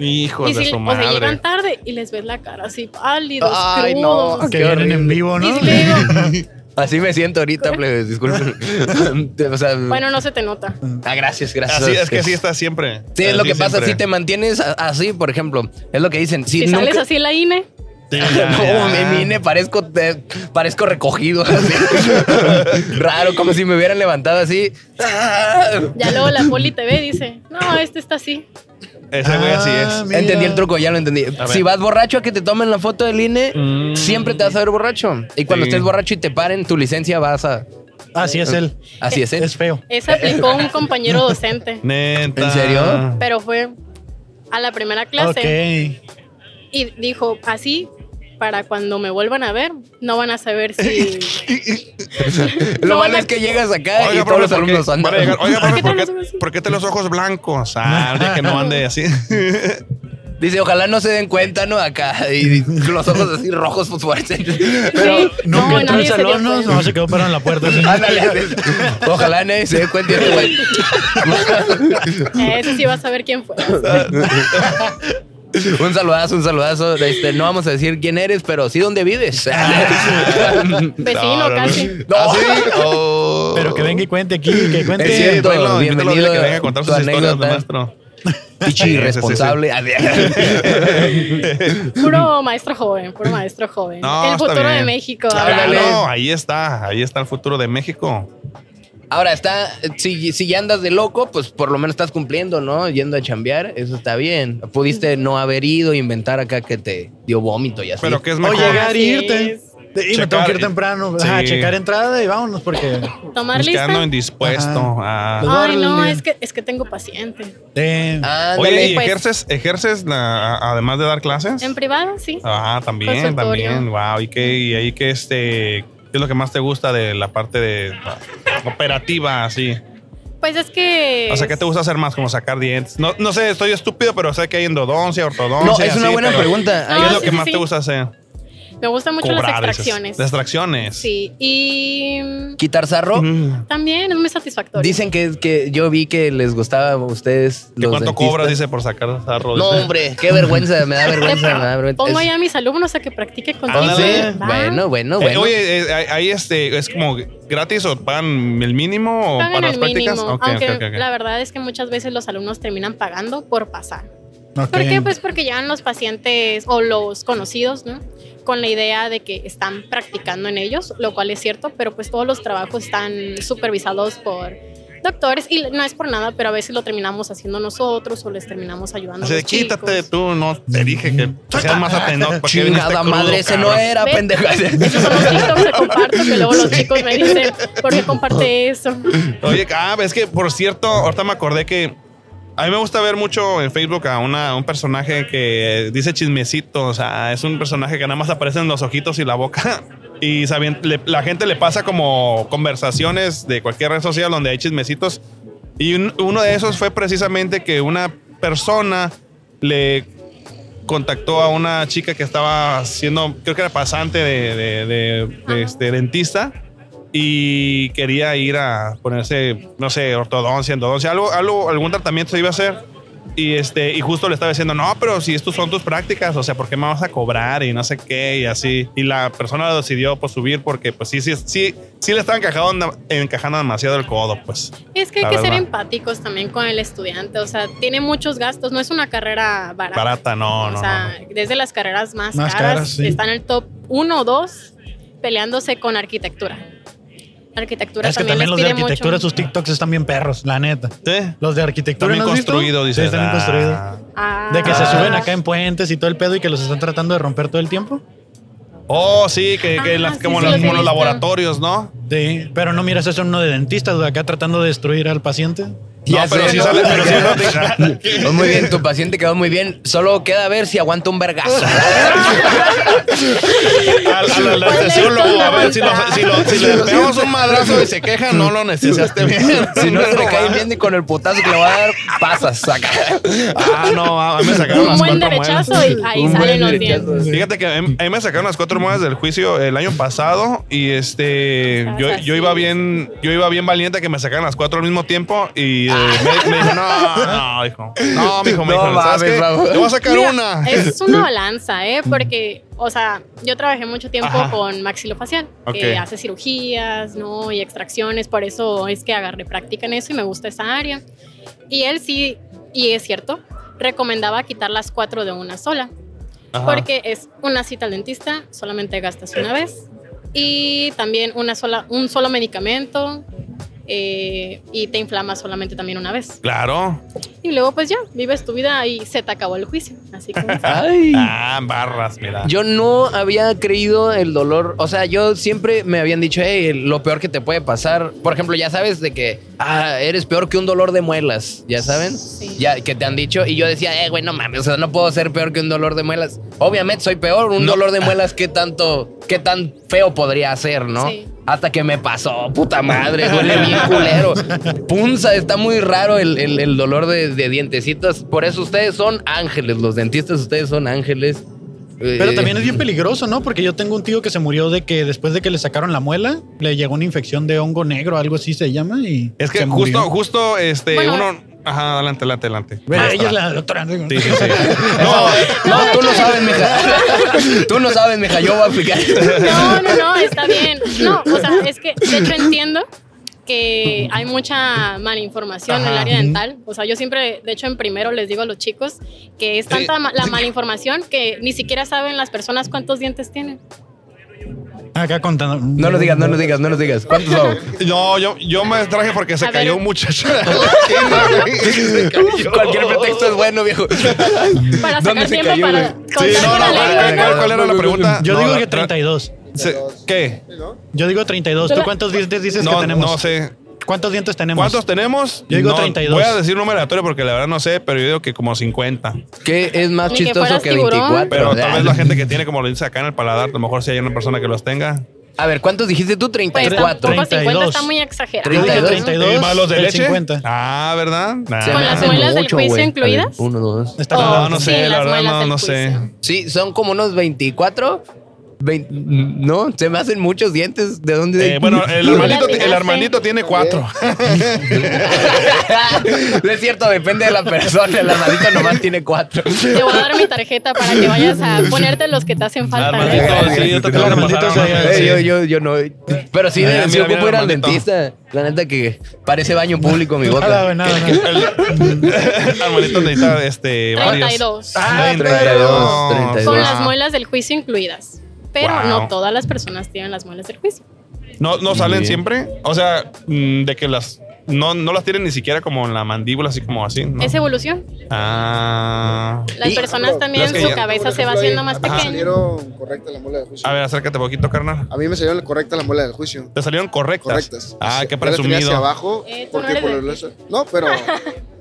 [SPEAKER 3] Hijos
[SPEAKER 8] Y
[SPEAKER 3] de
[SPEAKER 8] si,
[SPEAKER 3] su
[SPEAKER 8] o sea,
[SPEAKER 3] madre.
[SPEAKER 8] llegan tarde y les ves la cara así pálidos,
[SPEAKER 5] Ay, no.
[SPEAKER 8] crudos.
[SPEAKER 1] Que
[SPEAKER 5] Oh, Qué
[SPEAKER 1] vienen en
[SPEAKER 5] horrible.
[SPEAKER 1] vivo,
[SPEAKER 8] Y
[SPEAKER 1] ¿no?
[SPEAKER 8] sí le digo,
[SPEAKER 5] Así me siento ahorita, plebes, disculpen. o sea,
[SPEAKER 8] bueno, no se te nota.
[SPEAKER 5] ah, gracias, gracias.
[SPEAKER 3] Así es que así está siempre.
[SPEAKER 5] Sí, es lo que pasa. Si
[SPEAKER 3] siempre.
[SPEAKER 5] te mantienes a- así, por ejemplo, es lo que dicen. Si,
[SPEAKER 8] Si
[SPEAKER 5] nunca-
[SPEAKER 8] sales así en la E, INE,
[SPEAKER 3] Ya, ya.
[SPEAKER 5] No, me vine, parezco, te- parezco recogido. así. Raro, como si me hubieran levantado así.
[SPEAKER 8] ya luego la poli te ve y dice, no, este está así.
[SPEAKER 3] Ese güey así
[SPEAKER 1] Ah,
[SPEAKER 3] es.
[SPEAKER 1] mira.
[SPEAKER 5] Entendí el truco, ya lo entendí.
[SPEAKER 3] ver. Mm.
[SPEAKER 5] Si vas borracho a que te tomen la foto del INE, siempre te vas a ver borracho. Y cuando
[SPEAKER 3] Sí.
[SPEAKER 5] estés borracho y te paren tu licencia, vas a.
[SPEAKER 1] Así es él.
[SPEAKER 5] Así es, ¿eh?
[SPEAKER 1] Es feo.
[SPEAKER 8] Esa aplicó un compañero docente,
[SPEAKER 3] Neta.
[SPEAKER 5] ¿En serio?
[SPEAKER 8] pero fue a la primera clase
[SPEAKER 1] Ok.
[SPEAKER 8] y dijo, así, para cuando me vuelvan a ver, no van a saber si...
[SPEAKER 5] Lo
[SPEAKER 8] No,
[SPEAKER 5] malo
[SPEAKER 8] la-
[SPEAKER 5] es que llegas acá y
[SPEAKER 3] Oiga,
[SPEAKER 5] todos los
[SPEAKER 3] profe, ¿por qué?
[SPEAKER 5] alumnos
[SPEAKER 3] Van a
[SPEAKER 5] andan.
[SPEAKER 3] llegar, Oiga, profe,
[SPEAKER 8] qué
[SPEAKER 3] ¿por
[SPEAKER 8] tenemos así?
[SPEAKER 3] qué, por qué tiene los ojos blancos? Ah, ahorita que no ande así.
[SPEAKER 5] Dice, ojalá no se den cuenta, ¿no? Acá. Y los ojos así rojos pues, fosforescentes.
[SPEAKER 8] Sí,
[SPEAKER 1] Nunca entró al
[SPEAKER 8] nadie se dio
[SPEAKER 1] salón, no,
[SPEAKER 8] cuenta.
[SPEAKER 1] no se quedó parado en la puerta. así.
[SPEAKER 5] Ándale. Ojalá nadie se dé cuenta. y este güey-
[SPEAKER 8] Ese eh, sí va a saber quién fue.
[SPEAKER 5] Un saludazo, un saludazo. Este, no vamos a decir quién eres, pero sí dónde vives.
[SPEAKER 8] Vecino casi.
[SPEAKER 5] No.
[SPEAKER 3] ¿Ah, sí? Oh.
[SPEAKER 1] Pero que venga y cuente aquí, que
[SPEAKER 5] Es
[SPEAKER 1] cuente.
[SPEAKER 3] Sí,
[SPEAKER 5] cierto,
[SPEAKER 3] bueno, invítalo, dile que
[SPEAKER 5] bienvenido
[SPEAKER 3] venga a contar
[SPEAKER 5] tu
[SPEAKER 3] sus historias,
[SPEAKER 5] anécdota.
[SPEAKER 3] maestro.
[SPEAKER 5] Pichi irresponsable. Ah,
[SPEAKER 8] Puro maestro joven, puro maestro joven.
[SPEAKER 3] No,
[SPEAKER 8] El
[SPEAKER 3] está
[SPEAKER 8] futuro de
[SPEAKER 3] bien.
[SPEAKER 8] México.
[SPEAKER 5] Ándale.
[SPEAKER 3] Claro, ahí está, ahí está el futuro de México.
[SPEAKER 5] Ahora está, si, si ya andas de loco, pues por lo menos estás cumpliendo, ¿no? Yendo a chambear, eso está bien. Pudiste no haber ido, inventar acá que te dio vómito y así.
[SPEAKER 3] Pero que es
[SPEAKER 1] O
[SPEAKER 3] mejor.
[SPEAKER 1] llegar
[SPEAKER 8] Así
[SPEAKER 1] y irte.
[SPEAKER 8] es.
[SPEAKER 1] Y me
[SPEAKER 3] Checar,
[SPEAKER 1] tengo que ir
[SPEAKER 3] eh,
[SPEAKER 1] temprano. Ajá,
[SPEAKER 3] sí.
[SPEAKER 1] checar entrada y vámonos porque.
[SPEAKER 8] Tomar
[SPEAKER 3] Buscando
[SPEAKER 8] lista.
[SPEAKER 3] indispuesto.
[SPEAKER 1] Ajá.
[SPEAKER 3] Ah.
[SPEAKER 1] Los
[SPEAKER 8] Ay, no,
[SPEAKER 1] Barley.
[SPEAKER 8] es que, es que tengo paciente.
[SPEAKER 1] Eh,
[SPEAKER 5] Ándale.
[SPEAKER 3] Oye, ¿y
[SPEAKER 8] pues.
[SPEAKER 3] ejerces, ejerces la- además de dar clases?
[SPEAKER 8] En privado, sí.
[SPEAKER 3] Ah, también,
[SPEAKER 8] Consultorio.
[SPEAKER 3] también. Wow, y que y ahí que este, ¿qué es lo que más te gusta de la parte de la operativa así?
[SPEAKER 8] Pues es que.
[SPEAKER 3] O sea, ¿qué te gusta hacer más? Como sacar dientes. No, no sé, estoy estúpido, pero sé que hay endodoncia, ortodoncia.
[SPEAKER 5] no, es una
[SPEAKER 3] así,
[SPEAKER 5] buena
[SPEAKER 3] pero
[SPEAKER 5] pregunta.
[SPEAKER 3] ¿Qué
[SPEAKER 8] Ah,
[SPEAKER 3] es lo
[SPEAKER 8] sí,
[SPEAKER 3] que
[SPEAKER 8] sí,
[SPEAKER 3] más
[SPEAKER 8] sí.
[SPEAKER 3] te gusta hacer?
[SPEAKER 8] Me gustan mucho las
[SPEAKER 3] Cobrar, dices.
[SPEAKER 8] extracciones.
[SPEAKER 3] Las extracciones.
[SPEAKER 8] Sí. Y mm,
[SPEAKER 5] Quitar sarro.
[SPEAKER 3] Mm.
[SPEAKER 8] también es muy satisfactorio.
[SPEAKER 5] Dicen que, es que yo vi que les gustaba a ustedes
[SPEAKER 3] ¿Y
[SPEAKER 5] los
[SPEAKER 3] cuánto
[SPEAKER 5] dentistas.
[SPEAKER 3] cobras, dice, por sacar sarro?
[SPEAKER 5] No,
[SPEAKER 3] Dice.
[SPEAKER 5] hombre, qué vergüenza, me da vergüenza, me da vergüenza.
[SPEAKER 8] Pongo
[SPEAKER 5] Es-
[SPEAKER 8] ahí a mis alumnos a que practiquen contigo.
[SPEAKER 5] Ah,
[SPEAKER 3] Ándale.
[SPEAKER 5] sí.
[SPEAKER 8] Va.
[SPEAKER 5] Bueno, bueno,
[SPEAKER 3] Eh,
[SPEAKER 5] bueno.
[SPEAKER 3] oye, eh, ahí- ahí este, es como gratis o pagan el mínimo o
[SPEAKER 8] Pagan
[SPEAKER 3] para las
[SPEAKER 8] el mínimo.
[SPEAKER 3] prácticas. Ok, ok,
[SPEAKER 8] aunque
[SPEAKER 3] ok, ok.
[SPEAKER 8] la verdad es que muchas veces los alumnos terminan pagando por pasar.
[SPEAKER 1] ok.
[SPEAKER 8] ¿Por qué? Pues porque llevan los pacientes o los conocidos, ¿no? Con la idea de que están practicando en ellos, lo cual es cierto, pero pues todos los trabajos están supervisados por doctores y no es por nada, pero a veces lo terminamos haciendo nosotros o les terminamos ayudando.
[SPEAKER 3] Así
[SPEAKER 8] a
[SPEAKER 3] de,
[SPEAKER 8] los
[SPEAKER 3] quítate
[SPEAKER 8] chicos.
[SPEAKER 3] tú, no te dije que seas Pues más atento.
[SPEAKER 5] Chingada madre, ese no era,
[SPEAKER 8] ¿Ves?
[SPEAKER 5] pendeja.
[SPEAKER 8] Esos son los TikToks que comparto, que luego los chicos me dicen, ¿por qué comparte eso?
[SPEAKER 3] Oye, ah, es que por cierto, ahorita me acordé que a mí me gusta ver mucho en Facebook a una, un personaje que dice chismecito. O sea, es un personaje que nada más aparecen los ojitos y la boca. Y sabien- le- la gente le pasa como conversaciones de cualquier red social donde hay chismecitos. Y un- uno de esos fue precisamente que una persona le contactó a una chica que estaba siendo, creo que era pasante de, de- de- de,
[SPEAKER 8] Ajá.
[SPEAKER 3] este, dentista y quería ir a ponerse, no sé, ortodoncia, endodoncia, algo, algo, algún tratamiento se iba a hacer. Y, este, y justo le estaba diciendo, no, pero si estos son tus prácticas, o sea, ¿por qué me vas a cobrar? Y no sé qué, y así. Y la persona decidió pues, subir porque, pues sí, sí, sí, sí le estaba encajando, encajando demasiado el codo, pues.
[SPEAKER 8] Es que hay
[SPEAKER 3] La
[SPEAKER 8] que ser
[SPEAKER 3] verdad.
[SPEAKER 8] empáticos también con el estudiante, o sea, tiene muchos gastos, no es una carrera barata.
[SPEAKER 3] Barata, no,
[SPEAKER 8] o
[SPEAKER 3] no,
[SPEAKER 8] sea,
[SPEAKER 3] no.
[SPEAKER 8] desde las carreras más,
[SPEAKER 1] Más
[SPEAKER 8] caras,
[SPEAKER 1] caras, sí.
[SPEAKER 8] está en el top 1 o 2 peleándose con arquitectura. Arquitectura
[SPEAKER 1] Es que
[SPEAKER 8] también,
[SPEAKER 1] también los
[SPEAKER 8] les
[SPEAKER 1] de
[SPEAKER 8] pide
[SPEAKER 1] arquitectura,
[SPEAKER 8] mucho.
[SPEAKER 1] sus TikToks están bien perros, la neta.
[SPEAKER 3] Sí.
[SPEAKER 1] Los de arquitectura.
[SPEAKER 3] También
[SPEAKER 1] ¿no has visto?
[SPEAKER 3] construido, dice.
[SPEAKER 1] Sí, están bien construidos.
[SPEAKER 8] Ah.
[SPEAKER 1] "Ah". De que se suben acá en puentes y todo el pedo y que los están tratando de romper todo el tiempo.
[SPEAKER 3] Oh, sí, que, que
[SPEAKER 8] Ah,
[SPEAKER 3] las,
[SPEAKER 8] sí,
[SPEAKER 3] como,
[SPEAKER 8] sí,
[SPEAKER 3] las-
[SPEAKER 8] los he
[SPEAKER 3] como
[SPEAKER 8] visto.
[SPEAKER 3] los laboratorios, ¿no?
[SPEAKER 1] Sí, pero no miras eso en uno de dentistas, acá tratando de destruir al paciente.
[SPEAKER 5] Ya
[SPEAKER 3] pero
[SPEAKER 5] sé,
[SPEAKER 3] sí
[SPEAKER 5] ¿no?
[SPEAKER 3] sale, pero sí sale.
[SPEAKER 5] Pues muy bien, tu paciente quedó muy bien. Solo queda ver si aguanta un vergazo.
[SPEAKER 4] Al, al- al
[SPEAKER 8] ¿Cuál es
[SPEAKER 4] anestesiólogo,
[SPEAKER 8] tu
[SPEAKER 4] a ver si, lo, si, lo- si le pegamos un madrazo y se queja, no lo anestesiaste bien.
[SPEAKER 5] Si no se le cae bien ni con el putazo que le va a dar, pasas. Saca.
[SPEAKER 3] Ah, no, a mí me sacaron
[SPEAKER 8] Un
[SPEAKER 3] las
[SPEAKER 8] buen
[SPEAKER 3] cuatro muelas.
[SPEAKER 8] derechazo y ahí
[SPEAKER 5] Un
[SPEAKER 8] salen
[SPEAKER 5] buen
[SPEAKER 8] los
[SPEAKER 5] derechazo.
[SPEAKER 8] dientes.
[SPEAKER 3] Fíjate que a mí a mí me sacaron las cuatro monedas del juicio el año pasado y este yo, yo iba bien yo iba bien valiente que me sacaran las cuatro al mismo tiempo y eh, me, me dijo no no hijo no mijo me
[SPEAKER 5] No
[SPEAKER 3] dijo ¿sabes
[SPEAKER 5] mames,
[SPEAKER 3] qué?
[SPEAKER 5] bravo.
[SPEAKER 3] te voy a sacar
[SPEAKER 8] Mira,
[SPEAKER 3] una
[SPEAKER 8] Es una balanza, ¿eh? Porque, o sea, yo trabajé mucho tiempo
[SPEAKER 3] Ajá.
[SPEAKER 8] con maxilofacial,
[SPEAKER 3] Ok.
[SPEAKER 8] que hace cirugías, ¿no? Y extracciones, por eso es que agarré práctica en eso y me gusta esa área. Y él sí, y es cierto, recomendaba quitar las cuatro de una sola,
[SPEAKER 3] Ajá.
[SPEAKER 8] porque es una cita al dentista, solamente gastas una vez, y también una sola, un solo medicamento, eh, y te inflamas solamente también una vez.
[SPEAKER 3] claro
[SPEAKER 8] Y luego, pues ya, vives tu vida y se te acabó el juicio. Así que.
[SPEAKER 5] Ay.
[SPEAKER 3] ah barras mira
[SPEAKER 5] Yo no había creído el dolor. O sea, yo siempre me habían dicho, hey, lo peor que te puede pasar. Por ejemplo, ya sabes de que ah, eres peor que un dolor de muelas. Ya saben.
[SPEAKER 8] Sí.
[SPEAKER 5] Ya que te han dicho. Y yo decía, eh, güey, no mames. O sea, no puedo ser peor que un dolor de muelas. Obviamente soy peor. Un dolor de muelas, ¿qué tanto, qué tan feo podría ser, no?
[SPEAKER 8] Sí.
[SPEAKER 5] Hasta que me pasó, puta madre, duele bien culero. Punza, está muy raro el, el- el dolor de, de dientecitos. Por eso ustedes son ángeles, los dentistas, ustedes son ángeles. Eh,
[SPEAKER 1] Pero también es bien peligroso, ¿no? Porque yo tengo un tío que se murió de que después de que le sacaron la muela, le llegó una infección de hongo negro, algo así se llama, y
[SPEAKER 3] es que
[SPEAKER 1] se
[SPEAKER 3] justo
[SPEAKER 1] murió.
[SPEAKER 3] justo este
[SPEAKER 8] Bueno.
[SPEAKER 3] uno ajá adelante adelante adelante
[SPEAKER 1] Ve, ella es la doctora.
[SPEAKER 3] sí, sí, sí.
[SPEAKER 5] No, no, tú no sabes, mija. Tú no sabes, mija. Yo voy a aplicar.
[SPEAKER 8] No, no, no, está bien. No, o sea, es que de hecho entiendo que hay mucha malinformación en el área dental. O sea, yo siempre, de hecho, en primero les digo a los chicos que es tanta ma- la malinformación que ni siquiera saben las personas cuántos dientes tienen.
[SPEAKER 1] Acá contando.
[SPEAKER 5] No lo digas, no lo digas, no lo digas. ¿Cuántos son?
[SPEAKER 3] no yo yo me traje porque se
[SPEAKER 8] A
[SPEAKER 3] cayó
[SPEAKER 8] ver.
[SPEAKER 3] un muchacho de la tienda, güey. Se cayó.
[SPEAKER 5] Cualquier pretexto es bueno, viejo.
[SPEAKER 8] Para sacar
[SPEAKER 5] ¿Dónde se
[SPEAKER 8] tiempo
[SPEAKER 5] cayó,
[SPEAKER 8] para
[SPEAKER 5] güey?
[SPEAKER 3] Sí,
[SPEAKER 8] contar
[SPEAKER 3] no,
[SPEAKER 8] con
[SPEAKER 3] no,
[SPEAKER 8] la
[SPEAKER 3] ¿cuál,
[SPEAKER 8] lengua,
[SPEAKER 3] cuál-
[SPEAKER 8] ¿no?
[SPEAKER 3] cuál era la pregunta?
[SPEAKER 1] Yo
[SPEAKER 3] No,
[SPEAKER 1] digo
[SPEAKER 3] la-
[SPEAKER 1] que 32.
[SPEAKER 3] se- ¿Qué?
[SPEAKER 1] Yo digo 32. ¿Tú
[SPEAKER 8] Yo la-
[SPEAKER 1] cuántos dientes dices que
[SPEAKER 3] No,
[SPEAKER 1] tenemos?
[SPEAKER 3] no sé.
[SPEAKER 1] ¿Cuántos dientes tenemos?
[SPEAKER 3] ¿Cuántos tenemos?
[SPEAKER 1] Yo digo
[SPEAKER 3] No,
[SPEAKER 1] 32.
[SPEAKER 3] Voy a decir un número aleatorio porque la verdad no sé, pero yo digo que como 50.
[SPEAKER 5] ¿Qué Eh, es más
[SPEAKER 8] Ni que
[SPEAKER 5] chistoso
[SPEAKER 8] fueras
[SPEAKER 5] que
[SPEAKER 8] tiburón.
[SPEAKER 5] 24?
[SPEAKER 3] Pero tal vez la gente que tiene, como lo dice acá en el paladar, a lo mejor si hay una persona que los tenga.
[SPEAKER 5] A ver, ¿cuántos dijiste tú?
[SPEAKER 8] Pues
[SPEAKER 5] 34.
[SPEAKER 8] tampoco 50 está
[SPEAKER 1] 32.
[SPEAKER 8] muy exagerado.
[SPEAKER 1] Yo dije
[SPEAKER 5] 32.
[SPEAKER 1] 32.
[SPEAKER 3] ¿Y más los de
[SPEAKER 1] el
[SPEAKER 3] leche?
[SPEAKER 1] 50.
[SPEAKER 3] Ah, ¿verdad? Nah.
[SPEAKER 5] Se me
[SPEAKER 8] ¿Con las
[SPEAKER 5] hacen
[SPEAKER 8] muelas del
[SPEAKER 5] mucho,
[SPEAKER 8] juicio
[SPEAKER 5] güey. A ver,
[SPEAKER 8] incluidas?
[SPEAKER 5] Uno, dos.
[SPEAKER 1] Está
[SPEAKER 8] Oh,
[SPEAKER 1] raro.
[SPEAKER 3] No, no
[SPEAKER 8] sí,
[SPEAKER 3] sé,
[SPEAKER 8] las
[SPEAKER 3] la verdad,
[SPEAKER 8] muelas
[SPEAKER 3] no,
[SPEAKER 8] del
[SPEAKER 3] no sé.
[SPEAKER 8] juicio.
[SPEAKER 5] Sí, son como unos 24. vein- no, se me hacen muchos dientes. ¿De dónde?
[SPEAKER 3] Eh, bueno, el
[SPEAKER 8] Tú la
[SPEAKER 3] hermanito, el
[SPEAKER 8] tiraste.
[SPEAKER 3] hermanito tiene cuatro.
[SPEAKER 5] no es cierto, depende de la persona. La hermanita nomás tiene cuatro.
[SPEAKER 8] Te voy a dar mi tarjeta para que vayas a ponerte los que te hacen falta. ¿eh?
[SPEAKER 3] Ah, Hermanito, sí, yo te tengo que
[SPEAKER 1] Hermanito,
[SPEAKER 3] pasar una.
[SPEAKER 1] sí.
[SPEAKER 5] Eh,
[SPEAKER 3] Sí.
[SPEAKER 5] yo, yo, yo no. Pero sí,
[SPEAKER 3] Mira,
[SPEAKER 5] sí
[SPEAKER 3] mira,
[SPEAKER 5] ocupo
[SPEAKER 3] mira,
[SPEAKER 5] ir al
[SPEAKER 3] hermanito.
[SPEAKER 5] dentista. La neta que parece baño público mi
[SPEAKER 1] Nada,
[SPEAKER 5] boca.
[SPEAKER 1] güey, nada, nada.
[SPEAKER 3] Hermanito necesita este, varios.
[SPEAKER 8] 32.
[SPEAKER 3] Ah,
[SPEAKER 5] 32, 32.
[SPEAKER 8] Con
[SPEAKER 5] Wow.
[SPEAKER 8] las muelas del juicio incluidas. Pero
[SPEAKER 3] Wow.
[SPEAKER 8] no todas las personas tienen las muelas del juicio.
[SPEAKER 3] ¿No, no
[SPEAKER 5] Bien.
[SPEAKER 3] salen siempre? O sea, mm, de que las... No, no las tienen ni siquiera como en la mandíbula, así como así. ¿no?
[SPEAKER 8] Es evolución.
[SPEAKER 3] Ah.
[SPEAKER 8] Las
[SPEAKER 5] Y-
[SPEAKER 8] personas también,
[SPEAKER 3] Las que
[SPEAKER 8] su
[SPEAKER 3] ya-
[SPEAKER 8] cabeza se va haciendo más
[SPEAKER 3] Ajá.
[SPEAKER 8] pequeña.
[SPEAKER 2] salieron correcta la muela del juicio.
[SPEAKER 3] A ver, acércate poquito, carnal.
[SPEAKER 2] A mí me salieron correcta la muela del juicio.
[SPEAKER 3] Te salieron correctas.
[SPEAKER 2] Correctas.
[SPEAKER 3] Ah, qué
[SPEAKER 2] Yo la tenía hacia
[SPEAKER 3] presumido.
[SPEAKER 2] abajo.
[SPEAKER 8] Eh, tú
[SPEAKER 2] porque
[SPEAKER 8] no eres
[SPEAKER 2] por lo
[SPEAKER 8] dentista.
[SPEAKER 2] menos- No, pero...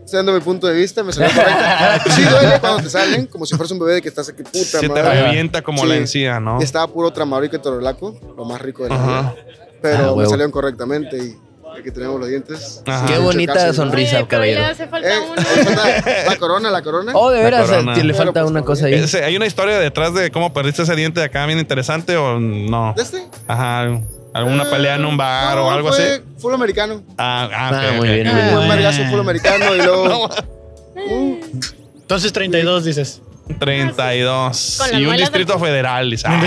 [SPEAKER 2] Siendo mi punto de vista, me salió correcta. Sí duele cuando te salen, como si fueras un bebé de que estás aquí, puta
[SPEAKER 3] Se te
[SPEAKER 2] madre.
[SPEAKER 3] revienta como
[SPEAKER 2] Sí.
[SPEAKER 3] la encía, ¿no?
[SPEAKER 2] Y estaba puro tramarico y torolaco, lo más rico de la
[SPEAKER 3] Ajá.
[SPEAKER 2] vida. Pero
[SPEAKER 5] Ah,
[SPEAKER 2] me
[SPEAKER 5] huevo.
[SPEAKER 2] salieron correctamente y aquí tenemos los dientes.
[SPEAKER 3] Ajá.
[SPEAKER 5] Qué
[SPEAKER 2] Mucho
[SPEAKER 5] bonita
[SPEAKER 2] caso, ¿no?
[SPEAKER 5] sonrisa.
[SPEAKER 8] Oye,
[SPEAKER 5] Risa,
[SPEAKER 8] pero
[SPEAKER 5] caballero.
[SPEAKER 8] le hace falta
[SPEAKER 2] Eh,
[SPEAKER 8] uno.
[SPEAKER 2] ahí está la corona, la corona.
[SPEAKER 5] Oh, de veras,
[SPEAKER 3] corona.
[SPEAKER 5] eh, le
[SPEAKER 2] Pero,
[SPEAKER 5] falta
[SPEAKER 2] pues,
[SPEAKER 5] una
[SPEAKER 2] no.
[SPEAKER 5] cosa ahí.
[SPEAKER 3] Eh, se- ¿Hay una historia detrás de cómo perdiste ese diente de acá bien interesante o no?
[SPEAKER 2] ¿De este?
[SPEAKER 3] Ajá. ¿Alguna
[SPEAKER 2] Eh,
[SPEAKER 3] pelea en un bar o
[SPEAKER 2] no,
[SPEAKER 3] algo
[SPEAKER 2] fue
[SPEAKER 3] así?
[SPEAKER 2] Full americano.
[SPEAKER 3] Ah, ah,
[SPEAKER 5] Ah,
[SPEAKER 3] ok,
[SPEAKER 5] muy
[SPEAKER 3] ok.
[SPEAKER 5] bien.
[SPEAKER 2] Fue
[SPEAKER 1] bueno.
[SPEAKER 2] un vergazo full americano y luego.
[SPEAKER 1] Entonces 32 dices.
[SPEAKER 5] Ah,
[SPEAKER 3] 32.
[SPEAKER 8] Con las
[SPEAKER 3] Y un
[SPEAKER 8] muelas del-
[SPEAKER 3] distrito federal. dice, ah.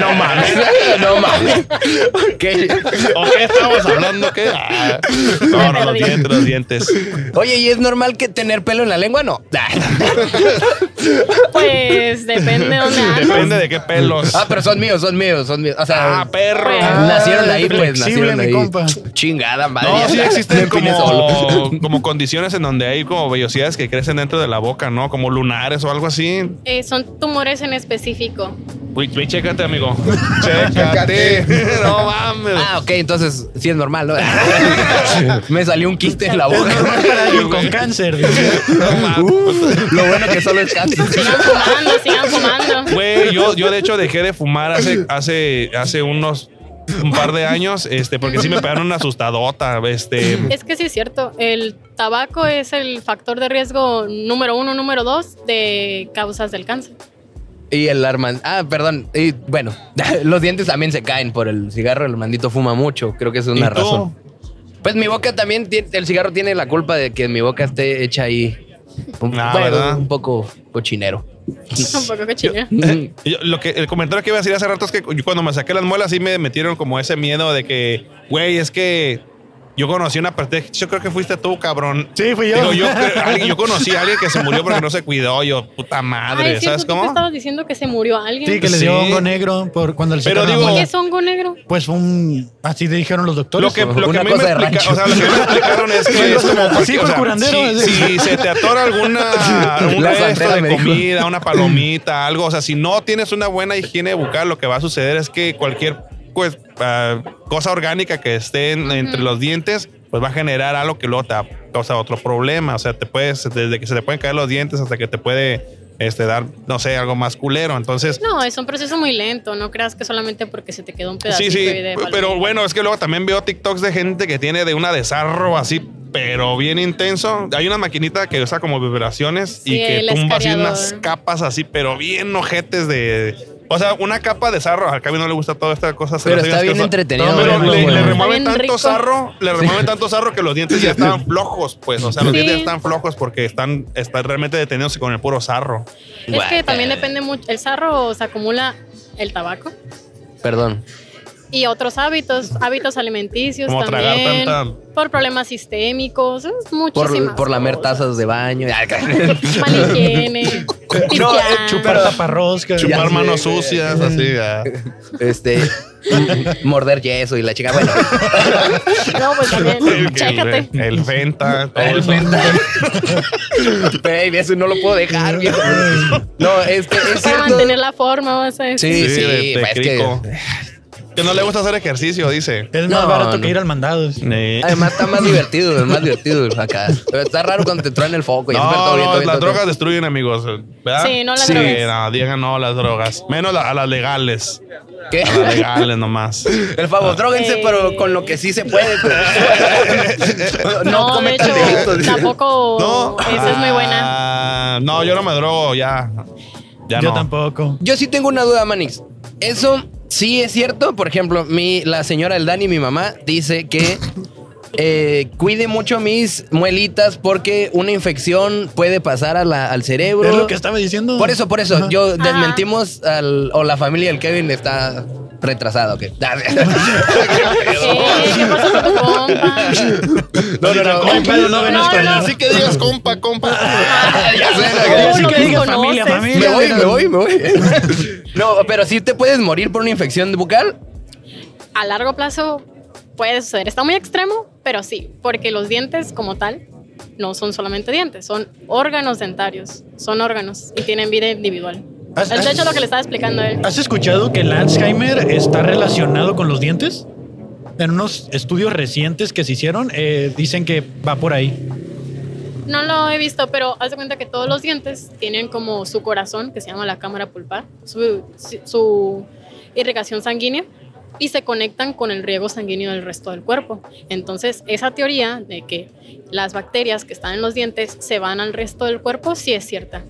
[SPEAKER 3] no mames.
[SPEAKER 5] no mames. ¿Qué?
[SPEAKER 3] ¿O qué estamos hablando? ¿Qué? Ah. No, no, los dientes, los dientes.
[SPEAKER 5] Oye, ¿y es normal que tener pelo en la lengua? No.
[SPEAKER 3] Ah.
[SPEAKER 8] Pues depende de dónde andas.
[SPEAKER 3] Depende de qué pelos.
[SPEAKER 5] Ah, pero son míos, son míos, son míos. O sea,
[SPEAKER 3] Ah, perro.
[SPEAKER 8] Pues,
[SPEAKER 5] nacieron
[SPEAKER 1] Ah,
[SPEAKER 5] ahí, pues.
[SPEAKER 1] flexible,
[SPEAKER 5] Nacieron
[SPEAKER 1] mi
[SPEAKER 5] ahí.
[SPEAKER 1] compa.
[SPEAKER 5] Chingada madre.
[SPEAKER 3] No,
[SPEAKER 5] ya
[SPEAKER 3] sí
[SPEAKER 5] está. Me
[SPEAKER 3] existen
[SPEAKER 5] empiné solo.
[SPEAKER 3] como, como condiciones en donde hay como vellosidades que crecen dentro de la boca, ¿no? Como tumores o algo así.
[SPEAKER 8] Eh, son tumores en específico.
[SPEAKER 7] Uy, uy, chécate, amigo.
[SPEAKER 3] Chécate. no mames.
[SPEAKER 5] Ah, ok, entonces sí es normal, ¿no? Me salió un quiste en la boca.
[SPEAKER 1] Para alguien con cáncer. dice.
[SPEAKER 3] No mames.
[SPEAKER 5] Lo bueno que solo es cáncer.
[SPEAKER 8] Sigan fumando, sigan fumando.
[SPEAKER 3] Güey, yo, yo de hecho dejé de fumar hace, hace, hace unos un par de años, este, porque sí me pegaron una asustadota, este.
[SPEAKER 8] Es que sí es cierto, el tabaco es el factor de riesgo número uno, número dos de causas del cáncer.
[SPEAKER 5] Y el Armand. Ah, perdón. Y bueno, los dientes también se caen por el cigarro. El Armandito fuma mucho. Creo que esa es
[SPEAKER 3] ¿Y
[SPEAKER 5] una
[SPEAKER 3] tú?
[SPEAKER 5] razón. Pues mi boca también. tiene- el cigarro tiene la culpa de que mi boca esté hecha ahí. Un,
[SPEAKER 3] Ah,
[SPEAKER 5] bueno,
[SPEAKER 3] ¿verdad?
[SPEAKER 5] un poco cochinero.
[SPEAKER 8] Un poco cochina.
[SPEAKER 5] Ujú.
[SPEAKER 3] Yo- mm, lo que, el comentario que iba a decir hace rato es que yo cuando me saqué las muelas sí me metieron como ese miedo de que, güey, es que yo conocí una persona, yo creo que fuiste tú, cabrón.
[SPEAKER 1] Sí, fui yo.
[SPEAKER 3] Digo, yo, cre- alguien- yo conocí a alguien que se murió porque no se cuidó, yo, puta madre,
[SPEAKER 8] Ay,
[SPEAKER 3] ¿sabes
[SPEAKER 8] cierto, tú te
[SPEAKER 3] cómo?
[SPEAKER 8] estabas diciendo que se murió alguien.
[SPEAKER 1] Sí, que le
[SPEAKER 3] Sí.
[SPEAKER 1] dio hongo negro por cuando le
[SPEAKER 3] Pero
[SPEAKER 1] sacaron la
[SPEAKER 3] digo-
[SPEAKER 1] muela.
[SPEAKER 8] ¿Qué es hongo negro?
[SPEAKER 1] Pues un. Así dijeron los doctores.
[SPEAKER 3] Lo que,
[SPEAKER 5] o
[SPEAKER 3] lo que
[SPEAKER 5] una
[SPEAKER 3] a mí me
[SPEAKER 5] cosa de
[SPEAKER 3] explica-
[SPEAKER 5] rancho.
[SPEAKER 3] o sea, lo que me explicaron es que
[SPEAKER 1] Sí,
[SPEAKER 3] es como
[SPEAKER 1] así
[SPEAKER 3] porque,
[SPEAKER 1] fue
[SPEAKER 3] o sea,
[SPEAKER 1] el curandero,
[SPEAKER 3] si,
[SPEAKER 1] sí.
[SPEAKER 3] si se te atora alguna un
[SPEAKER 5] La
[SPEAKER 3] resto
[SPEAKER 5] santera
[SPEAKER 3] de
[SPEAKER 5] me dijo.
[SPEAKER 3] comida, una palomita, algo, o sea, si no tienes una buena higiene bucal, lo que va a suceder es que cualquier pues, ah, cosa orgánica que esté en- entre los dientes, pues va a generar algo que luego te va a causar otro problema, o sea, te puedes desde que se te pueden caer los dientes hasta que te puede este dar, no sé, algo más culero, entonces
[SPEAKER 8] No, es un proceso muy lento. No creas que solamente porque se te quedó un
[SPEAKER 3] Sí,
[SPEAKER 8] pedacito
[SPEAKER 3] sí,
[SPEAKER 8] ahí de
[SPEAKER 3] pero
[SPEAKER 8] palomita.
[SPEAKER 3] bueno, es que luego también veo TikToks de gente que tiene de una desarro así, pero bien intenso. Hay una maquinita que usa como vibraciones y
[SPEAKER 8] Sí,
[SPEAKER 3] que
[SPEAKER 8] el
[SPEAKER 3] tumba así
[SPEAKER 8] escariador.
[SPEAKER 3] unas capas así, pero bien ojetes de... O sea, una capa de sarro. Al Cabi no le gusta toda esta cosa. se
[SPEAKER 5] Pero
[SPEAKER 3] le hace
[SPEAKER 5] está bien
[SPEAKER 3] asqueroso.
[SPEAKER 5] entretenido
[SPEAKER 3] No, pero
[SPEAKER 5] verlo,
[SPEAKER 3] le,
[SPEAKER 5] güey.
[SPEAKER 3] le
[SPEAKER 5] Está
[SPEAKER 3] remueven
[SPEAKER 8] bien
[SPEAKER 3] tanto
[SPEAKER 8] rico.
[SPEAKER 3] sarro, le remueven tanto sarro que los dientes ya están flojos, pues. O sea, los
[SPEAKER 8] Sí.
[SPEAKER 3] dientes ya están flojos porque están, están realmente deteniéndose con el puro sarro.
[SPEAKER 8] Es que
[SPEAKER 5] Guácala.
[SPEAKER 8] también depende mucho. El sarro se acumula el tabaco
[SPEAKER 5] Perdón.
[SPEAKER 8] y otros hábitos, hábitos alimenticios
[SPEAKER 3] Como tragar
[SPEAKER 8] también.
[SPEAKER 3] tanta-
[SPEAKER 8] Por problemas sistémicos, es muchísimas
[SPEAKER 5] Por, por lamer
[SPEAKER 8] cosas.
[SPEAKER 5] tazas de baño. eh,
[SPEAKER 8] Mala higiene, pistear.
[SPEAKER 1] Chupar taparrosca.
[SPEAKER 3] Chupar
[SPEAKER 5] sé,
[SPEAKER 3] manos
[SPEAKER 5] güey.
[SPEAKER 3] sucias, así. ya.
[SPEAKER 5] este. morder yeso y la chica. Bueno.
[SPEAKER 8] No, pues también,
[SPEAKER 3] El-
[SPEAKER 8] chécate.
[SPEAKER 3] El, el Fenta, todo
[SPEAKER 5] El
[SPEAKER 3] eso.
[SPEAKER 5] Fenta. Baby, eso no lo puedo dejar, viejo. No, este, es
[SPEAKER 8] Para
[SPEAKER 5] cierto.
[SPEAKER 8] mantener la forma, vas a decir.
[SPEAKER 5] Sí, sí,
[SPEAKER 3] Sí, de- de
[SPEAKER 5] pues, es
[SPEAKER 3] crico.
[SPEAKER 5] que
[SPEAKER 3] Que no le gusta hacer ejercicio, dice.
[SPEAKER 1] Es más
[SPEAKER 5] No,
[SPEAKER 1] barato
[SPEAKER 5] no.
[SPEAKER 1] que ir al mandado.
[SPEAKER 5] Además está más divertido, es más divertido acá. Pero está raro cuando te traen el foco y
[SPEAKER 3] No,
[SPEAKER 5] siempre todo bien,
[SPEAKER 3] no,
[SPEAKER 5] todo bien,
[SPEAKER 3] las
[SPEAKER 5] todo
[SPEAKER 3] drogas destruyen, amigos. ¿Verdad?
[SPEAKER 8] Sí, no las
[SPEAKER 3] sí,
[SPEAKER 8] drogas.
[SPEAKER 3] No, digan no a las drogas. Menos la- a las legales.
[SPEAKER 5] bien.
[SPEAKER 3] A las
[SPEAKER 5] ¿Qué?
[SPEAKER 3] legales nomás.
[SPEAKER 5] El favor, dróguense,
[SPEAKER 8] Eh.
[SPEAKER 5] pero con lo que sí se puede. pero-
[SPEAKER 8] No, de
[SPEAKER 5] cometan
[SPEAKER 8] hecho,
[SPEAKER 5] delitos.
[SPEAKER 8] tampoco.
[SPEAKER 3] No.
[SPEAKER 8] Esa es muy buena.
[SPEAKER 3] Ah, no, yo no me drogo, ya. Ya
[SPEAKER 1] Yo
[SPEAKER 3] Ah, no.
[SPEAKER 1] tampoco.
[SPEAKER 5] Yo sí tengo una duda, Manix. Eso sí es cierto. Por ejemplo, mi, la señora del Dani, mi mamá, dice que eh, cuide mucho mis muelitas porque una infección puede pasar a la- al cerebro.
[SPEAKER 1] Es lo que estaba diciendo.
[SPEAKER 5] Por eso, por eso, yo
[SPEAKER 8] Ajá.
[SPEAKER 5] desmentimos al, o la familia del Kevin está retrasada, ¿ok?
[SPEAKER 8] Eh, ¿Qué pasó con tu compa?
[SPEAKER 1] No, no, no. Un pedo no ven
[SPEAKER 8] No,
[SPEAKER 1] español.
[SPEAKER 8] no.
[SPEAKER 4] Así que digas, compa, compa.
[SPEAKER 5] Ya sé,
[SPEAKER 8] No,
[SPEAKER 5] güey.
[SPEAKER 1] Así
[SPEAKER 8] no
[SPEAKER 1] que
[SPEAKER 8] los
[SPEAKER 1] digas
[SPEAKER 8] conoces.
[SPEAKER 1] familia, familia.
[SPEAKER 5] me voy, me voy, me voy. No, pero sí te puedes morir por una infección bucal.
[SPEAKER 8] A largo plazo puede suceder. Está muy extremo, pero sí, porque los dientes, como tal, no son solamente dientes, son órganos dentarios. Son órganos y tienen vida individual.
[SPEAKER 5] Ah,
[SPEAKER 1] Has-
[SPEAKER 8] Es de hecho
[SPEAKER 1] has-
[SPEAKER 8] lo que le estaba explicando a él.
[SPEAKER 1] ¿Has escuchado que el Alzheimer está relacionado con los dientes? En unos estudios recientes que se hicieron, eh, dicen que va por ahí.
[SPEAKER 8] No lo he visto, pero haz de cuenta que todos los dientes tienen como su corazón, que se llama la cámara pulpar, su, su- su irrigación sanguínea, y se conectan con el riego sanguíneo del resto del cuerpo. Entonces, esa teoría de que las bacterias que están en los dientes se van al resto del cuerpo, sí es cierta.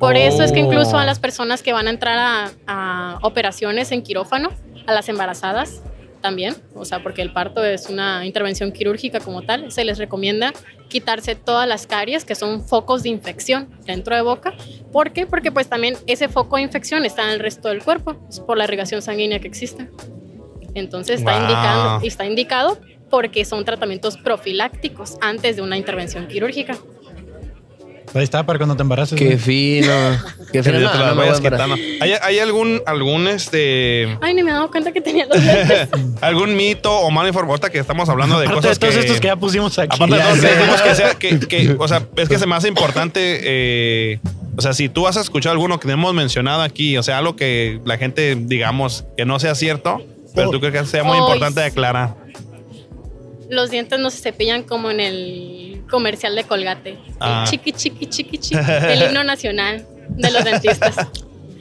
[SPEAKER 8] Por eso es que incluso a las personas que van a entrar a, a operaciones en quirófano, a las embarazadas también, o sea, porque el parto es una intervención quirúrgica como tal, se les recomienda quitarse todas las caries que son focos de infección dentro de boca. ¿Por qué? Porque pues también ese foco de infección está en el resto del cuerpo, es por la irrigación sanguínea que existe. Entonces está,
[SPEAKER 3] Wow.
[SPEAKER 8] indicando, está indicado porque son tratamientos profilácticos antes de una intervención quirúrgica.
[SPEAKER 1] Ahí está para cuando te embaraces.
[SPEAKER 5] Qué
[SPEAKER 1] güey.
[SPEAKER 5] fino. Qué
[SPEAKER 3] Que
[SPEAKER 5] fino.
[SPEAKER 3] ya
[SPEAKER 5] No,
[SPEAKER 3] te
[SPEAKER 5] no
[SPEAKER 3] las
[SPEAKER 5] me
[SPEAKER 3] vayas
[SPEAKER 5] voy a parar.
[SPEAKER 3] quitando. ¿Hay, hay algún, algún, este,
[SPEAKER 8] Ay, ni me he dado cuenta que tenía los dientes.
[SPEAKER 3] algún mito o mala información Ahorita que estamos hablando de
[SPEAKER 1] Aparte de
[SPEAKER 3] cosas
[SPEAKER 1] todos estos que ya pusimos aquí.
[SPEAKER 3] Aparte de
[SPEAKER 1] Ya
[SPEAKER 3] todo,
[SPEAKER 1] sé.
[SPEAKER 3] tenemos que hacer que, que, o sea, es que se me hace importante eh, O sea, si tú has escuchado alguno que hemos mencionado aquí, o sea, algo que la gente, digamos, que no sea cierto, pero tú crees que sea muy
[SPEAKER 8] Ay,
[SPEAKER 3] importante
[SPEAKER 8] sí.
[SPEAKER 3] declarar.
[SPEAKER 8] Los dientes no se cepillan como en el comercial de Colgate. El
[SPEAKER 3] Ah.
[SPEAKER 8] chiqui, chiqui, chiqui, chiqui. El himno nacional de los dentistas.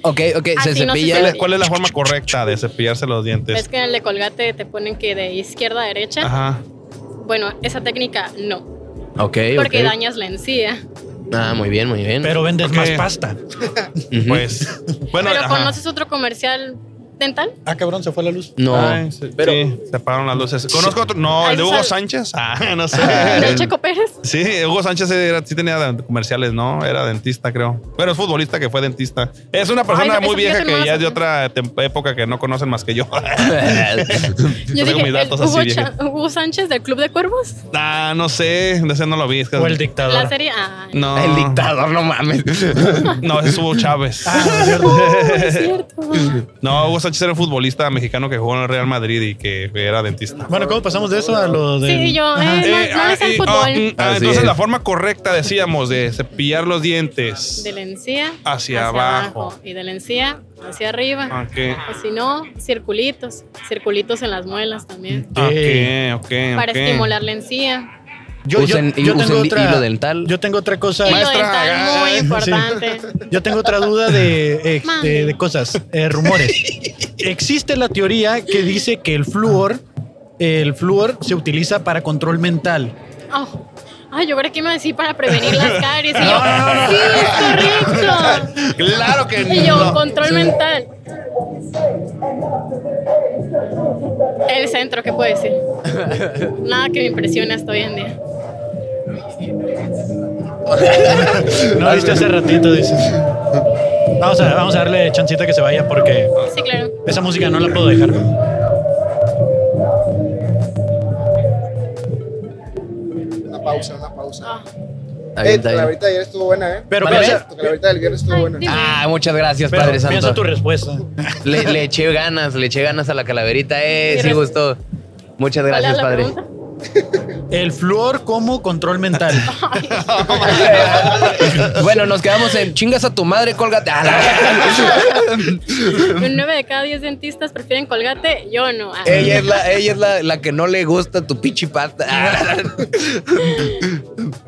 [SPEAKER 5] Ok, ok,
[SPEAKER 8] Así
[SPEAKER 5] se
[SPEAKER 8] no se
[SPEAKER 5] cepilla.
[SPEAKER 3] ¿Cuál
[SPEAKER 8] cepilla.
[SPEAKER 3] es, cuál es la forma correcta de cepillarse los
[SPEAKER 8] Ves
[SPEAKER 3] dientes?
[SPEAKER 8] que en el de Colgate te ponen que de izquierda a derecha.
[SPEAKER 3] Ajá.
[SPEAKER 8] Bueno, esa técnica no.
[SPEAKER 5] Ok, ok.
[SPEAKER 8] Porque dañas la encía.
[SPEAKER 5] Ah, muy bien, muy bien.
[SPEAKER 1] Pero vendes
[SPEAKER 3] Ok.
[SPEAKER 1] más pasta.
[SPEAKER 5] Ujú.
[SPEAKER 3] Pues, bueno,
[SPEAKER 8] Pero
[SPEAKER 3] ajá.
[SPEAKER 8] conoces otro comercial dental.
[SPEAKER 1] Ah, cabrón, se fue la luz.
[SPEAKER 5] no.
[SPEAKER 3] Ay, sí,
[SPEAKER 5] Oh, pero-
[SPEAKER 3] sí, se apagaron las luces. Conozco otro, no, el de
[SPEAKER 8] Ahí
[SPEAKER 3] Hugo
[SPEAKER 8] sale-
[SPEAKER 3] Sánchez. Ah, no sé.
[SPEAKER 8] ¿De
[SPEAKER 3] El-
[SPEAKER 8] Checo Pérez?
[SPEAKER 3] Sí, Hugo Sánchez era- sí tenía de- comerciales, ¿no? Era dentista, creo. Pero es futbolista que fue dentista. Es una persona
[SPEAKER 8] esa-
[SPEAKER 3] muy
[SPEAKER 8] esa
[SPEAKER 3] vieja
[SPEAKER 8] fíjate
[SPEAKER 3] que
[SPEAKER 8] nomás,
[SPEAKER 3] ya es de
[SPEAKER 8] ¿no?
[SPEAKER 3] otra tem- época que no conocen más que yo.
[SPEAKER 8] Yo
[SPEAKER 3] tengo
[SPEAKER 8] dije,
[SPEAKER 3] mis
[SPEAKER 8] el
[SPEAKER 3] datos así,
[SPEAKER 8] Hugo,
[SPEAKER 3] vieja.
[SPEAKER 8] Cha- Hugo Sánchez del Club de Cuervos.
[SPEAKER 3] ah, no sé, no sé, no lo vi. es que-
[SPEAKER 1] O el
[SPEAKER 8] La
[SPEAKER 1] dictador.
[SPEAKER 8] serie. ah,
[SPEAKER 3] no,
[SPEAKER 5] El dictador, no mames.
[SPEAKER 3] No, es Hugo Chávez.
[SPEAKER 1] Ah,
[SPEAKER 8] Oh, es cierto.
[SPEAKER 3] No, Hugo Sánchez era un futbolista mexicano que jugó en el Real Madrid y que era dentista.
[SPEAKER 1] Bueno, ¿cómo pasamos de eso a lo de.
[SPEAKER 8] Sí, yo. eh, no,
[SPEAKER 3] Eh,
[SPEAKER 8] no es
[SPEAKER 3] ah,
[SPEAKER 8] el
[SPEAKER 3] y- ah,
[SPEAKER 8] fútbol.
[SPEAKER 3] mm, ah,
[SPEAKER 5] Así
[SPEAKER 3] entonces
[SPEAKER 5] es.
[SPEAKER 3] la forma correcta decíamos de cepillar los dientes.
[SPEAKER 8] De la encía.
[SPEAKER 3] Hacia abajo. Ah,
[SPEAKER 8] Y de la encía hacia arriba.
[SPEAKER 3] Ok.
[SPEAKER 8] O si no, circulitos. Circulitos en las muelas también.
[SPEAKER 3] Ah, Ok, ok,
[SPEAKER 8] Para
[SPEAKER 3] ok.
[SPEAKER 8] estimular la encía.
[SPEAKER 1] Yo, yo-
[SPEAKER 5] Usen-
[SPEAKER 1] yo tengo
[SPEAKER 5] usen
[SPEAKER 1] otra,
[SPEAKER 5] hilo dental.
[SPEAKER 1] Yo tengo otra cosa.
[SPEAKER 8] Hilo
[SPEAKER 3] Maestra,
[SPEAKER 8] dental muy
[SPEAKER 3] ah,
[SPEAKER 8] importante.
[SPEAKER 1] Yo tengo otra duda de, eh,
[SPEAKER 8] Mande.
[SPEAKER 1] de, de cosas, eh, rumores. Existe la teoría que dice que el flúor, el flúor se utiliza para control mental.
[SPEAKER 8] Oh. Ay, yo creo que me decía para prevenir las caries. Y yo,
[SPEAKER 5] no, no, no.
[SPEAKER 8] sí, es correcto.
[SPEAKER 5] claro que
[SPEAKER 8] Y yo, control mental. El centro, ¿qué puedo decir? Nada que me impresione hasta hoy en día.
[SPEAKER 1] No viste hace ratito, dices. Vamos a, vamos a darle chancita que se vaya porque
[SPEAKER 8] Sí, claro.
[SPEAKER 1] esa música no la puedo dejar.
[SPEAKER 2] Una pausa, una pausa.
[SPEAKER 8] Ah,
[SPEAKER 5] Está bien,
[SPEAKER 2] Eh,
[SPEAKER 5] está
[SPEAKER 2] la
[SPEAKER 5] bien.
[SPEAKER 2] ahorita de ayer estuvo buena, ¿eh?
[SPEAKER 1] Pero
[SPEAKER 5] Vale,
[SPEAKER 1] piensa,
[SPEAKER 2] Porque la ahorita del viernes estuvo
[SPEAKER 8] Ay,
[SPEAKER 2] buena.
[SPEAKER 8] dime.
[SPEAKER 5] Ah, muchas gracias,
[SPEAKER 1] pero
[SPEAKER 5] Padre
[SPEAKER 1] piensa
[SPEAKER 5] Santo.
[SPEAKER 1] tu respuesta.
[SPEAKER 5] Le, le eché ganas, le eché ganas a la calaverita. Eh,
[SPEAKER 8] Sí,
[SPEAKER 5] sí
[SPEAKER 8] res-
[SPEAKER 5] gustó. Muchas
[SPEAKER 8] ¿cuál era
[SPEAKER 5] gracias,
[SPEAKER 8] la
[SPEAKER 5] Padre.
[SPEAKER 8] pregunta?
[SPEAKER 1] El flúor como control mental.
[SPEAKER 5] Bueno, nos quedamos en chingas a tu madre, colgate. Ah, la-
[SPEAKER 8] Un 9 de cada 10 dentistas prefieren colgate, yo no. Ah.
[SPEAKER 5] ella es, la, ella es la, la que no le gusta tu pinche pasta.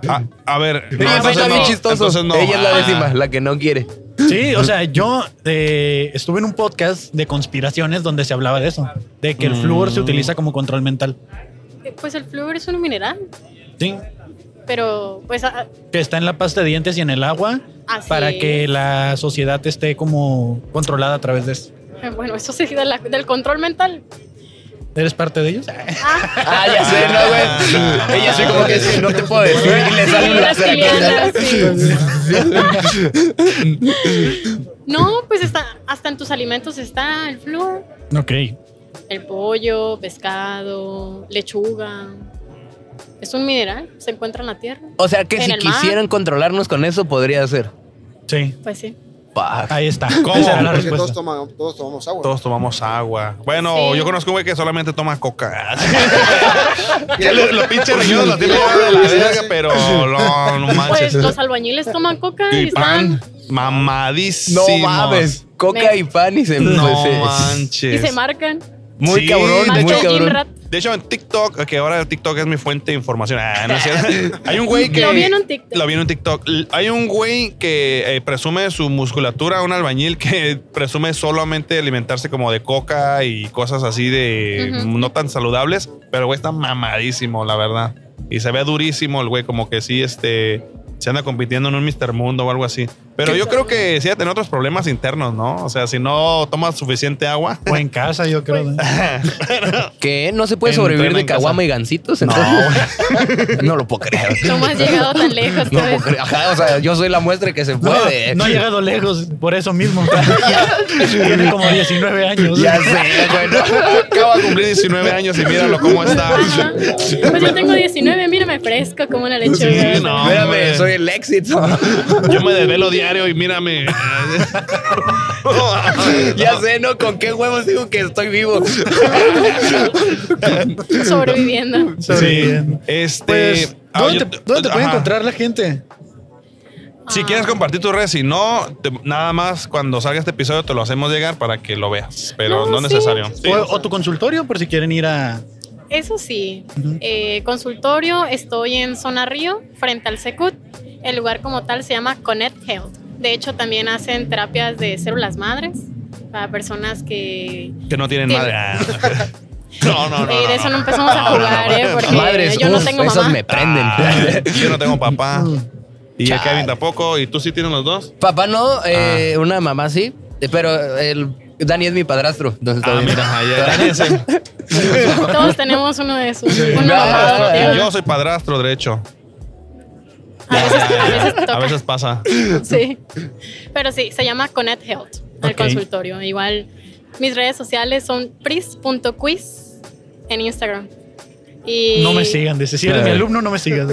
[SPEAKER 5] Ah,
[SPEAKER 3] Ah, a ver, no,
[SPEAKER 5] no,
[SPEAKER 3] entonces
[SPEAKER 5] está bien
[SPEAKER 3] no,
[SPEAKER 5] chistoso.
[SPEAKER 3] entonces no.
[SPEAKER 5] ella es la
[SPEAKER 3] Ah.
[SPEAKER 5] décima, la que no quiere.
[SPEAKER 1] Sí, o sea, yo eh, estuve en un podcast de conspiraciones donde se hablaba de eso, de que el flúor se utiliza como control mental.
[SPEAKER 8] Eh, Pues el flúor es un mineral,
[SPEAKER 1] Sí,
[SPEAKER 8] pero pues ah,
[SPEAKER 1] que está en la pasta de dientes y en el agua
[SPEAKER 8] Así
[SPEAKER 1] para que
[SPEAKER 8] es.
[SPEAKER 1] la sociedad esté como controlada a través de eso.
[SPEAKER 8] ah, bueno, eso sí de la- del control mental.
[SPEAKER 1] ¿Eres parte de ellos?
[SPEAKER 8] Ah,
[SPEAKER 5] Ah, ya sé, no, güey. Ella sí
[SPEAKER 3] Ah.
[SPEAKER 5] como que sí, no te puedo decir y le sale un
[SPEAKER 8] sí,
[SPEAKER 5] láser aquí.
[SPEAKER 8] las sí. No, pues está, hasta en tus alimentos está el flúor.
[SPEAKER 1] Ok.
[SPEAKER 8] El pollo, pescado, lechuga. Es un mineral, se encuentra en la tierra.
[SPEAKER 5] O sea que
[SPEAKER 8] En
[SPEAKER 5] si
[SPEAKER 8] el mar.
[SPEAKER 5] quisieran controlarnos con eso, podría ser.
[SPEAKER 1] Sí.
[SPEAKER 8] Pues sí.
[SPEAKER 5] Fuck.
[SPEAKER 1] Ahí está.
[SPEAKER 3] ¿Cómo?
[SPEAKER 1] Esa era la
[SPEAKER 2] Porque todos,
[SPEAKER 1] respuesta.
[SPEAKER 2] toman, todos tomamos agua.
[SPEAKER 3] Todos tomamos agua. Bueno,
[SPEAKER 8] Sí.
[SPEAKER 3] yo conozco un güey que solamente toma coca. Ya lo- los pinches riñones los tiene de la verga, pero no, no
[SPEAKER 8] Pues
[SPEAKER 3] manches. eh.
[SPEAKER 8] los albañiles toman coca y,
[SPEAKER 3] y pan
[SPEAKER 8] están-
[SPEAKER 5] No
[SPEAKER 3] mamadísimos.
[SPEAKER 5] mames. Coca
[SPEAKER 8] Me-
[SPEAKER 5] y pan y se
[SPEAKER 3] No
[SPEAKER 5] pues, eh,
[SPEAKER 8] y se
[SPEAKER 3] manches.
[SPEAKER 8] marcan.
[SPEAKER 5] Muy
[SPEAKER 3] Sí.
[SPEAKER 5] cabrón,
[SPEAKER 8] Macho
[SPEAKER 5] muy
[SPEAKER 8] Jim
[SPEAKER 5] cabrón.
[SPEAKER 8] Rat.
[SPEAKER 3] De hecho, en TikTok, que ahora TikTok es mi fuente de información. Ah, no es cierto. Hay un güey que.
[SPEAKER 8] Lo vi en un TikTok.
[SPEAKER 3] Lo vi en un TikTok. L- Hay un güey que eh, presume de su musculatura, un albañil que presume solamente alimentarse como de coca y cosas así de
[SPEAKER 8] Ujú.
[SPEAKER 3] no tan saludables, pero el güey está mamadísimo, la verdad. Y se ve durísimo el güey, como que sí, este, se anda compitiendo en un Mister Mundo o algo así. Pero yo creo que sí va a tener otros problemas internos, ¿no? O sea, si no tomas suficiente agua.
[SPEAKER 1] O en casa, yo creo. ¿no?
[SPEAKER 5] ¿Qué? ¿No se puede
[SPEAKER 3] Entrena
[SPEAKER 5] sobrevivir de
[SPEAKER 3] en casa.
[SPEAKER 5] caguama y gancitos?
[SPEAKER 3] No,
[SPEAKER 5] Entonces- no lo puedo creer.
[SPEAKER 8] ¿Cómo has llegado tan lejos?
[SPEAKER 5] No lo
[SPEAKER 8] sabes?
[SPEAKER 5] puedo creer. Ajá, o sea, yo soy la muestra que se
[SPEAKER 1] No,
[SPEAKER 5] puede.
[SPEAKER 1] no ha llegado lejos por eso mismo. Tiene como 19 años.
[SPEAKER 5] Ya sé, güey. no.
[SPEAKER 3] acaba de cumplir 19 años y míralo cómo está.
[SPEAKER 8] Ajá. Pues yo tengo 19, mírame fresco como una lechuga.
[SPEAKER 3] Sí, no,
[SPEAKER 5] Espérame,
[SPEAKER 3] hombre.
[SPEAKER 5] soy el éxito.
[SPEAKER 3] Yo me desvelo diario y mírame.
[SPEAKER 5] ya sé, ¿no? ¿Con qué huevos digo que estoy vivo?
[SPEAKER 8] Sobreviviendo.
[SPEAKER 1] Sobreviviendo.
[SPEAKER 3] Este.
[SPEAKER 1] Pues,
[SPEAKER 3] ah,
[SPEAKER 1] ¿dónde,
[SPEAKER 3] yo-
[SPEAKER 1] te, dónde te puede
[SPEAKER 3] ajá.
[SPEAKER 1] encontrar la gente?
[SPEAKER 3] Si quieres compartir tus redes, si no, te- nada más cuando salga este episodio te lo hacemos llegar para que lo veas, pero no,
[SPEAKER 8] No,
[SPEAKER 3] es
[SPEAKER 8] sí.
[SPEAKER 3] necesario.
[SPEAKER 1] O, o tu consultorio, por si quieren ir a.
[SPEAKER 8] Eso sí,
[SPEAKER 1] Ujú.
[SPEAKER 8] eh, consultorio, estoy en Zona Río, frente al Secut. El lugar como tal se llama Connect Health. De hecho, también hacen terapias de células madres para personas que...
[SPEAKER 3] Que no tienen
[SPEAKER 8] Sí.
[SPEAKER 3] madre.
[SPEAKER 4] No, no, no.
[SPEAKER 8] Eh,
[SPEAKER 4] no,
[SPEAKER 8] de eso
[SPEAKER 4] no.
[SPEAKER 8] no empezamos a jugar, ¿eh? Porque
[SPEAKER 5] Madres,
[SPEAKER 8] yo no
[SPEAKER 5] uf,
[SPEAKER 8] tengo
[SPEAKER 5] esas
[SPEAKER 8] mamá.
[SPEAKER 5] me prenden.
[SPEAKER 3] Ah, yo no tengo papá. Y el
[SPEAKER 5] Chale.
[SPEAKER 3] Kevin tampoco. ¿Y tú sí tienes los dos?
[SPEAKER 5] Papá no, eh, una mamá sí, eh, pero el Dani es mi padrastro. Entonces
[SPEAKER 3] Ah,
[SPEAKER 5] todo bien.
[SPEAKER 3] mira, ahí- ahí es el-
[SPEAKER 8] Todos tenemos uno de esos. Uno
[SPEAKER 5] No,
[SPEAKER 8] mamá,
[SPEAKER 5] no,
[SPEAKER 8] tío.
[SPEAKER 3] Yo soy padrastro derecho.
[SPEAKER 8] A veces, a veces toca.
[SPEAKER 3] A veces pasa.
[SPEAKER 8] Sí. Pero sí, se llama Connect Health, el
[SPEAKER 1] Ok.
[SPEAKER 8] consultorio. Igual, mis redes sociales son pris.quiz en Instagram. Y...
[SPEAKER 1] No me sigan, dice. Si eres mi alumno, no me sigas.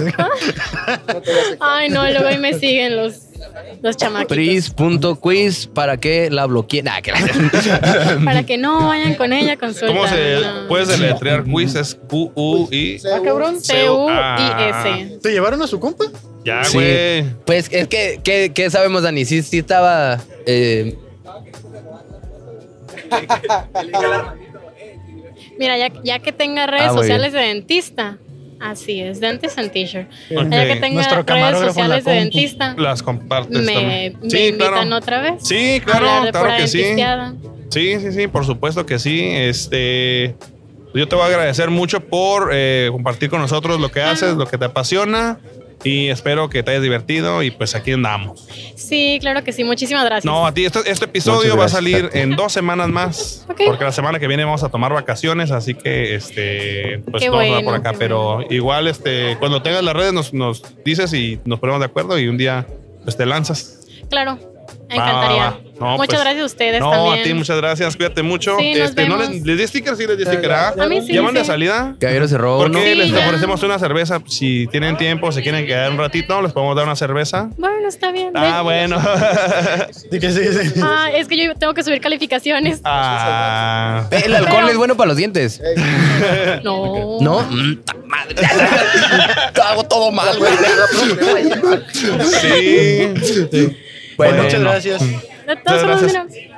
[SPEAKER 8] Ay, no, luego ahí me siguen los, los chamaquitos.
[SPEAKER 5] Pris.quiz para que la bloqueen. Ah, que la-
[SPEAKER 8] Para que no vayan con ella, consulta.
[SPEAKER 3] ¿Cómo se
[SPEAKER 8] no.
[SPEAKER 3] puedes deletrear quiz? Es Q-U-I.
[SPEAKER 1] Ah, cabrón.
[SPEAKER 3] Ah.
[SPEAKER 8] C-U-I-S.
[SPEAKER 1] ¿Te llevaron a su compa?
[SPEAKER 3] Ya,
[SPEAKER 5] Sí.
[SPEAKER 3] güey.
[SPEAKER 5] Pues es que, ¿qué, qué sabemos, Dani? Sí, sí estaba. eh,
[SPEAKER 8] Mira, ya, ya que tenga redes
[SPEAKER 5] Ah, muy
[SPEAKER 8] sociales de dentista. Así es, Dentist and Teacher.
[SPEAKER 3] Ok.
[SPEAKER 8] Ya que tenga
[SPEAKER 1] Nuestro
[SPEAKER 8] redes
[SPEAKER 1] camarógrafo
[SPEAKER 8] sociales
[SPEAKER 1] la
[SPEAKER 8] de
[SPEAKER 1] compu.
[SPEAKER 8] dentista,
[SPEAKER 3] Las compartes
[SPEAKER 8] me,
[SPEAKER 3] también.
[SPEAKER 8] me invitan otra vez.
[SPEAKER 3] Sí,
[SPEAKER 8] a hablar de
[SPEAKER 3] claro, claro
[SPEAKER 8] pura
[SPEAKER 3] que sí.
[SPEAKER 8] dentisteada.
[SPEAKER 3] Sí, sí, sí, por supuesto que sí. Este, yo te voy a agradecer mucho por eh, compartir con nosotros lo que haces, lo que te apasiona y espero que te hayas divertido y pues aquí andamos.
[SPEAKER 8] Sí, claro que sí. Muchísimas gracias.
[SPEAKER 3] No, a ti este, este episodio
[SPEAKER 4] Muchas
[SPEAKER 3] va a
[SPEAKER 4] gracias,
[SPEAKER 3] salir
[SPEAKER 4] Tati.
[SPEAKER 3] en dos semanas más
[SPEAKER 8] Ok.
[SPEAKER 3] porque la semana que viene vamos a tomar vacaciones, así que este, pues
[SPEAKER 8] Qué
[SPEAKER 3] no vamos a
[SPEAKER 8] bueno,
[SPEAKER 3] por acá,
[SPEAKER 8] qué
[SPEAKER 3] pero igual este, cuando tengas las redes nos, nos dices y nos ponemos de acuerdo y un día pues te lanzas.
[SPEAKER 8] Claro, me
[SPEAKER 3] Va, va,
[SPEAKER 8] encantaría.
[SPEAKER 3] va. No,
[SPEAKER 8] muchas
[SPEAKER 3] pues,
[SPEAKER 8] gracias a ustedes
[SPEAKER 3] No,
[SPEAKER 8] también.
[SPEAKER 3] a ti muchas gracias, cuídate mucho.
[SPEAKER 8] Sí, nos
[SPEAKER 3] Este, ¿no
[SPEAKER 8] vemos.
[SPEAKER 3] les, les di sticker, sí les di sticker. ¿ah?
[SPEAKER 8] A mí sí,
[SPEAKER 3] ¿Ya van de
[SPEAKER 8] sí.
[SPEAKER 3] salida?
[SPEAKER 5] Caballero cerró
[SPEAKER 3] ¿Por
[SPEAKER 5] uno.
[SPEAKER 3] qué
[SPEAKER 8] Sí,
[SPEAKER 3] les
[SPEAKER 8] ya.
[SPEAKER 3] ofrecemos una cerveza? Si tienen tiempo, se quieren quedar un ratito, les podemos dar una cerveza.
[SPEAKER 8] Bueno, está bien.
[SPEAKER 3] Ah,
[SPEAKER 8] ven.
[SPEAKER 3] bueno.
[SPEAKER 1] Sí, que sí, sí.
[SPEAKER 8] Ah, es que yo tengo que subir calificaciones.
[SPEAKER 3] Ah.
[SPEAKER 5] Eh, El alcohol
[SPEAKER 8] Pero-
[SPEAKER 5] es bueno para los dientes.
[SPEAKER 8] No.
[SPEAKER 5] No, Mm, ta madre. hago todo mal, güey.
[SPEAKER 3] Sí.
[SPEAKER 1] Bueno,
[SPEAKER 3] Bueno.
[SPEAKER 1] muchas gracias.
[SPEAKER 8] De todas formas,
[SPEAKER 3] Muchas
[SPEAKER 8] mira,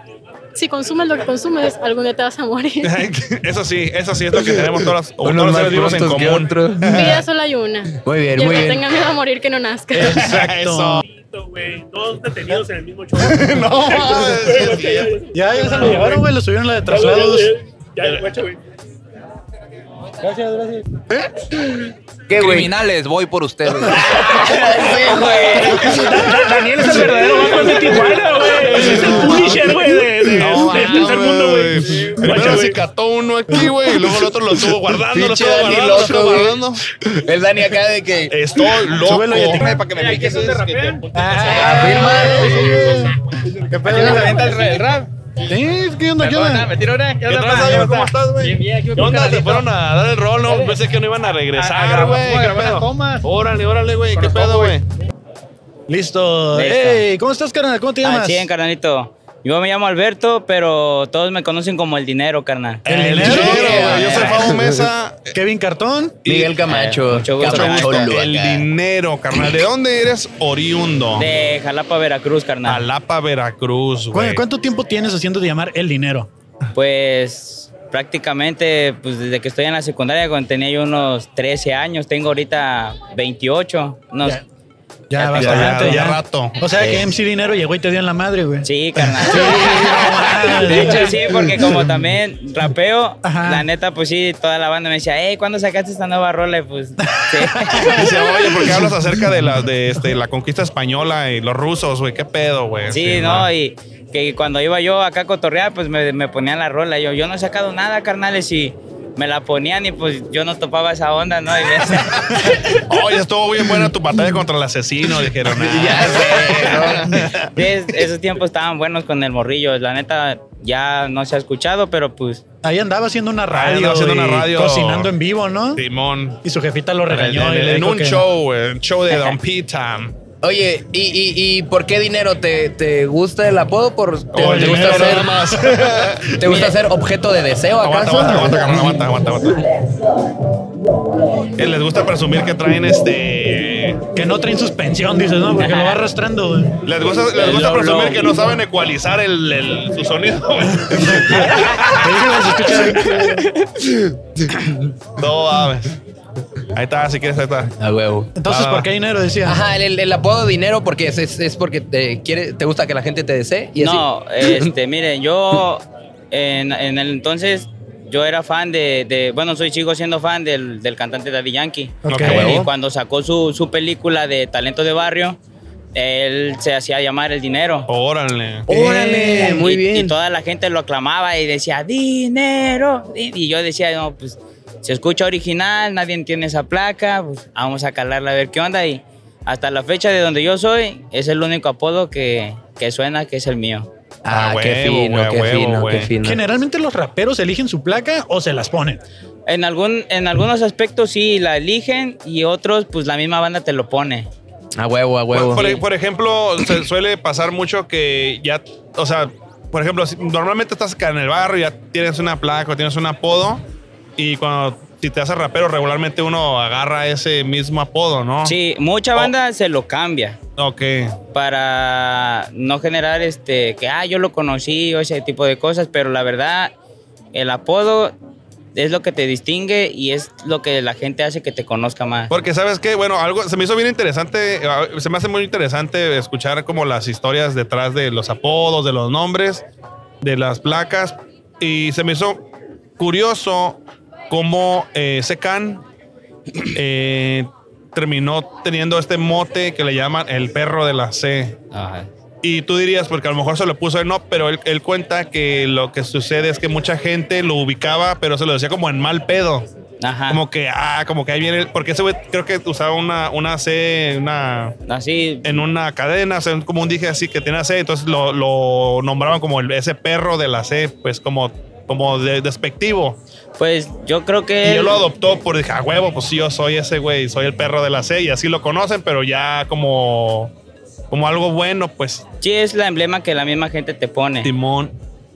[SPEAKER 8] si consumes lo que consumes, algún día te vas a morir.
[SPEAKER 3] Eso sí, eso sí es lo que tenemos todas las, todos
[SPEAKER 5] Unos
[SPEAKER 3] los
[SPEAKER 5] más
[SPEAKER 3] seres vivos en
[SPEAKER 5] prontos que
[SPEAKER 3] común.
[SPEAKER 5] otros.
[SPEAKER 8] Vida solo hay una.
[SPEAKER 5] Muy bien,
[SPEAKER 8] Y el
[SPEAKER 5] muy
[SPEAKER 8] que
[SPEAKER 5] bien.
[SPEAKER 8] tenga miedo a morir que no nazca.
[SPEAKER 3] Exacto.
[SPEAKER 6] güey. Todos detenidos en el mismo show.
[SPEAKER 1] Oh,
[SPEAKER 3] No, es-
[SPEAKER 1] Ya, ya se lo llevaron, güey. Lo subieron a la de traslados.
[SPEAKER 6] Ya, ya, guacha, güey.
[SPEAKER 9] Criminales, voy por ustedes.
[SPEAKER 6] Daniel es el verdadero Batman de Tijuana, güey. Es el Punisher, güey, de, de-
[SPEAKER 3] No,
[SPEAKER 6] del
[SPEAKER 3] ah,
[SPEAKER 6] tercer mundo, güey.
[SPEAKER 3] güey.
[SPEAKER 6] Guacha,
[SPEAKER 4] Primero
[SPEAKER 6] güey.
[SPEAKER 4] se cató uno aquí, güey, y luego el otro lo estuvo guardando, lo
[SPEAKER 5] Pinche
[SPEAKER 4] estuvo
[SPEAKER 5] Dani
[SPEAKER 4] guardando, lo estuvo
[SPEAKER 5] loco, güey.
[SPEAKER 4] guardando.
[SPEAKER 5] El Dani acá de que.
[SPEAKER 3] Estoy loco.
[SPEAKER 1] Súbelo y etiqueta.
[SPEAKER 9] para que Ah, me piques
[SPEAKER 7] ¿Eso es de rapero?
[SPEAKER 5] Afirma.
[SPEAKER 1] ¿Qué pedo?
[SPEAKER 9] el rap.
[SPEAKER 1] Sí, ¿qué onda? ¿Qué
[SPEAKER 9] ¿Qué onda?
[SPEAKER 1] onda?
[SPEAKER 9] ¿Me tiro una? ¿Qué
[SPEAKER 3] ¿Qué
[SPEAKER 9] onda,
[SPEAKER 3] tal,
[SPEAKER 9] pa?
[SPEAKER 3] amigo? ¿Cómo estás,
[SPEAKER 9] Bien,
[SPEAKER 3] güey?
[SPEAKER 9] bien, aquí voy
[SPEAKER 3] ¿Qué
[SPEAKER 9] con
[SPEAKER 3] onda? ¿Se
[SPEAKER 9] Carlito.
[SPEAKER 3] fueron a dar el rol?
[SPEAKER 8] Eh.
[SPEAKER 3] No, pensé que no iban a
[SPEAKER 9] Ah,
[SPEAKER 3] regresar,
[SPEAKER 9] vamos a
[SPEAKER 3] güey. ¿Qué
[SPEAKER 9] grabar las
[SPEAKER 3] pedo?
[SPEAKER 9] tomas.
[SPEAKER 3] Órale, órale, güey. ¿Qué
[SPEAKER 9] Con los
[SPEAKER 3] pedo, güey?
[SPEAKER 1] Listo.
[SPEAKER 9] Listo.
[SPEAKER 1] Ey, ¿cómo estás, carnal? ¿Cómo te
[SPEAKER 9] Ah,
[SPEAKER 1] llamas?
[SPEAKER 9] sí, carnalito. Yo me llamo Alberto, pero todos me conocen como el dinero, carnal.
[SPEAKER 1] El
[SPEAKER 3] El
[SPEAKER 1] dinero.
[SPEAKER 3] dinero, güey. Yo soy
[SPEAKER 5] Yeah.
[SPEAKER 3] Fabo Mesa.
[SPEAKER 1] Kevin Cartón.
[SPEAKER 5] Miguel Camacho.
[SPEAKER 9] eh, Mucho gusto.
[SPEAKER 5] Cabrón,
[SPEAKER 9] Mucho gusto.
[SPEAKER 5] cholo
[SPEAKER 3] El
[SPEAKER 5] acá.
[SPEAKER 3] dinero, carnal. ¿De dónde eres oriundo?
[SPEAKER 9] De Jalapa, Veracruz, carnal.
[SPEAKER 3] Jalapa, Veracruz,
[SPEAKER 1] ¿Cu-
[SPEAKER 3] güey.
[SPEAKER 1] ¿Cuánto tiempo tienes haciéndote llamar el dinero?
[SPEAKER 9] Pues prácticamente pues, desde que estoy en la secundaria, cuando tenía yo unos 13 años, tengo ahorita 28. unos-
[SPEAKER 1] Ya. Ya,
[SPEAKER 9] Ya,
[SPEAKER 1] bastante.
[SPEAKER 3] ya,
[SPEAKER 1] Ya,
[SPEAKER 3] ya rato.
[SPEAKER 1] O sea que MC Dinero llegó y te dio en la madre, güey.
[SPEAKER 9] Sí, carnal.
[SPEAKER 1] mames.
[SPEAKER 9] De hecho, sí, porque como también rapeo,
[SPEAKER 1] Ajá.
[SPEAKER 9] la neta, pues sí, toda la banda me decía, hey, ¿cuándo sacaste esta nueva rola? Y, Pues sí.
[SPEAKER 3] Dice, oye, ¿por qué hablas acerca de la, de este, la conquista española y los rusos, güey? ¿Qué pedo, güey?
[SPEAKER 9] Sí, no, y que cuando iba yo acá a cotorrear, pues me, me ponían la rola. Yo, yo no he sacado nada, carnales, y me la ponían y pues yo no topaba esa onda, ¿no? Y me-
[SPEAKER 3] Oye, Oh, estuvo bien buena tu batalla contra el asesino, dijeron. ah.
[SPEAKER 9] Es- esos tiempos estaban buenos con el morrillo. La neta, ya no se ha escuchado, pero pues
[SPEAKER 1] Ahí andaba haciendo una
[SPEAKER 3] andaba
[SPEAKER 1] radio.
[SPEAKER 3] Ah, haciendo
[SPEAKER 1] y
[SPEAKER 3] una radio.
[SPEAKER 1] Cocinando en vivo, ¿no?
[SPEAKER 3] Simón.
[SPEAKER 1] Y su jefita lo regañó. y le
[SPEAKER 3] en
[SPEAKER 1] dijo
[SPEAKER 3] un
[SPEAKER 1] que-
[SPEAKER 3] show, güey, un show de Don Pita.
[SPEAKER 5] Oye, ¿y, y, y por qué dinero? ¿Te, te gusta el apodo? Por, te,
[SPEAKER 3] O el
[SPEAKER 5] te gusta
[SPEAKER 3] dinero,
[SPEAKER 5] ser,
[SPEAKER 3] nada más.
[SPEAKER 5] ¿Te gusta ser objeto de deseo
[SPEAKER 3] Aguanta,
[SPEAKER 5] acaso?
[SPEAKER 3] aguanta, aguanta, cabrón, aguanta, aguanta, aguanta. Eh, Les gusta presumir que traen este
[SPEAKER 1] que no traen suspensión, dices, no, porque lo va arrastrando. güey.
[SPEAKER 4] Les gusta, les gusta
[SPEAKER 1] Lo-
[SPEAKER 4] presumir
[SPEAKER 1] lo-
[SPEAKER 4] que no saben ecualizar el, el- su sonido. güey.
[SPEAKER 3] No mames. Ahí está, si quieres, ahí está.
[SPEAKER 5] A huevo.
[SPEAKER 1] Entonces,
[SPEAKER 3] Ah.
[SPEAKER 1] ¿por qué dinero? Decía.
[SPEAKER 5] Ajá, el, el- el apodo dinero porque es, es- es porque te, quiere, te gusta que la gente te desee y así.
[SPEAKER 9] No, este, miren, yo en, en el entonces yo era fan de, de- bueno, soy sigo siendo fan del, del cantante Daddy Yankee.
[SPEAKER 1] Ok.
[SPEAKER 9] Y cuando sacó su, su película de Talento de Barrio, él se hacía llamar El Dinero.
[SPEAKER 3] Órale.
[SPEAKER 5] Órale, Eh, muy
[SPEAKER 9] y,
[SPEAKER 5] bien.
[SPEAKER 9] y toda la gente lo aclamaba y decía, dinero. di- Y yo decía, no, pues se escucha original, nadie entiende esa placa, pues vamos a calarla a ver qué onda. Y hasta la fecha de donde yo soy, es el único apodo que, que suena que es el mío.
[SPEAKER 5] Ah,
[SPEAKER 3] Ah,
[SPEAKER 5] qué
[SPEAKER 3] huevo,
[SPEAKER 5] fino,
[SPEAKER 3] güey,
[SPEAKER 5] qué
[SPEAKER 3] huevo,
[SPEAKER 5] fino,
[SPEAKER 3] güey.
[SPEAKER 5] qué fino.
[SPEAKER 1] Generalmente los raperos eligen su placa o se las ponen.
[SPEAKER 9] En, algún, en algunos aspectos sí la eligen y otros, pues la misma banda te lo pone.
[SPEAKER 5] A huevo, a huevo.
[SPEAKER 3] Por, por- por ejemplo, se suele pasar mucho que ya, o sea, por ejemplo, si- normalmente estás acá en el barrio, ya tienes una placa o tienes un apodo y cuando si te haces rapero, regularmente uno agarra ese mismo apodo, ¿no?
[SPEAKER 9] Sí, mucha banda se lo cambia
[SPEAKER 3] Oh. Ok.
[SPEAKER 9] para no generar este que ah yo lo conocí o ese tipo de cosas, pero la verdad el apodo es lo que te distingue y es lo que la gente hace que te conozca más.
[SPEAKER 3] Porque sabes que, bueno, algo se me hizo bien interesante, eh, se me hace muy interesante escuchar como las historias detrás de los apodos, de los nombres, de las placas. Y se me hizo curioso cómo eh, Secan eh, terminó teniendo este mote que le llaman el perro de la C.
[SPEAKER 9] Ajá.
[SPEAKER 3] Y tú dirías, porque a lo mejor se lo puso él, no, pero él, él cuenta que lo que sucede es que mucha gente lo ubicaba, pero se lo decía como en mal pedo.
[SPEAKER 9] Ajá.
[SPEAKER 3] Como que, ah, como que ahí viene. el- Porque ese güey creo que usaba una, una C una,
[SPEAKER 9] Así
[SPEAKER 3] en una cadena, o sea, como un dije así que tenía C, entonces lo, lo nombraban como el- ese perro de la C, pues como, como de- despectivo.
[SPEAKER 9] pues yo creo que
[SPEAKER 3] Y él
[SPEAKER 9] él-
[SPEAKER 3] lo adoptó por dije, a huevo, pues sí, yo soy ese güey, soy el perro de la C, y así lo conocen, pero ya como, como algo bueno, pues
[SPEAKER 9] sí es la emblema que la misma gente te pone.
[SPEAKER 3] Timón.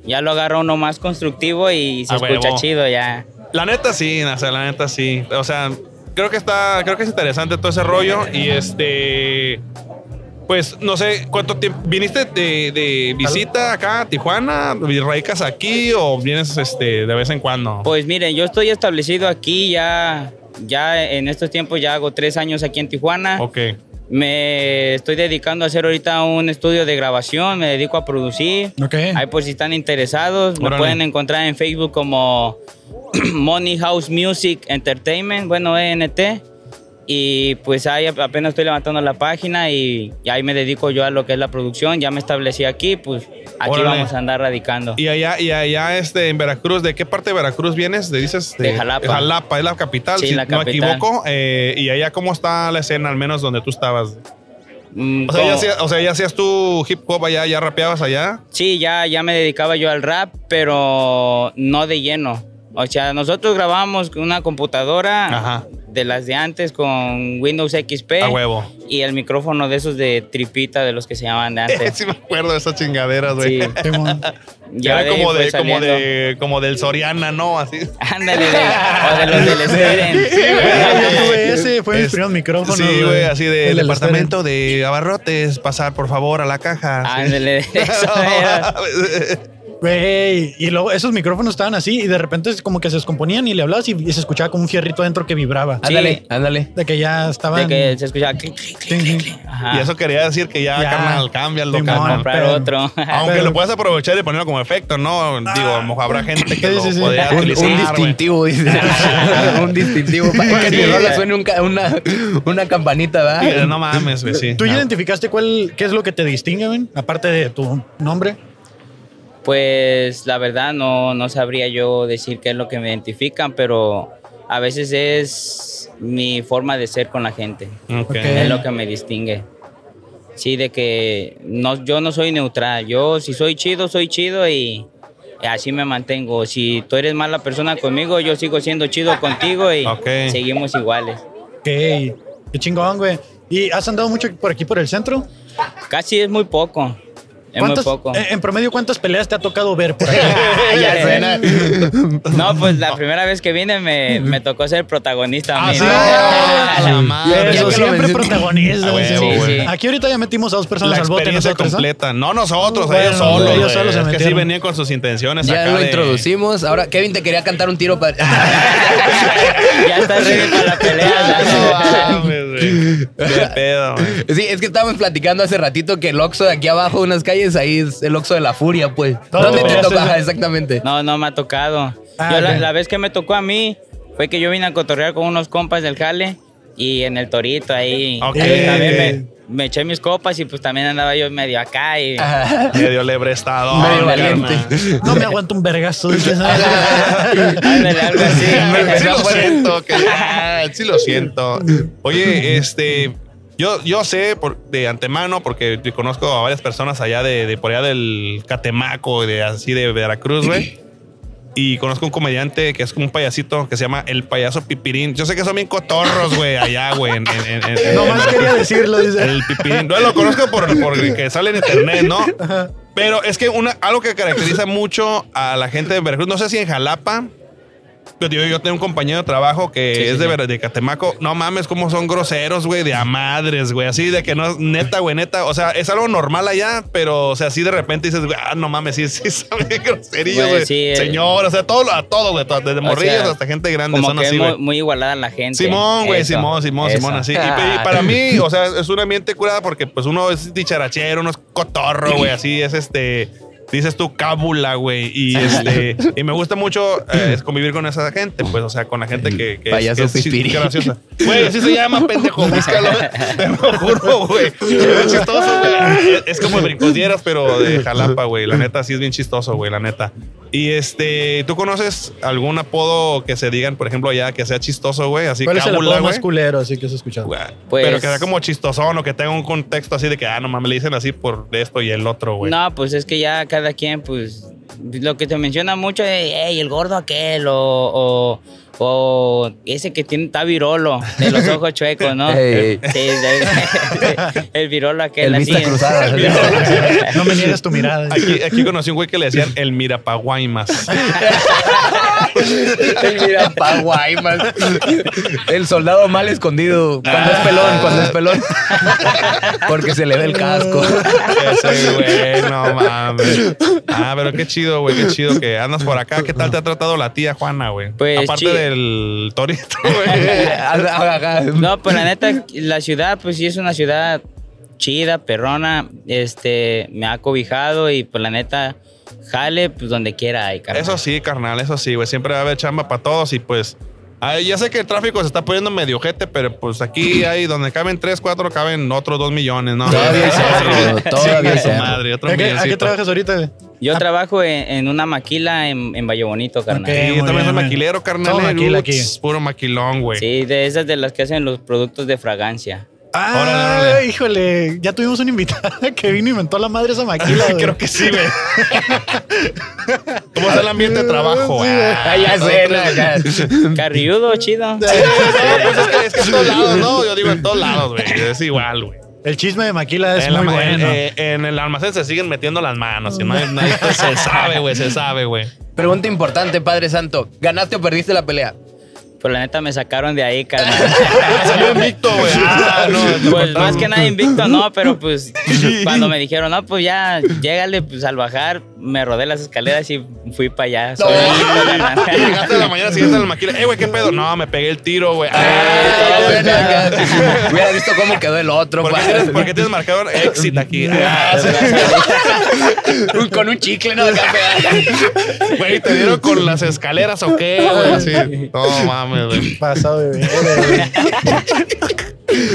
[SPEAKER 9] Ya lo agarra uno más constructivo y se
[SPEAKER 3] A
[SPEAKER 9] escucha
[SPEAKER 3] huevo.
[SPEAKER 9] chido ya.
[SPEAKER 3] La neta sí, o sea, la neta sí. O sea, creo que está, creo que es interesante todo ese rollo y este, pues no sé cuánto tiempo viniste de, de visita acá a Tijuana, radicas aquí o vienes este de vez en cuando.
[SPEAKER 9] Pues miren, yo estoy establecido aquí ya, ya en estos tiempos ya hago tres años aquí en Tijuana.
[SPEAKER 3] Ok.
[SPEAKER 9] Me estoy dedicando a hacer ahorita un estudio de grabación, me dedico a producir.
[SPEAKER 1] Ok.
[SPEAKER 9] Ahí por si están interesados, me
[SPEAKER 3] Órale.
[SPEAKER 9] pueden encontrar en Facebook como Money House Music Entertainment, bueno, ENT. Y pues ahí ap- apenas estoy levantando la página y, y ahí me dedico yo a lo que es la producción. Ya me establecí aquí, pues aquí
[SPEAKER 3] Órale.
[SPEAKER 9] vamos a andar radicando.
[SPEAKER 3] Y allá, y allá este, en Veracruz, ¿de qué parte de Veracruz vienes? ¿De, dices,
[SPEAKER 9] De Jalapa.
[SPEAKER 3] Jalapa, es la capital,
[SPEAKER 9] Sí,
[SPEAKER 3] si
[SPEAKER 9] la
[SPEAKER 3] no me
[SPEAKER 9] capital.
[SPEAKER 3] equivoco. Eh, y allá, ¿cómo está la escena, al menos donde tú estabas?
[SPEAKER 9] Mm,
[SPEAKER 3] O sea,
[SPEAKER 9] como-
[SPEAKER 3] ya hacías, o sea, ya hacías tú hip hop allá, ya rapeabas allá.
[SPEAKER 9] Sí, ya, ya me dedicaba yo al rap, pero no de lleno. O sea, nosotros grabábamos con una computadora
[SPEAKER 3] Ajá.
[SPEAKER 9] de las de antes con Windows XP
[SPEAKER 3] A huevo.
[SPEAKER 9] y el micrófono de esos de tripita de los que se llamaban de antes.
[SPEAKER 3] sí me acuerdo de esas chingaderas,
[SPEAKER 9] Sí,
[SPEAKER 3] güey.
[SPEAKER 1] Simón.
[SPEAKER 9] ya
[SPEAKER 3] era
[SPEAKER 9] de ahí
[SPEAKER 3] como
[SPEAKER 9] fue
[SPEAKER 3] de, como
[SPEAKER 9] saliendo.
[SPEAKER 3] de, como del Soriana, ¿no? Así.
[SPEAKER 9] Ándale, de, o de los del Steren.
[SPEAKER 1] Yo tuve ese, fue mi
[SPEAKER 3] Es-
[SPEAKER 1] primer micrófono.
[SPEAKER 3] Sí, güey, así de
[SPEAKER 1] El
[SPEAKER 3] el
[SPEAKER 1] del
[SPEAKER 3] departamento de abarrotes, pasar por favor a la caja. Sí.
[SPEAKER 9] Ándale, de eso era.
[SPEAKER 1] Güey, y luego esos micrófonos estaban así y de repente es como que se descomponían y le hablabas y, y se escuchaba como un fierrito adentro que vibraba.
[SPEAKER 5] Ándale,
[SPEAKER 9] Sí.
[SPEAKER 5] ándale.
[SPEAKER 1] De que ya
[SPEAKER 9] De
[SPEAKER 1] estaban.
[SPEAKER 9] que Eh, se escuchaba clic, clic, clic,
[SPEAKER 1] Sí, sí.
[SPEAKER 9] clic. Ajá.
[SPEAKER 3] y eso quería decir que ya,
[SPEAKER 1] Ya.
[SPEAKER 3] carnal, cámbialo,
[SPEAKER 1] Simón.
[SPEAKER 3] carnal.
[SPEAKER 9] Comprar
[SPEAKER 1] pero-
[SPEAKER 9] otro.
[SPEAKER 3] Aunque
[SPEAKER 1] Pero-
[SPEAKER 3] lo puedas aprovechar y ponerlo como efecto, ¿no? Digo, a lo mejor habrá gente que
[SPEAKER 1] Sí,
[SPEAKER 3] lo
[SPEAKER 1] sí, sí.
[SPEAKER 3] podría
[SPEAKER 5] Un, un
[SPEAKER 3] utilizar. güey.
[SPEAKER 5] distintivo, dice. un distintivo. Para que
[SPEAKER 9] Sí.
[SPEAKER 5] te rola suene un ca- una, una campanita,
[SPEAKER 3] Pero
[SPEAKER 5] ¿verdad?
[SPEAKER 3] No mames, güey, sí.
[SPEAKER 1] ¿Tú ya
[SPEAKER 3] Ah,
[SPEAKER 1] identificaste cuál, qué es lo que te distingue, güey? Aparte de tu nombre.
[SPEAKER 9] Pues la verdad no, no sabría yo decir qué es lo que me identifican, pero a veces es mi forma de ser con la gente.
[SPEAKER 3] ok.
[SPEAKER 1] Ok.
[SPEAKER 9] Es lo que me distingue. Sí, de que no, yo no soy neutral. Yo si soy chido, soy chido y así me mantengo. Si tú eres mala persona conmigo, yo sigo siendo chido contigo y
[SPEAKER 3] Ok.
[SPEAKER 9] seguimos iguales.
[SPEAKER 1] Ok. Qué chingón, güey. ¿Y has andado mucho por aquí, por el centro?
[SPEAKER 9] Casi es muy poco. Es muy
[SPEAKER 1] ¿Cuántas-
[SPEAKER 9] poco.
[SPEAKER 1] eh, En promedio, ¿cuántas peleas te ha tocado ver por ahí?
[SPEAKER 9] Ya sé.
[SPEAKER 4] suena.
[SPEAKER 9] No, pues la primera vez que vine me, me tocó ser protagonista. a mí,
[SPEAKER 4] sí.
[SPEAKER 9] ¿no?
[SPEAKER 4] Ah,
[SPEAKER 9] A la
[SPEAKER 4] sí.
[SPEAKER 9] madre.
[SPEAKER 4] Ya que
[SPEAKER 1] Eso
[SPEAKER 4] lo
[SPEAKER 1] siempre
[SPEAKER 4] mencioné.
[SPEAKER 1] protagonista.
[SPEAKER 4] Ah,
[SPEAKER 1] güey.
[SPEAKER 4] huevo,
[SPEAKER 1] Sí,
[SPEAKER 9] güey.
[SPEAKER 1] sí. Aquí ahorita ya metimos a dos personas
[SPEAKER 3] La
[SPEAKER 1] al bote
[SPEAKER 3] experiencia
[SPEAKER 1] nosotros. ¿ah?
[SPEAKER 3] completa. No nosotros,
[SPEAKER 1] Bueno,
[SPEAKER 3] ellos solos.
[SPEAKER 1] ellos
[SPEAKER 3] güey.
[SPEAKER 1] solos se
[SPEAKER 3] es que sí
[SPEAKER 1] metieron.
[SPEAKER 3] venían con sus intenciones.
[SPEAKER 5] Ya
[SPEAKER 3] acá
[SPEAKER 5] lo
[SPEAKER 3] de-
[SPEAKER 5] introducimos. Ahora, Kevin, te quería cantar un tiro para.
[SPEAKER 9] Ya estás ready para la
[SPEAKER 3] No
[SPEAKER 9] pelea.
[SPEAKER 3] mames, güey. Qué pedo, güey.
[SPEAKER 5] Sí, es que estábamos platicando hace ratito que el Oxxo de aquí abajo, unas calles, ahí es el Oxxo de la furia, pues.
[SPEAKER 1] Todo.
[SPEAKER 5] ¿Dónde te
[SPEAKER 1] Ya
[SPEAKER 5] toca?
[SPEAKER 1] sé,
[SPEAKER 5] Ajá,
[SPEAKER 1] ya.
[SPEAKER 5] Exactamente.
[SPEAKER 9] No, no me ha tocado.
[SPEAKER 1] Ah,
[SPEAKER 9] Yo la,
[SPEAKER 1] ok.
[SPEAKER 9] la vez que me tocó a mí fue que yo vine a cotorrear con unos compas del jale y en el torito ahí.
[SPEAKER 3] Ok,
[SPEAKER 9] Y también
[SPEAKER 3] ok.
[SPEAKER 9] me, me eché mis copas y pues también andaba yo medio acá y
[SPEAKER 3] Medio lebre estado.
[SPEAKER 5] Medio
[SPEAKER 3] carnal.
[SPEAKER 5] valiente.
[SPEAKER 1] No me aguanto un vergazo. dices, ¿no?
[SPEAKER 9] ándale, algo así.
[SPEAKER 4] Sí
[SPEAKER 5] Empezó
[SPEAKER 4] lo
[SPEAKER 5] por-
[SPEAKER 4] siento, que ah, sí lo siento.
[SPEAKER 3] Oye, este. Yo, yo sé por- de antemano, porque te conozco a varias personas allá de, de por allá del Catemaco, de así de Veracruz, güey. Y conozco un comediante que es como un payasito que se llama El Payaso Pipirín. Yo sé que son bien cotorros, güey, allá, güey. en- en- en- en-
[SPEAKER 1] Nomás quería decirlo. Dice.
[SPEAKER 3] El pipirín. No Ah, lo conozco por, por el que sale en internet, ¿no? Pero es que una, algo que caracteriza mucho a la gente de Veracruz, no sé si en Jalapa. Yo, digo, yo tengo un compañero de trabajo que es de, Ver- de Catemaco. No mames, cómo son groseros, güey, de a madres, güey. Así de que no, neta, güey, neta. O sea, es algo normal allá, pero, o sea, así de repente dices, güey, ah, no mames, sí, sí, son bien groserillos,
[SPEAKER 9] Güey,
[SPEAKER 3] güey.
[SPEAKER 9] sí, eh.
[SPEAKER 3] Señor, o sea, todo, lo- a todos, güey, to- desde morrillos
[SPEAKER 9] sea,
[SPEAKER 3] hasta gente grande,
[SPEAKER 9] Como
[SPEAKER 3] son
[SPEAKER 9] que
[SPEAKER 3] así,
[SPEAKER 9] es
[SPEAKER 3] güey.
[SPEAKER 9] muy, muy igualada la gente.
[SPEAKER 3] Simón, güey,
[SPEAKER 9] Eso,
[SPEAKER 3] Simón, Simón,
[SPEAKER 9] eso. Ah.
[SPEAKER 3] Simón, así. Y, pe-
[SPEAKER 5] Ah.
[SPEAKER 3] y para mí, o sea, es un ambiente curada porque pues uno es dicharachero, uno es cotorro, güey, así es este, dices tú cábula, güey, y este, y me gusta mucho eh, es convivir con esa gente, pues, o sea, con la gente que, que, es-
[SPEAKER 5] Payaso
[SPEAKER 3] que es, chis-
[SPEAKER 5] pipiri.
[SPEAKER 3] graciosa. Güey, así se llama, pendejo, búscalo, te lo juro, güey. Es chistoso, güey. Es- Es como el brincosieras, pero de Jalapa, güey, la neta, sí es bien chistoso, güey, la neta. Y este, ¿tú conoces algún apodo que se digan, por ejemplo, allá que sea chistoso, güey? Así
[SPEAKER 1] ¿Cuál es el
[SPEAKER 3] cábula,
[SPEAKER 1] apodo más
[SPEAKER 3] güey.
[SPEAKER 1] culero? Así que has escuchado.
[SPEAKER 3] Güey,
[SPEAKER 9] Pues-
[SPEAKER 3] pero que sea como chistosón o que tenga un contexto así de que, ah, no mames, le dicen así por esto y el otro, güey.
[SPEAKER 9] No, pues es que ya cada quien, pues, lo que se menciona mucho es, hey, el gordo aquel, o, o, o ese que tiene, está virolo, de los ojos chuecos, ¿no?
[SPEAKER 5] Ey, ey.
[SPEAKER 9] Sí, de- el virolo
[SPEAKER 5] El
[SPEAKER 9] aquel. así
[SPEAKER 5] vista
[SPEAKER 9] es.
[SPEAKER 5] cruzada.
[SPEAKER 1] No me niegues tu mirada.
[SPEAKER 3] Aquí, aquí conocí un güey que le decían el Mirapaguaymas.
[SPEAKER 5] Mira, pa' Guaymas. El soldado mal escondido. Cuando es pelón, cuando es pelón. Porque se le ve el casco.
[SPEAKER 3] Ese güey, no mames. Ah, pero qué chido, güey, qué chido que andas por acá. ¿Qué tal te ha tratado la tía Juana, güey?
[SPEAKER 9] Pues,
[SPEAKER 3] Aparte
[SPEAKER 9] chido.
[SPEAKER 3] del torito, güey.
[SPEAKER 5] Ajá, ajá.
[SPEAKER 9] No, pues la neta, la ciudad, pues sí es una ciudad chida, perrona, este, me ha cobijado y pues la neta, jale, pues donde quiera hay, carnal.
[SPEAKER 3] Eso sí, carnal, eso sí, güey. Siempre va a haber chamba para todos y pues. ay, ya sé que el tráfico se está poniendo medio jete, pero pues aquí hay donde caben 3, 4, caben otros 2 millones, ¿no?
[SPEAKER 5] Todavía hay cerro, todavía hay
[SPEAKER 3] su
[SPEAKER 5] cerro.
[SPEAKER 3] madre, otro
[SPEAKER 1] ¿A qué, a qué
[SPEAKER 3] milloncito.
[SPEAKER 1] trabajas ahorita? güey?
[SPEAKER 9] Yo trabajo en, en una maquila en, en Valle Bonito, carnal.
[SPEAKER 1] Ah. Ok.
[SPEAKER 3] Sí,
[SPEAKER 1] Muy
[SPEAKER 3] yo también
[SPEAKER 1] bien,
[SPEAKER 3] soy
[SPEAKER 1] güey.
[SPEAKER 3] maquilero, carnal.
[SPEAKER 1] Todo
[SPEAKER 3] eh,
[SPEAKER 1] maquila aquí.
[SPEAKER 3] ups, Puro maquilón, güey.
[SPEAKER 9] Sí, de esas de las que hacen los productos de fragancia.
[SPEAKER 1] Ah,
[SPEAKER 3] Órale, órale.
[SPEAKER 1] híjole, ya tuvimos una invitada que vino y inventó la madre esa maquila. güey.
[SPEAKER 3] Creo que sí, güey. ¿Cómo está el ambiente de trabajo? güey?
[SPEAKER 5] Ah, ya sé, no, acá.
[SPEAKER 9] Carriudo, chido.
[SPEAKER 3] Pues es que, es que en todos lados, ¿no? Yo digo en todos lados, güey. Es igual, güey.
[SPEAKER 1] El chisme de maquila es
[SPEAKER 3] en, la
[SPEAKER 1] muy
[SPEAKER 3] ma-
[SPEAKER 1] bueno.
[SPEAKER 3] eh, en el almacén se siguen metiendo las manos. y nadie- nadie- pues, se sabe, güey, se sabe, güey.
[SPEAKER 5] Pregunta importante, Padre Santo. ¿Ganaste o perdiste la pelea?
[SPEAKER 9] Pues la neta me sacaron de ahí, carnal.
[SPEAKER 3] Salió invicto, güey. Ah, no, te
[SPEAKER 9] Pues
[SPEAKER 3] cortaron.
[SPEAKER 9] más que nada invicto, no, pero pues cuando me dijeron, no, pues ya, llégale, pues al bajar, me rodé las escaleras y fui para allá. solito, carnal.
[SPEAKER 3] Y Llegaste a la mañana siguiente a la maquila. Eh, güey, ¿qué pedo? No, me pegué el tiro, güey.
[SPEAKER 5] Ah,
[SPEAKER 3] Ah,
[SPEAKER 5] bueno, acá. Hubiera visto cómo quedó el otro,
[SPEAKER 3] ¿Por qué,
[SPEAKER 5] padre.
[SPEAKER 3] tienes, por qué tienes marcado exit aquí? Ah,
[SPEAKER 5] Un- Con un chicle, ¿no? Acá pegado.
[SPEAKER 3] Güey, ¿te dieron con las escaleras o qué, güey? Así. Ah, No mames, güey.
[SPEAKER 1] Pasado de verga, güey.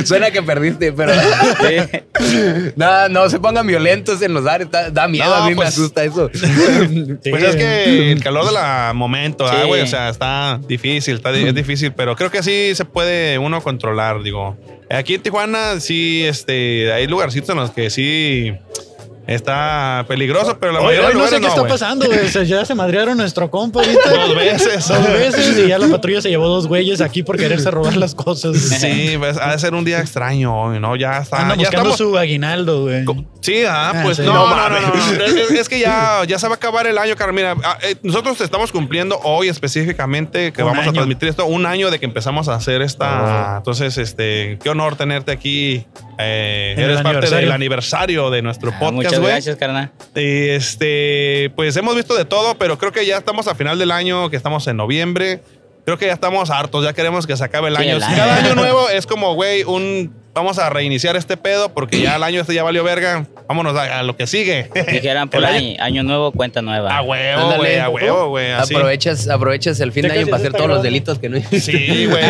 [SPEAKER 5] Suena que perdiste, pero.
[SPEAKER 9] Sí.
[SPEAKER 5] No, no se pongan violentos en los bares. Da, da miedo,
[SPEAKER 3] No,
[SPEAKER 5] a mí me
[SPEAKER 3] pues-
[SPEAKER 5] asusta eso.
[SPEAKER 3] Pues es que el calor de la momento, ah,
[SPEAKER 9] Sí.
[SPEAKER 3] güey, o sea, está difícil, está, di- es difícil, pero creo que sí se puede uno controlar, digo. Aquí en Tijuana sí, este, hay lugarcitos en los que sí Está peligroso, pero la
[SPEAKER 1] Hoy,
[SPEAKER 3] mayoría de
[SPEAKER 1] hoy no sé
[SPEAKER 3] lugares
[SPEAKER 1] qué está
[SPEAKER 3] güey.
[SPEAKER 1] pasando, güey. O sea, ya se madrearon nuestro compa ahorita.
[SPEAKER 3] Dos veces.
[SPEAKER 1] Dos veces y ya la patrulla se llevó dos güeyes aquí por quererse robar las cosas.
[SPEAKER 3] Sí, pues, ha de ser un día extraño hoy, ¿no? Ya está.
[SPEAKER 1] Anda
[SPEAKER 3] ya
[SPEAKER 1] buscando
[SPEAKER 3] estamos-
[SPEAKER 1] su aguinaldo, güey.
[SPEAKER 3] Sí, ah,
[SPEAKER 1] Ah,
[SPEAKER 3] pues
[SPEAKER 1] sí.
[SPEAKER 3] no,
[SPEAKER 1] No
[SPEAKER 3] no, no,
[SPEAKER 1] mames.
[SPEAKER 3] no, no. Es, es- es que ya, ya se va a acabar el año, Carmen. Mira, ah, eh, nosotros estamos cumpliendo hoy específicamente que
[SPEAKER 1] Un
[SPEAKER 3] vamos a
[SPEAKER 1] año. Ah,
[SPEAKER 3] transmitir esto, un año de que empezamos a hacer esta. Entonces, este, qué honor tenerte aquí. Eh,
[SPEAKER 1] En el
[SPEAKER 3] eres parte
[SPEAKER 1] aniversario.
[SPEAKER 3] del aniversario de nuestro
[SPEAKER 10] Ah,
[SPEAKER 3] podcast,
[SPEAKER 10] muchas
[SPEAKER 3] güey.
[SPEAKER 10] gracias, carnal.
[SPEAKER 3] Y, este, pues hemos visto de todo, pero creo que ya estamos a final del año, que estamos en noviembre. Creo que ya estamos hartos, ya queremos que se acabe el
[SPEAKER 10] Sí,
[SPEAKER 3] año.
[SPEAKER 10] el año.
[SPEAKER 3] Cada año nuevo es como, güey, un vamos a reiniciar este pedo porque ya el año este ya valió verga. Vámonos a, a lo que sigue.
[SPEAKER 10] Dijeran por
[SPEAKER 3] El año-
[SPEAKER 10] ahí, año nuevo, cuenta nueva.
[SPEAKER 3] A huevo,
[SPEAKER 5] Ándale.
[SPEAKER 3] güey, a huevo, güey. así.
[SPEAKER 5] Aprovechas, aprovechas el fin de
[SPEAKER 1] Ya
[SPEAKER 5] año
[SPEAKER 1] casi
[SPEAKER 5] para
[SPEAKER 1] se
[SPEAKER 5] hacer
[SPEAKER 1] está
[SPEAKER 5] todos los
[SPEAKER 1] grabando.
[SPEAKER 5] delitos que no hiciste.
[SPEAKER 3] Sí, güey,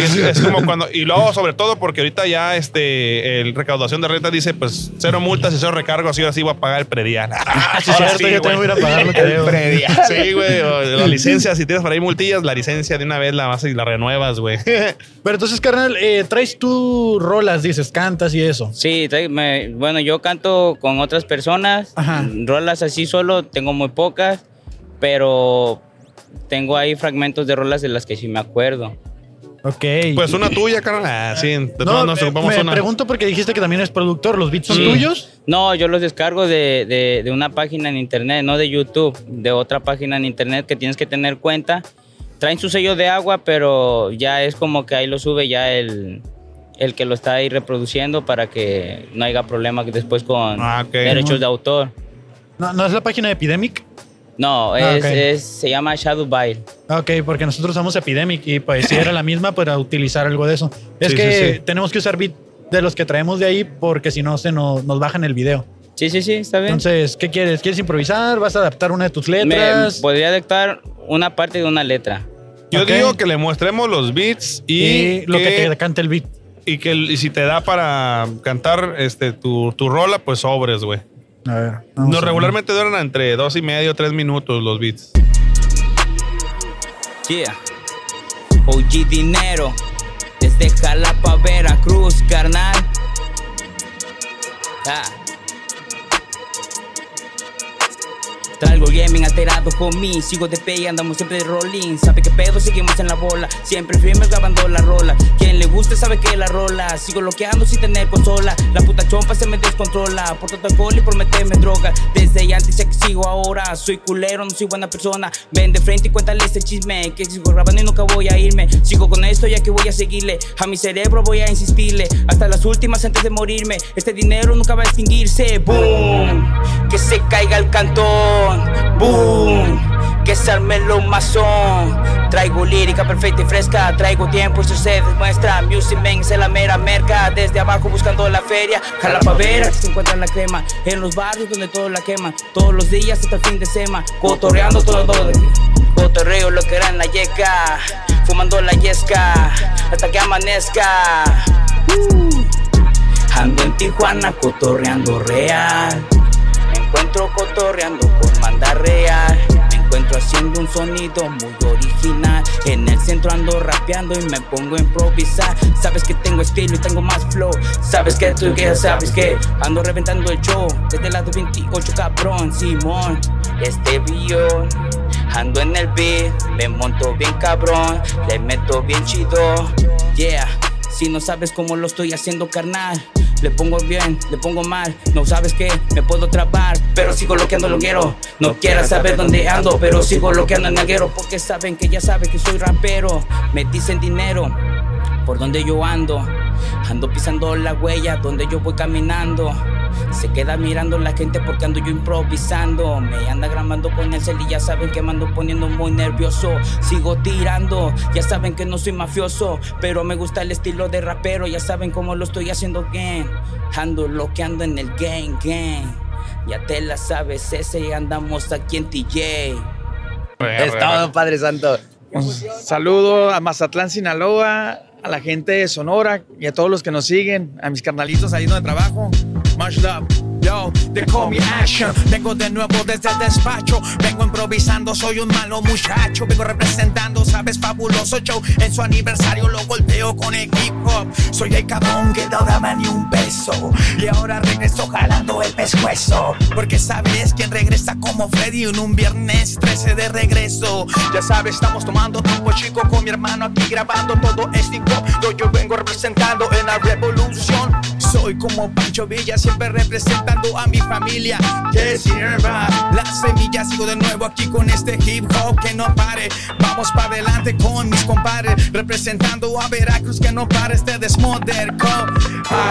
[SPEAKER 3] sí. Es, es como cuando. Y luego, sobre todo, porque ahorita ya este, el recaudación de renta dice, pues, cero multas y cero recargos, así o así voy a pagar el predial. Ah,
[SPEAKER 1] Sí, cierto, yo tengo que ir a pagar lo que debo.
[SPEAKER 3] Sí, güey. o La licencia, si tienes para ir multillas, la licencia de una vez la vas y la renuevas, güey.
[SPEAKER 1] Pero entonces, carnal, eh, traes tú rolas, dices, cantas y eso.
[SPEAKER 10] Sí, tra- me- bueno, yo canto con otras personas,
[SPEAKER 1] Ajá.
[SPEAKER 10] rolas así solo, tengo muy pocas, pero tengo ahí fragmentos de rolas de las que sí me acuerdo.
[SPEAKER 1] Ok.
[SPEAKER 3] Pues una tuya, carnal. Ah, Sí, de todas nos
[SPEAKER 1] me-
[SPEAKER 3] ocupamos
[SPEAKER 1] me
[SPEAKER 3] una.
[SPEAKER 1] pregunto porque dijiste que también es productor. ¿Los beats son
[SPEAKER 10] Sí.
[SPEAKER 1] tuyos?
[SPEAKER 10] No, yo los descargo de, de- de una página en internet, no de YouTube, de otra página en internet que tienes que tener cuenta. Traen su sello de agua, pero ya es como que ahí lo sube ya el, el que lo está ahí reproduciendo para que no haya problema después con
[SPEAKER 3] Ah, ok.
[SPEAKER 10] derechos de autor.
[SPEAKER 1] No, no es la página de Epidemic.
[SPEAKER 10] No,
[SPEAKER 1] Ah,
[SPEAKER 10] es,
[SPEAKER 1] ok.
[SPEAKER 10] es- se llama Shadow Baile.
[SPEAKER 1] Ok, porque nosotros usamos Epidemic y pues si era la misma para utilizar algo de eso. Es
[SPEAKER 3] Sí,
[SPEAKER 1] que
[SPEAKER 3] sí, sí.
[SPEAKER 1] tenemos que usar beat de los que traemos de ahí porque si no se nos, nos bajan el video.
[SPEAKER 10] Sí, sí, sí, está bien.
[SPEAKER 1] Entonces, ¿qué quieres? ¿Quieres improvisar? ¿Vas a adaptar una de tus
[SPEAKER 10] Me-
[SPEAKER 1] letras?
[SPEAKER 10] podría dictar una parte de una letra.
[SPEAKER 3] Yo
[SPEAKER 1] Ok.
[SPEAKER 3] digo que le mostremos los beats y,
[SPEAKER 1] y, lo que te
[SPEAKER 3] que,
[SPEAKER 1] cante el beat.
[SPEAKER 3] y que y si te da para cantar este tu, tu rola, pues sobres, güey.
[SPEAKER 1] A ver. vamos
[SPEAKER 3] No,
[SPEAKER 1] a ver.
[SPEAKER 3] regularmente duran entre dos y medio, tres minutos los beats.
[SPEAKER 10] Yeah. OG Dinero, desde Jalapa, Veracruz, carnal. Ah. Traigo el gaming alterado, homie. Sigo de pay, andamos siempre de rolling. Sabe que pedo, seguimos en la bola. Siempre firmes grabando la rola. Quien le guste sabe que la rola. Sigo bloqueando sin tener consola. La puta chompa se me descontrola. Por tanto alcohol y por meterme droga. Desde antes ya que sigo ahora. Soy culero, no soy buena persona. Ven de frente y cuéntale este chisme. Que sigo grabando y nunca voy a irme. Sigo con esto ya que voy a seguirle. A mi cerebro voy a insistirle. Hasta las últimas antes de morirme. Este dinero nunca va a extinguirse. Boom. Que se caiga el cantón. Boom. Que se arme lo mazón. Traigo lírica perfecta y fresca. Traigo tiempo, eso se demuestra. Music Man es la mera merca. Desde abajo buscando la feria. Jalapavera que se encuentra la crema. En los barrios donde todo la quema. Todos los días hasta el fin de semana. Cotorreando todo. Cotorreo lo que era en la yeca. Fumando la yesca. Hasta que amanezca. Uh. Ando en Tijuana cotorreando real. Me encuentro cotorreando con manda real. Me encuentro haciendo un sonido muy original. En el centro ando rapeando y me pongo a improvisar. Sabes que tengo estilo y tengo más flow. Sabes que tú que sabes que ando reventando el show. Desde el lado 28, cabrón, Simón. Este billón. Ando en el beat, me monto bien cabrón, le meto bien chido. Yeah. Si no sabes cómo lo estoy haciendo, carnal. Le pongo bien, le pongo mal. No sabes que me puedo trabar, pero sigo lo que ando, lo quiero. No quieras saber dónde ando, pero sigo lo que ando en alguero. Porque saben que ya saben que soy rapero. Me dicen dinero por donde yo ando. Ando pisando la huella donde yo voy caminando. Se queda mirando la gente porque ando yo improvisando. Me anda grabando con el cel y ya saben que me ando poniendo muy nervioso. Sigo tirando, ya saben que no soy mafioso, pero me gusta el estilo de rapero. Ya saben cómo lo estoy haciendo bien. Ando lo que ando en el gang, gang. Ya te la sabes, ese andamos aquí en TJ.
[SPEAKER 5] Es todo, Padre Santo.
[SPEAKER 11] Saludo a Mazatlán, Sinaloa, a la gente de Sonora y a todos los que nos siguen, a mis carnalitos ahí donde trabajo.
[SPEAKER 12] Much love. Yo, they call me Action. Vengo de nuevo desde el despacho. Vengo improvisando, soy un malo muchacho. Vengo representando, sabes, fabuloso show. En su aniversario lo golpeo con el hip hop. Soy el cabrón que no daba ni un peso. Y ahora regreso jalando el pescuezo. Porque sabes quién regresa como Freddy en un viernes 13 de regreso. Ya sabes, estamos tomando tiempo chico con mi hermano aquí grabando todo este hip-hop. Yo, yo vengo representando en la revolución. Soy como Pancho Villa, siempre representando a mi familia. Yes, hierba. La semilla sigo de nuevo aquí con este hip hop que no pare. Vamos para adelante con mis compadres. Representando a Veracruz que no pare este desmoder.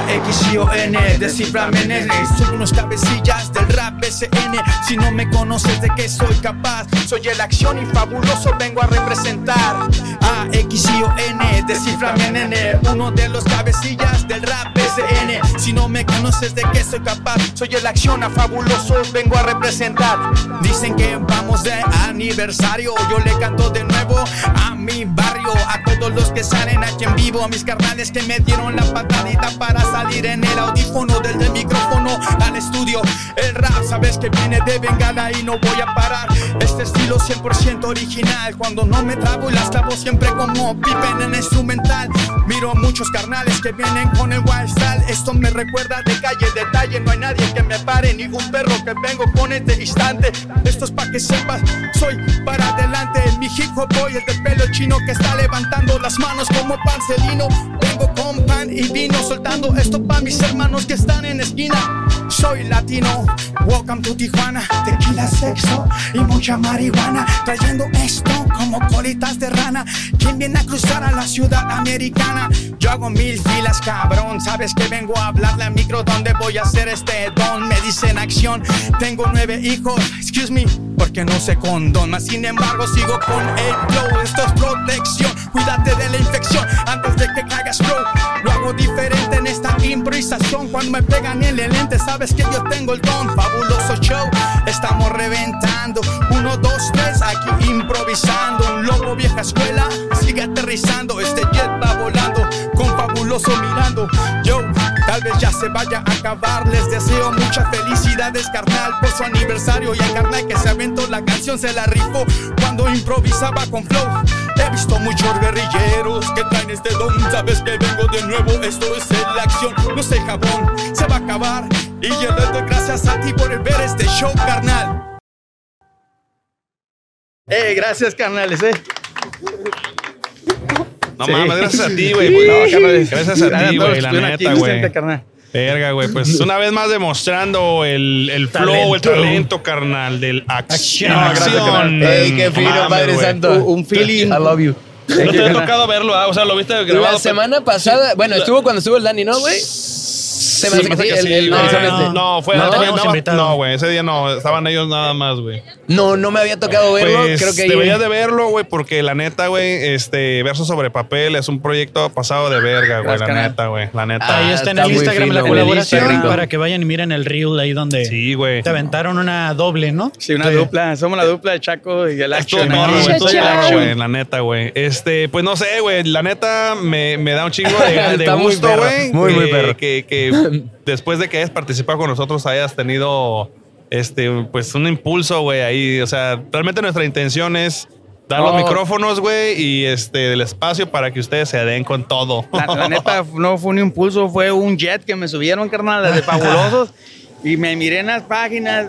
[SPEAKER 12] A-X-I-O-N, desciframe nene. Soy unos cabecillas del rap BCN. Si no me conoces, de qué soy capaz. Soy el acción y fabuloso vengo a representar. A-X-I-O-N, desciframe nene. Uno de los cabecillas del rap BCN. Si no me conoces, de qué soy capaz. Soy el acción a fabuloso vengo a representar. Dicen que vamos de aniversario. Yo le canto de nuevo a mi barrio. A todos los que salen aquí en vivo. A mis carnales que me dieron la patadita para salir en el audífono. Desde el micrófono al estudio. El rap, sabes que viene de Bengala y no voy a parar. Este estilo 100% original. Cuando no me trabo y las clavo siempre como pipen en instrumental. Miro muchos carnales que vienen con el wild style. Esto me recuerda de calle, detalle. No hay nadie que me pare, ni un perro que vengo con este instante. Esto es pa' que sepas, soy para adelante. Mi hip hop boy, el de pelo chino que está levantando las manos como parcelino. Vengo con pan y vino, soltando esto pa' mis hermanos que están en esquina. Soy latino, welcome to Tijuana. Tequila, sexo y mucha marihuana. Trayendo esto como colitas de rana. ¿Quién viene a cruzar a la ciudad americana? Yo hago mil filas, cabrón. Sabes que vengo a hablarle al micro donde voy a hacer este don. Me dicen acción, tengo nueve hijos. Excuse me, porque no sé condón. Mas sin embargo, sigo con el flow. Esto es protección. Cuídate de la infección antes de que cagas, bro. Lo hago diferente en esta improvisación. Cuando me pegan en el lente, sabes que yo tengo el don. Fabuloso show, estamos reventando. Uno, dos, tres, aquí improvisando. Un lobo vieja escuela sigue aterrizando. Este jet va volando, con fabuloso mirando. Yo, tal vez ya se vaya a acabar. Les deseo muchas felicidades, carnal, por su aniversario. Y al carnal que se aventó la canción se la rifó cuando improvisaba con flow. He visto muchos guerrilleros que traen este don. Sabes que vengo de nuevo, esto es la acción. No sé, jabón, se va a acabar. Y yo le doy gracias a ti por ver este show, carnal.
[SPEAKER 11] Eh, gracias, carnales, eh.
[SPEAKER 3] No
[SPEAKER 11] Sí.
[SPEAKER 3] mames, gracias a ti, güey. pues.
[SPEAKER 11] No, carnales.
[SPEAKER 3] gracias a ti,
[SPEAKER 11] Todos
[SPEAKER 3] güey, la
[SPEAKER 11] estuvieron aquí
[SPEAKER 3] neta,
[SPEAKER 11] presentes,
[SPEAKER 3] güey.
[SPEAKER 11] carnal.
[SPEAKER 3] Verga, güey. Pues una vez más demostrando el, el flow, el
[SPEAKER 11] Talento.
[SPEAKER 3] talento, carnal, del acción.
[SPEAKER 11] No, gracias, carnal. Ey, qué fino, Padre Santo. Un- un feeling. I love you.
[SPEAKER 3] No te ha tocado verlo, ah, o sea, lo viste grabado.
[SPEAKER 5] La
[SPEAKER 3] pero-
[SPEAKER 5] semana pasada, bueno, estuvo cuando estuvo el Dani, ¿no, güey? Se me hace
[SPEAKER 3] Sí,
[SPEAKER 5] que
[SPEAKER 3] me
[SPEAKER 5] sí,
[SPEAKER 3] hace
[SPEAKER 5] el-
[SPEAKER 3] que
[SPEAKER 5] el-
[SPEAKER 3] sí, güey.
[SPEAKER 5] el-
[SPEAKER 3] No, no, fue
[SPEAKER 5] No,
[SPEAKER 3] no,
[SPEAKER 5] teníamos invitado.
[SPEAKER 3] No, güey, ese día no, estaban ellos nada más, güey.
[SPEAKER 5] No, no me había tocado verlo.
[SPEAKER 3] Pues,
[SPEAKER 5] creo que ahí-
[SPEAKER 3] deberías de verlo, güey, porque la neta, güey, este verso sobre papel es un proyecto pasado de verga, güey,
[SPEAKER 1] Gracias,
[SPEAKER 3] la
[SPEAKER 1] canal.
[SPEAKER 3] neta, güey, la neta.
[SPEAKER 1] ahí Ah, está en el Instagram la colaboración para que vayan y miren el reel ahí donde te
[SPEAKER 3] te
[SPEAKER 1] aventaron una doble, ¿no?
[SPEAKER 11] Sí, una dupla. Somos la dupla de Chaco y el
[SPEAKER 3] Estuvo
[SPEAKER 11] Action.
[SPEAKER 3] perro,
[SPEAKER 11] aquí.
[SPEAKER 3] güey, estuvo
[SPEAKER 11] El
[SPEAKER 3] perro,
[SPEAKER 11] Action.
[SPEAKER 3] güey, la neta, güey. Este, pues no sé, güey, la neta me, me da un chingo de, de
[SPEAKER 11] Está muy
[SPEAKER 3] gusto,
[SPEAKER 11] perro,
[SPEAKER 3] güey.
[SPEAKER 11] muy, muy
[SPEAKER 3] que-
[SPEAKER 11] perro.
[SPEAKER 3] Que, que después de que hayas participado con nosotros, hayas tenido, este, pues un impulso, güey, ahí. O sea, realmente nuestra intención es dar los
[SPEAKER 11] No.
[SPEAKER 3] micrófonos, güey, y este, el espacio para que ustedes se den con todo.
[SPEAKER 11] La, la neta, no fue un impulso, fue un jet que me subieron, carnal, de fabulosos. Y me miré en las páginas,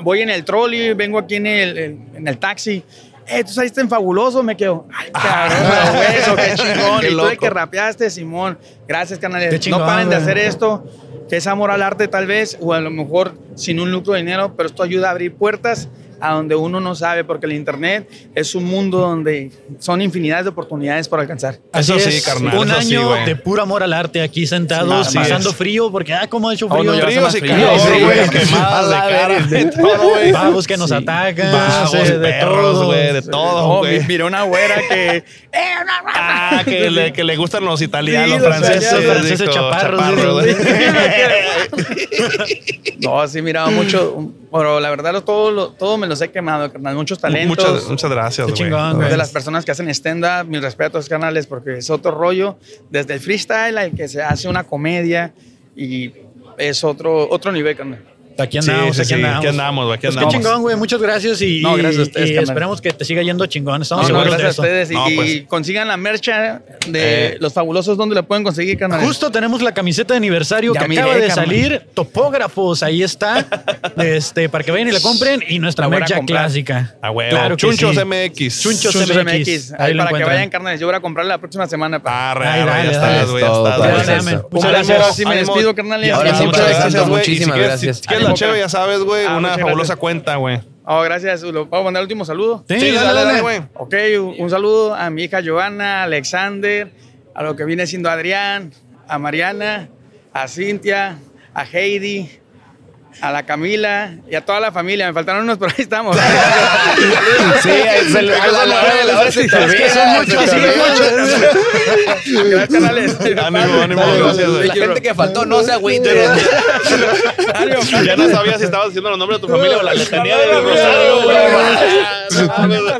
[SPEAKER 11] voy en el trolley, vengo aquí en el, en- en el taxi. Eh, tú saliste en fabuloso, me quedo. Ay, cabrón, güey, eso, qué chingón.
[SPEAKER 4] Ah. Qué
[SPEAKER 11] y tú el
[SPEAKER 4] loco.
[SPEAKER 11] que rapeaste, Simón. Gracias,
[SPEAKER 4] Qué
[SPEAKER 11] carnal.
[SPEAKER 4] chingón,
[SPEAKER 11] no paren de
[SPEAKER 4] güey.
[SPEAKER 11] hacer esto, que es amor al arte, tal vez, o a lo mejor sin un lucro de dinero, pero esto ayuda a abrir puertas a donde uno no sabe, porque el internet es un mundo donde son infinidades de oportunidades por alcanzar.
[SPEAKER 1] Así es, Un año de puro amor al arte aquí sentados,
[SPEAKER 11] Sí,
[SPEAKER 1] pasando
[SPEAKER 11] es.
[SPEAKER 1] frío, porque ah, cómo ha hecho
[SPEAKER 11] Oh,
[SPEAKER 1] frío.
[SPEAKER 11] no, ya hace más frío. Sí, güey.
[SPEAKER 3] quemadas de cara, de todo, güey.
[SPEAKER 1] Babos que nos
[SPEAKER 3] Sí.
[SPEAKER 1] atacan,
[SPEAKER 3] Babos,
[SPEAKER 1] eh, de
[SPEAKER 3] perros,
[SPEAKER 1] todo.
[SPEAKER 3] güey, de todo,
[SPEAKER 11] Oh,
[SPEAKER 3] güey. Eh,
[SPEAKER 11] mi- miré una güera que.
[SPEAKER 3] Ah, que, le, que le gustan los italianos,
[SPEAKER 11] Sí, los
[SPEAKER 3] franceses,
[SPEAKER 11] italianos, franceses
[SPEAKER 3] dijo,
[SPEAKER 11] chaparros,
[SPEAKER 3] chaparros,
[SPEAKER 11] sí.
[SPEAKER 3] güey.
[SPEAKER 11] No, sí, miraba mucho. Pero la verdad, lo- todo, lo- todo me los he quemado, carnal. Muchos talentos.
[SPEAKER 3] Muchas, muchas gracias, güey.
[SPEAKER 11] de las personas que hacen stand-up, mis respetos, canales, porque es otro rollo. Desde el freestyle al que se hace una comedia. Y es otro, otro nivel, carnal.
[SPEAKER 1] Aquí andamos, aquí andamos. Pues qué chingón, güey. Muchas gracias y,
[SPEAKER 11] No, gracias a
[SPEAKER 1] y-
[SPEAKER 11] ustedes,
[SPEAKER 1] y
[SPEAKER 11] carnal.
[SPEAKER 1] esperemos que te siga yendo chingón. Estamos
[SPEAKER 11] No, no,
[SPEAKER 1] seguros de
[SPEAKER 11] gracias
[SPEAKER 1] eso.
[SPEAKER 11] a ustedes y,
[SPEAKER 3] pues.
[SPEAKER 11] y consigan la mercha de
[SPEAKER 1] Eh.
[SPEAKER 11] los fabulosos donde la pueden conseguir, carnal.
[SPEAKER 1] Justo tenemos la camiseta de aniversario
[SPEAKER 11] Ya
[SPEAKER 1] que
[SPEAKER 11] miré,
[SPEAKER 1] acaba de
[SPEAKER 11] carnal.
[SPEAKER 1] salir. Topógrafos, ahí está. este, para que vayan y la compren. Y nuestra
[SPEAKER 11] La voy a
[SPEAKER 1] mercha
[SPEAKER 11] comprar.
[SPEAKER 1] clásica.
[SPEAKER 11] Ah,
[SPEAKER 3] A huevo.
[SPEAKER 1] Claro que
[SPEAKER 3] Ah, Chunchos
[SPEAKER 1] sí.
[SPEAKER 3] MX.
[SPEAKER 1] Chunchos, MX.
[SPEAKER 11] Ahí
[SPEAKER 1] lo
[SPEAKER 11] para que
[SPEAKER 1] encuentran.
[SPEAKER 11] vayan, carnal. Yo voy a comprarla la próxima semana.
[SPEAKER 3] Arre,
[SPEAKER 1] Ahí,
[SPEAKER 3] arre,
[SPEAKER 1] dale,
[SPEAKER 3] ya
[SPEAKER 1] dale.
[SPEAKER 3] estás, güey. Ya
[SPEAKER 1] Todo
[SPEAKER 3] estás,
[SPEAKER 1] para
[SPEAKER 3] güey.
[SPEAKER 1] eso. Muchas
[SPEAKER 3] Ánimo,
[SPEAKER 1] gracias. Ahora sí me
[SPEAKER 3] ánimo.
[SPEAKER 1] despido, carnal, y
[SPEAKER 3] Ahora
[SPEAKER 1] hasta
[SPEAKER 3] sí,
[SPEAKER 1] la
[SPEAKER 3] muchas
[SPEAKER 1] próxima.
[SPEAKER 3] gracias, güey. Y si
[SPEAKER 1] Muchísimas
[SPEAKER 3] quieres-
[SPEAKER 1] gracias.
[SPEAKER 3] Si quieres la
[SPEAKER 1] Ánimo,
[SPEAKER 3] cheve,
[SPEAKER 1] carnal.
[SPEAKER 3] ya sabes, güey.
[SPEAKER 1] Ah,
[SPEAKER 3] Una
[SPEAKER 1] muchas
[SPEAKER 3] fabulosa cuenta, güey.
[SPEAKER 11] Oh, gracias. ¿Lo puedo mandar el último saludo?
[SPEAKER 3] Sí, Sí, dale, dale, dale, dale. güey.
[SPEAKER 11] Ok, un- un saludo a mi hija Giovanna, a Alexander, a lo que viene siendo Adrián, a Mariana, a Cintia, a Heidi, a la Camila y a toda la familia. Me faltaron unos, pero ahí estamos.
[SPEAKER 5] Sí, ahí se le- a la- a la hora de la hora se te
[SPEAKER 11] Es que son
[SPEAKER 5] olvida,
[SPEAKER 11] muchos,
[SPEAKER 5] se te
[SPEAKER 11] sí, muchos. Gracias, canales.
[SPEAKER 3] Ánimo, ánimo. Gracias, güey.
[SPEAKER 5] La gente que faltó, no sea güey.
[SPEAKER 7] Ya no sabía si estabas diciendo los nombres de tu familia o la letanía del rosario, güey.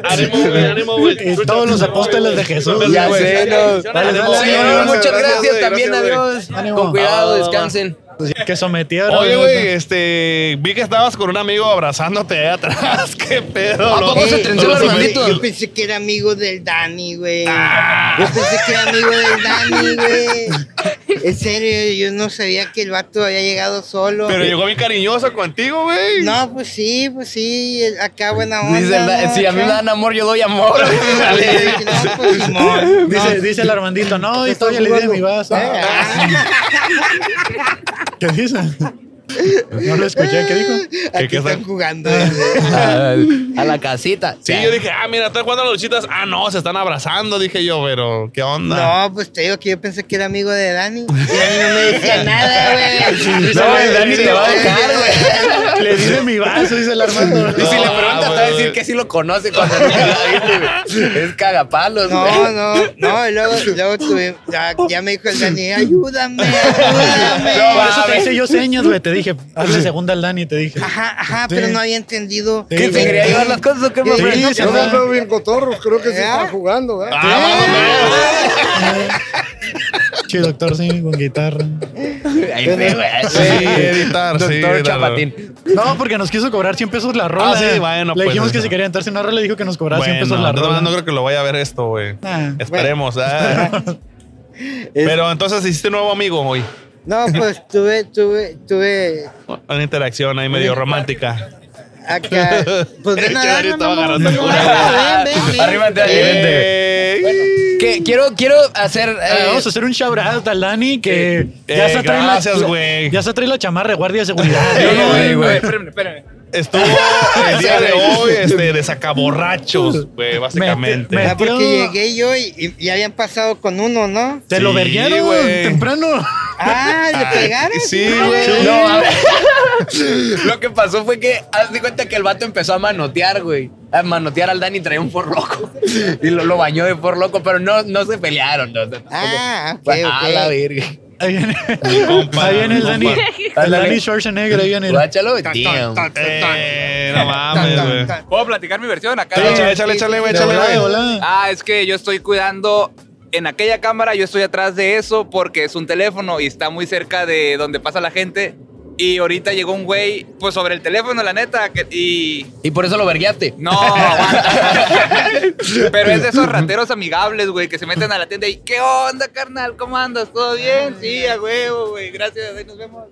[SPEAKER 7] Ánimo, güey, ánimo, güey.
[SPEAKER 1] Y todos los apóstoles de Jesús.
[SPEAKER 5] Ya
[SPEAKER 1] güey.
[SPEAKER 5] sé,
[SPEAKER 1] Dale,
[SPEAKER 5] no.
[SPEAKER 1] dale,
[SPEAKER 5] Sí,
[SPEAKER 1] dale.
[SPEAKER 5] muchas gracias también,
[SPEAKER 1] güey.
[SPEAKER 5] adiós.
[SPEAKER 1] Ánimo.
[SPEAKER 5] Con cuidado,
[SPEAKER 1] Ah,
[SPEAKER 5] descansen.
[SPEAKER 1] Pues ya que sometieron.
[SPEAKER 3] Oye, güey, este. Vi que estabas con un amigo abrazándote allá atrás. ¿Qué pedo? no? No, no,
[SPEAKER 13] Yo pensé que era amigo del Dani, güey.
[SPEAKER 3] Ah.
[SPEAKER 13] Yo pensé que era amigo del Dani, güey. En serio, yo no sabía que el vato había llegado solo.
[SPEAKER 3] Pero llegó bien cariñoso contigo, güey.
[SPEAKER 13] No, pues sí, pues sí. el- Acá buena onda.
[SPEAKER 5] Dice, el da-
[SPEAKER 13] ¿no?
[SPEAKER 5] si a mí me
[SPEAKER 13] Acá.
[SPEAKER 5] dan amor, yo doy amor.
[SPEAKER 13] pues,
[SPEAKER 1] Dice, dice el Armandito, no, y todavía le di mi vaso. ¿Qué dice? No lo escuché, ¿qué dijo?
[SPEAKER 13] Aquí
[SPEAKER 3] qué
[SPEAKER 13] están
[SPEAKER 3] tal?
[SPEAKER 13] jugando.
[SPEAKER 5] A la casita.
[SPEAKER 3] Sí, yo dije, ah, mira, están jugando las luchitas. Ah, no, se están abrazando, dije yo, pero ¿qué onda?
[SPEAKER 13] No, pues te digo que yo pensé que era amigo de Dani. Y Dani no me decía nada, güey.
[SPEAKER 3] No, el Dani te va a
[SPEAKER 5] dejar,
[SPEAKER 1] güey. Le dice mi vaso, dice el Armando.
[SPEAKER 5] Y si le preguntas, te va a decir que sí lo conoce cuando no Es cagapalos,
[SPEAKER 13] No,
[SPEAKER 5] güey.
[SPEAKER 13] no, no, y luego, luego tuve, ya, ya me dijo el Dani, ayúdame, ayúdame.
[SPEAKER 1] No, por eso te hice yo señas, güey. Te dije, hazle segunda al Dani, te dije.
[SPEAKER 13] Ajá, ajá, pero no había entendido.
[SPEAKER 1] Sí, ¿Qué, te güey. quería llevar las
[SPEAKER 5] cosas o qué,
[SPEAKER 1] Sí,
[SPEAKER 13] Yo
[SPEAKER 1] sí,
[SPEAKER 13] no,
[SPEAKER 1] sí.
[SPEAKER 13] no,
[SPEAKER 14] bien cotorros, creo
[SPEAKER 8] ¿Eh?
[SPEAKER 14] que sí están jugando, ¿verdad?
[SPEAKER 6] Ah,
[SPEAKER 8] Ah.
[SPEAKER 1] Che, doctor, sí, con guitarra.
[SPEAKER 5] Ahí sí, güey.
[SPEAKER 3] Sí, editar, sí.
[SPEAKER 5] Doctor
[SPEAKER 3] dale.
[SPEAKER 5] Chapatín.
[SPEAKER 1] No, porque nos quiso cobrar 100 pesos la rola.
[SPEAKER 3] Ah, sí,
[SPEAKER 1] Le
[SPEAKER 3] bueno, pues,
[SPEAKER 1] dijimos que
[SPEAKER 3] eso.
[SPEAKER 1] si quería entrarse en una rola, le dijo que nos cobrara 100
[SPEAKER 3] Bueno,
[SPEAKER 1] pesos la
[SPEAKER 3] no,
[SPEAKER 1] rola.
[SPEAKER 3] no creo que lo vaya a ver esto, güey.
[SPEAKER 1] Ah.
[SPEAKER 3] Esperemos, ah. Pero entonces hiciste nuevo amigo hoy.
[SPEAKER 13] no, pues tuve, tuve, tuve
[SPEAKER 3] Una interacción ahí medio romántica.
[SPEAKER 13] acá. Pues ven a
[SPEAKER 3] Dani
[SPEAKER 13] dar,
[SPEAKER 3] estaba
[SPEAKER 13] mamá,
[SPEAKER 3] agarrando
[SPEAKER 13] ven,
[SPEAKER 3] culo.
[SPEAKER 13] ven, ven, ven.
[SPEAKER 5] Arrímate,
[SPEAKER 13] Eh,
[SPEAKER 5] Que quiero, quiero hacer. eh,
[SPEAKER 1] Vamos a hacer un shout out al Dani que
[SPEAKER 3] Eh,
[SPEAKER 1] ya se trae la-
[SPEAKER 3] gracias,
[SPEAKER 1] la-
[SPEAKER 3] güey.
[SPEAKER 1] Ya se trae la chamarra de guardia de seguridad. Eh,
[SPEAKER 3] Sí,
[SPEAKER 1] ¿no?
[SPEAKER 3] güey, güey.
[SPEAKER 11] Espérenme, espérenme.
[SPEAKER 3] Estuvo el día de hoy este, de sacaborrachos, güey, básicamente.
[SPEAKER 13] Ah, porque llegué yo y, y- y habían pasado con uno, ¿no?
[SPEAKER 1] Te lo
[SPEAKER 3] Sí,
[SPEAKER 1] verguieron
[SPEAKER 3] güey.
[SPEAKER 1] temprano.
[SPEAKER 13] Ah, le pegaron. Ah,
[SPEAKER 3] Sí, güey.
[SPEAKER 5] No, a ver. Lo que pasó fue que haz de cuenta que el vato empezó a manotear, güey. A manotear al Dani traía un forloco. Y lo, lo bañó de forloco, pero no, no se pelearon. No, no,
[SPEAKER 13] Ah, ok,
[SPEAKER 5] Fue A la
[SPEAKER 13] ok.
[SPEAKER 5] verga.
[SPEAKER 1] Ahí viene,
[SPEAKER 3] compa,
[SPEAKER 1] ahí viene el
[SPEAKER 3] mi
[SPEAKER 1] Dani.
[SPEAKER 3] compa.
[SPEAKER 1] El Dani Schwarzenegger, ahí viene. el-
[SPEAKER 5] Guáchalo, tío.
[SPEAKER 3] Eh, no mames, güey.
[SPEAKER 15] ¿Puedo platicar mi versión acá?
[SPEAKER 3] Sí, échale, échale, échale, güey,
[SPEAKER 1] De
[SPEAKER 3] échale,
[SPEAKER 1] volada, de
[SPEAKER 3] güey.
[SPEAKER 1] volada.
[SPEAKER 15] Ah, es que yo estoy cuidando en aquella cámara, yo estoy atrás de eso porque es un teléfono y está muy cerca de donde pasa la gente. Y ahorita llegó un güey, pues sobre el teléfono, la neta, que- y
[SPEAKER 5] Y por eso lo vergueaste.
[SPEAKER 15] No, aguanta. Pero es de esos rateros amigables, güey, que se meten a la tienda y ¿qué onda, carnal? ¿Cómo andas? ¿Todo bien? Sí, a huevo, güey. Gracias, ahí nos vemos.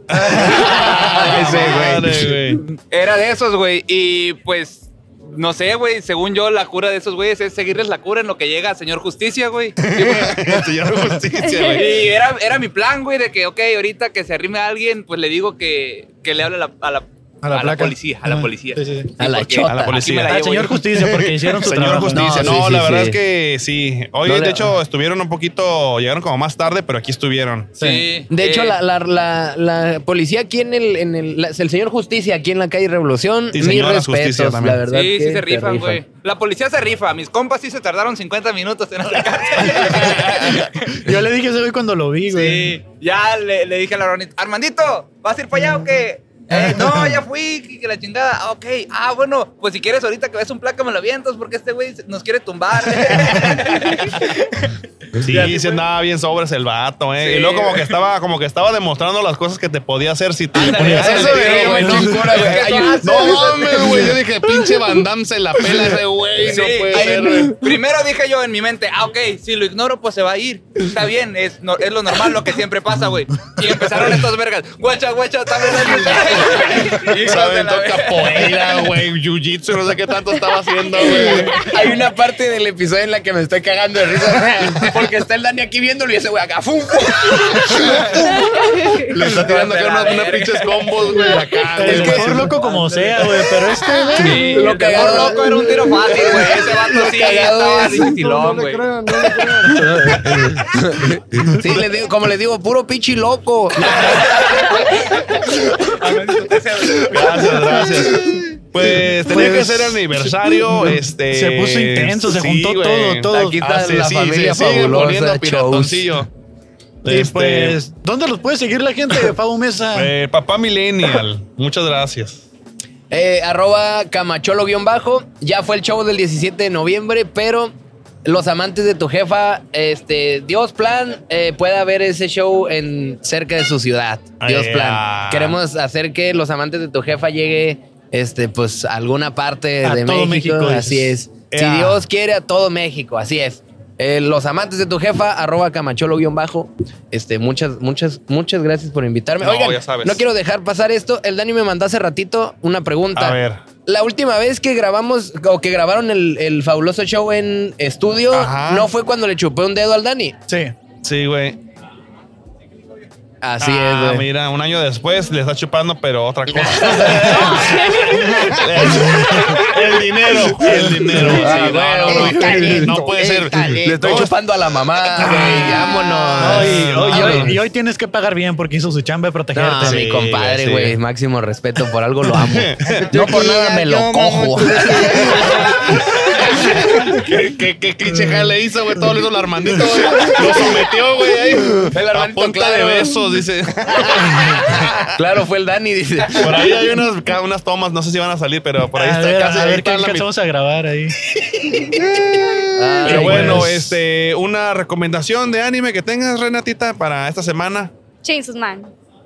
[SPEAKER 3] Madre, güey.
[SPEAKER 15] Era de esos, güey. Y pues, no sé, güey. Según yo, la cura de esos güeyes es seguirles la cura en lo que llega, señor justicia, güey.
[SPEAKER 3] El señor de justicia, güey.
[SPEAKER 15] Y era, era mi plan, güey, de que, ok, ahorita que se arrime a alguien, pues le digo que, que le hable a la, a la,
[SPEAKER 1] A la
[SPEAKER 15] a la
[SPEAKER 1] placa.
[SPEAKER 15] policía, a la
[SPEAKER 1] Ajá,
[SPEAKER 15] policía.
[SPEAKER 1] sí, sí, sí.
[SPEAKER 5] A la
[SPEAKER 15] porque
[SPEAKER 5] chota.
[SPEAKER 3] A la
[SPEAKER 15] aquí
[SPEAKER 3] policía.
[SPEAKER 15] me la
[SPEAKER 1] Al
[SPEAKER 15] llevo,
[SPEAKER 1] señor
[SPEAKER 15] güey.
[SPEAKER 1] justicia, porque hicieron su
[SPEAKER 3] Señor
[SPEAKER 1] trabajo.
[SPEAKER 3] Justicia,
[SPEAKER 5] No,
[SPEAKER 3] no,
[SPEAKER 5] sí,
[SPEAKER 3] la
[SPEAKER 5] sí,
[SPEAKER 3] verdad
[SPEAKER 5] sí.
[SPEAKER 3] es que sí. Hoy,
[SPEAKER 5] No,
[SPEAKER 3] de
[SPEAKER 5] la-
[SPEAKER 3] hecho, estuvieron un poquito, llegaron como más tarde, pero aquí estuvieron.
[SPEAKER 15] Sí.
[SPEAKER 5] De hecho,
[SPEAKER 15] eh,
[SPEAKER 5] la, la- la- la policía aquí en el, en el, la- el señor Justicia, aquí en la calle Revolución,
[SPEAKER 3] Y
[SPEAKER 5] mis
[SPEAKER 3] señoras Justicia
[SPEAKER 5] respetos,
[SPEAKER 3] también.
[SPEAKER 5] la verdad.
[SPEAKER 15] Sí,
[SPEAKER 5] que
[SPEAKER 15] sí se
[SPEAKER 5] te
[SPEAKER 15] rifan, güey. La policía se rifa. Mis compas sí se tardaron 50 minutos en acercarse.
[SPEAKER 1] Yo le dije eso güey cuando lo vi, güey.
[SPEAKER 15] sí. Ya le, le dije a la Ronit, Armandito, ¿vas a ir para allá o qué? Eh, no, ya fui, que- que la chingada. Ah, ok. Ah, bueno, pues si quieres ahorita que ves un placa me lo avientas porque este güey nos quiere tumbar.
[SPEAKER 3] Sí, sí andaba bien sobres el vato, eh.
[SPEAKER 4] Sí.
[SPEAKER 3] Y luego como que estaba, como que estaba demostrando las cosas que te podía hacer si te ponías
[SPEAKER 4] Eso
[SPEAKER 3] el
[SPEAKER 4] de-
[SPEAKER 3] tiro, güey.
[SPEAKER 4] no,
[SPEAKER 3] Chingura, güey.
[SPEAKER 4] güey,
[SPEAKER 3] Ay,
[SPEAKER 4] yo- No mames, güey. Yo dije, pinche Van Damme se la pela ese güey.
[SPEAKER 15] Sí,
[SPEAKER 4] no puede
[SPEAKER 15] ahí-
[SPEAKER 4] ser, güey.
[SPEAKER 15] Primero dije yo en mi mente, ah, ok, si lo ignoro, pues se va a ir. Está bien, es, no- es lo normal, lo que siempre pasa, güey. Y empezaron estos vergas. Guacha, guacha, está bien.
[SPEAKER 4] Se aventó capoeira, güey, jiu-jitsu, no sé qué tanto estaba haciendo, güey.
[SPEAKER 5] Hay una parte del episodio en la que me estoy cagando de risa. Porque está el Dani aquí viéndolo y ese güey acá. ¡fum!
[SPEAKER 4] Le está tirando acá unos unos pinches combos, güey, acá.
[SPEAKER 1] El mejor loco como sea, güey, pero este, güey.
[SPEAKER 4] lo
[SPEAKER 1] que
[SPEAKER 4] cagado-
[SPEAKER 15] loco era un tiro fácil, güey. Ese vato sí estaba dificilón, güey.
[SPEAKER 5] Sí, le digo, como le digo, puro pichi loco.
[SPEAKER 3] Gracias, gracias. Pues
[SPEAKER 4] este
[SPEAKER 3] tenía que ser aniversario, este...
[SPEAKER 1] se puso intenso, se
[SPEAKER 3] sí,
[SPEAKER 1] juntó
[SPEAKER 3] güey. Ah,
[SPEAKER 1] todo, todo.
[SPEAKER 3] Aquí está la familia fabulosa, piratoncillo.
[SPEAKER 1] Y
[SPEAKER 3] Este,
[SPEAKER 1] pues, ¿dónde los puede seguir la gente de Pavo Mesa?
[SPEAKER 3] eh, papá Millennial, muchas gracias.
[SPEAKER 5] Eh, arroba camacholo guión bajo. Ya fue el show del 17 de noviembre, pero los amantes de tu jefa, este, Dios plan, eh, pueda ver ese show en cerca de su ciudad. Dios
[SPEAKER 3] Ay, ah.
[SPEAKER 5] plan. Queremos hacer que los amantes de tu jefa llegue, este, pues a alguna parte
[SPEAKER 1] A
[SPEAKER 5] de
[SPEAKER 1] todo
[SPEAKER 5] México.
[SPEAKER 1] México, dices.
[SPEAKER 5] así es.
[SPEAKER 1] Ea.
[SPEAKER 5] Si Dios quiere a todo México, así es. Eh, los amantes de tu jefa, arroba camacholo guión bajo. Este, muchas, muchas, muchas gracias por invitarme.
[SPEAKER 3] No,
[SPEAKER 5] Oigan,
[SPEAKER 3] ya sabes.
[SPEAKER 5] no quiero dejar pasar esto. El Dani me mandó hace ratito una pregunta.
[SPEAKER 3] A ver.
[SPEAKER 5] La última vez que grabamos o que grabaron el, el fabuloso show en estudio,
[SPEAKER 3] Ajá.
[SPEAKER 5] ¿no fue cuando le chupé un dedo al Dani?
[SPEAKER 1] Sí.
[SPEAKER 3] Sí, güey.
[SPEAKER 5] Así
[SPEAKER 3] Ah,
[SPEAKER 5] es, güey.
[SPEAKER 3] mira, un año después le está chupando, pero otra cosa. El dinero. El dinero. Sí,
[SPEAKER 5] Ah,
[SPEAKER 3] no,
[SPEAKER 5] bueno,
[SPEAKER 3] no,
[SPEAKER 5] el
[SPEAKER 3] no,
[SPEAKER 5] talento,
[SPEAKER 3] no puede
[SPEAKER 5] el
[SPEAKER 3] ser.
[SPEAKER 5] talento. Le estoy
[SPEAKER 3] Todo
[SPEAKER 5] chupando a la mamá, güey. Vámonos.
[SPEAKER 1] Ay, oye,
[SPEAKER 5] Vámonos.
[SPEAKER 1] y hoy tienes que pagar bien porque hizo su chamba de protegerte.
[SPEAKER 5] No, mi compadre, güey. Máximo respeto, por algo lo amo. No por nada me
[SPEAKER 1] yo,
[SPEAKER 5] lo cojo.
[SPEAKER 4] ¿Qué, qué, qué cliché jale le hizo, güey? Todo lo hizo el Armandito, güey. Lo sometió, güey, ahí. El Armandito, punta
[SPEAKER 5] claro. ¿eh?
[SPEAKER 4] de besos, dice.
[SPEAKER 5] Claro, fue el Dani, dice.
[SPEAKER 3] Por ahí hay unas, ca- unas tomas, no sé si van a salir, pero por ahí
[SPEAKER 1] a
[SPEAKER 3] está
[SPEAKER 1] ver,
[SPEAKER 3] casi.
[SPEAKER 1] a
[SPEAKER 3] ahí
[SPEAKER 1] ver qué
[SPEAKER 3] está la
[SPEAKER 1] alcanzamos a grabar ahí.
[SPEAKER 5] Ay, pues.
[SPEAKER 3] Pero bueno, este, una recomendación de anime que tengas, Renatita, para esta semana.
[SPEAKER 16] Chainsaw Man.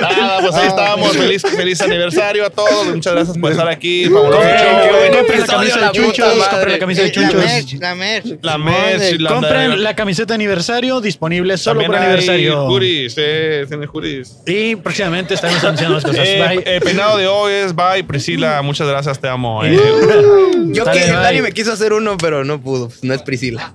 [SPEAKER 3] Nada, pues ahí estábamos. Feliz, feliz aniversario a todos. Muchas gracias por estar aquí. Fabuloso
[SPEAKER 1] Ey,
[SPEAKER 3] show.
[SPEAKER 1] qué bueno. Compren la camisa de chuchos. Compren la
[SPEAKER 5] Eh,
[SPEAKER 1] camisa de
[SPEAKER 13] La
[SPEAKER 1] chuchos.
[SPEAKER 13] merch, la merch.
[SPEAKER 3] La merch, la-
[SPEAKER 1] Compren la camiseta de aniversario disponible solo
[SPEAKER 3] También
[SPEAKER 1] por
[SPEAKER 3] hay
[SPEAKER 1] aniversario.
[SPEAKER 3] Juris, eh, tiene juris.
[SPEAKER 1] Y próximamente estaremos anunciando las cosas.
[SPEAKER 3] Eh,
[SPEAKER 1] Bye.
[SPEAKER 3] El peinado de hoy es bye, Priscila. Muchas gracias, te amo. eh.
[SPEAKER 5] Uh, Yo
[SPEAKER 1] Dale,
[SPEAKER 5] que el
[SPEAKER 1] bye.
[SPEAKER 5] Dani me quiso hacer uno, pero no pudo. No es Priscila.